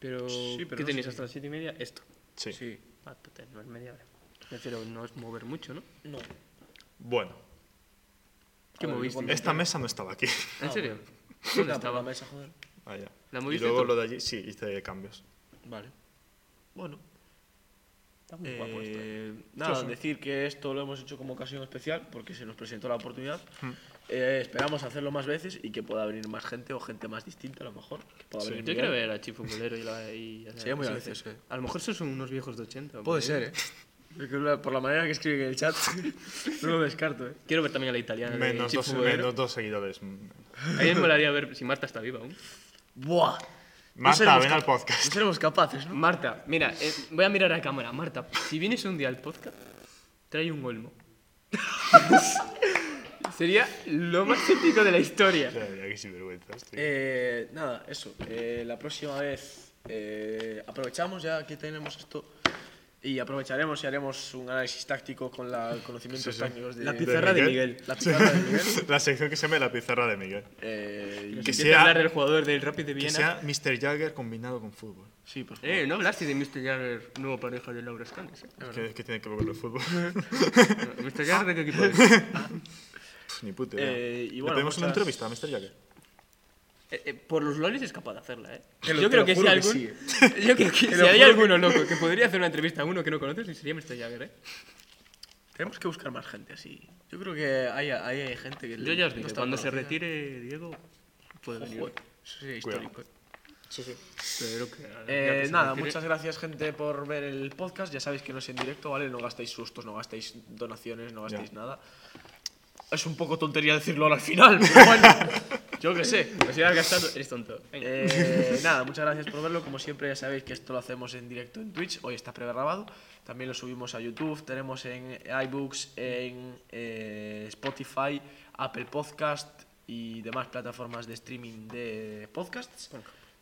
S4: Pero,
S2: Sí, pero
S4: ¿qué
S2: no
S4: tenéis
S2: sé.
S4: hasta las siete y media? Esto.
S1: Sí.
S4: Ah, puta, no es media hora. Prefiero no es mover mucho, ¿no?
S2: No.
S1: Bueno,
S4: ¿Qué
S2: ver,
S4: moviste?
S2: yo
S1: esta mesa no estaba aquí.
S4: ¿En serio?
S2: Ah,
S4: ¿Dónde
S2: por la
S4: estaba?
S2: mesa, joder.
S1: Allá.
S4: ¿La
S1: y
S4: moviste
S1: luego
S4: tú?
S1: lo de allí, sí, hice cambios.
S2: Vale. Bueno.
S4: Está muy guapo esto. eh.
S2: eh, nada, decir que esto lo hemos hecho como ocasión especial porque se nos presentó la oportunidad. Eh, esperamos hacerlo más veces y que pueda venir más gente o gente más distinta a lo mejor. Que pueda venir
S4: Yo
S2: Miguel.
S4: quiero ver a Chifu Mulero y la. Y, o sea,
S2: Sería muy
S4: no sé,
S2: gracioso, eh.
S4: A lo mejor son unos viejos de
S2: Puede
S4: 80. por ahí.
S2: ser, ¿eh? Porque la- Por la manera que escribe en el chat, no lo descarto, ¿eh?
S4: Quiero ver también a la italiana. de
S1: Menos
S4: Chifu
S1: dos,
S4: Mulero.
S1: menos dos seguidores. Mm.
S4: A mí me molaría ver si Marta está viva aún.
S2: ¡Buah!
S1: Marta,
S2: seremos
S1: ven
S2: cap-
S1: al podcast.
S2: No seremos capaces, ¿no?
S4: Marta, mira, eh, voy a mirar a cámara. Marta, si vienes un día al podcast, trae un olmo. Sería lo más épico de la historia.
S1: La verdad que sinvergüenzas, tío.
S2: Eh, nada, eso. Eh, la próxima vez eh, aprovechamos ya que tenemos esto y aprovecharemos y haremos un análisis táctico con los conocimientos
S1: Sí, sí.
S2: tácticos de
S1: La
S2: pizarra
S1: de Miguel.
S2: La pizarra de Miguel.
S1: La sección que se llama La pizarra de Miguel.
S2: Eh, y-
S1: Que
S4: Empieza a hablar
S1: sea,
S4: del jugador del Rapid de
S1: que
S4: Viena.
S1: sea Mr. Jagger combinado con fútbol.
S2: sí, por favor.
S4: Eh, no hablaste de Mr. Jagger, nuevo pareja de Laura Scanes. eh.
S1: Que, que tiene que ver con el fútbol.
S4: Mr. Jagger, ¿de qué equipo es?
S1: Ni puta idea.
S2: Eh, y
S1: ¿Le
S2: bueno,
S1: pedimos una
S2: muchas-
S1: entrevista a Mr. Jagger?
S7: Eh, eh, por los lolis es capaz de hacerla, ¿eh?
S2: Te lo- te
S4: yo creo
S2: lo
S4: que si
S2: juro
S4: algún-
S2: sí, eh.
S4: Yo creo que si
S2: lo
S4: hay
S2: juro
S4: alguno loco que podría hacer una entrevista a uno que no conoces, sería Mr. Jagger, eh.
S2: Tenemos que buscar más gente así. Yo creo que hay, hay, hay gente que...
S4: Yo ya os digo,
S2: está
S4: cuando se
S2: conocida.
S4: retire Diego, puede venir.
S2: Ojo, eh. Eso sería
S1: Cuidado.
S2: histórico. eh.
S4: Pero que, ya
S2: Eh,
S4: que se
S2: nada,
S4: retire-
S2: muchas gracias gente por ver el podcast. Ya sabéis que no es en directo, ¿vale? No gastáis sustos, no gastáis donaciones, no gastáis nada. Es un poco tontería decirlo ahora al final, pero bueno, yo qué sé.
S4: O sea, has gastado, eres tonto. Venga.
S2: Eh, nada, muchas gracias por verlo. Como siempre, ya sabéis que esto lo hacemos en directo en Twitch. Hoy está pregrabado. También lo subimos a YouTube. Tenemos en iBooks, en eh, Spotify, Apple Podcast y demás plataformas de streaming de podcasts.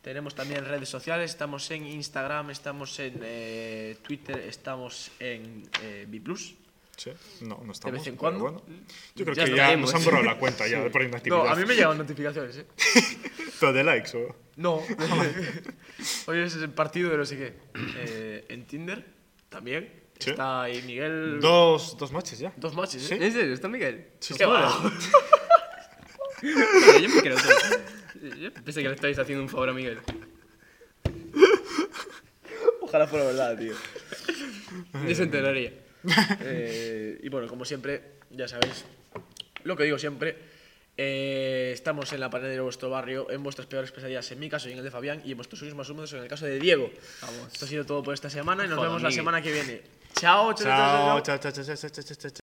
S2: Tenemos también redes sociales. Estamos en Instagram, estamos en eh, Twitter, estamos en eh, B.
S1: Sí. No, no estamos.
S2: vez en
S1: pero
S2: cuando.
S1: bueno. Yo creo
S4: Ya
S1: que
S4: lo
S1: ya
S4: haremos.
S1: nos han borrado la cuenta ya por
S2: No,
S1: inactividad.
S2: a mí me llegan notificaciones, ¿eh?
S1: Pero de likes, ¿o?
S2: No. Hoy es el partido de no sé qué. Eh, en Tinder también.
S1: Sí.
S2: Está ahí Miguel.
S1: Dos, dos matches ya.
S2: Dos matches,
S1: Sí.
S2: ¿eh?
S4: ¿En serio? ¿Está Miguel?
S1: Sí,
S4: ¿Qué
S1: sí.
S4: va? Bueno, yo me creo todo. Yo pensé que le estáis haciendo un favor a Miguel.
S2: Ojalá fuera verdad, tío.
S4: Yo se enteraría.
S2: Eh, y bueno, como siempre, ya sabéis lo que digo siempre. eh, estamos en la pared de vuestro barrio, en vuestras peores pesadillas, en mi caso y en el de Fabián, y en vuestros sueños más húmedos en el caso de Diego. Esto ha sido todo por esta semana y nos
S4: Joder,
S2: vemos la
S4: Miguel.
S2: semana que viene. Chao, chao, chao. chao, chao.
S1: Chao, chao, chao, chao, chao, chao, chao, chao.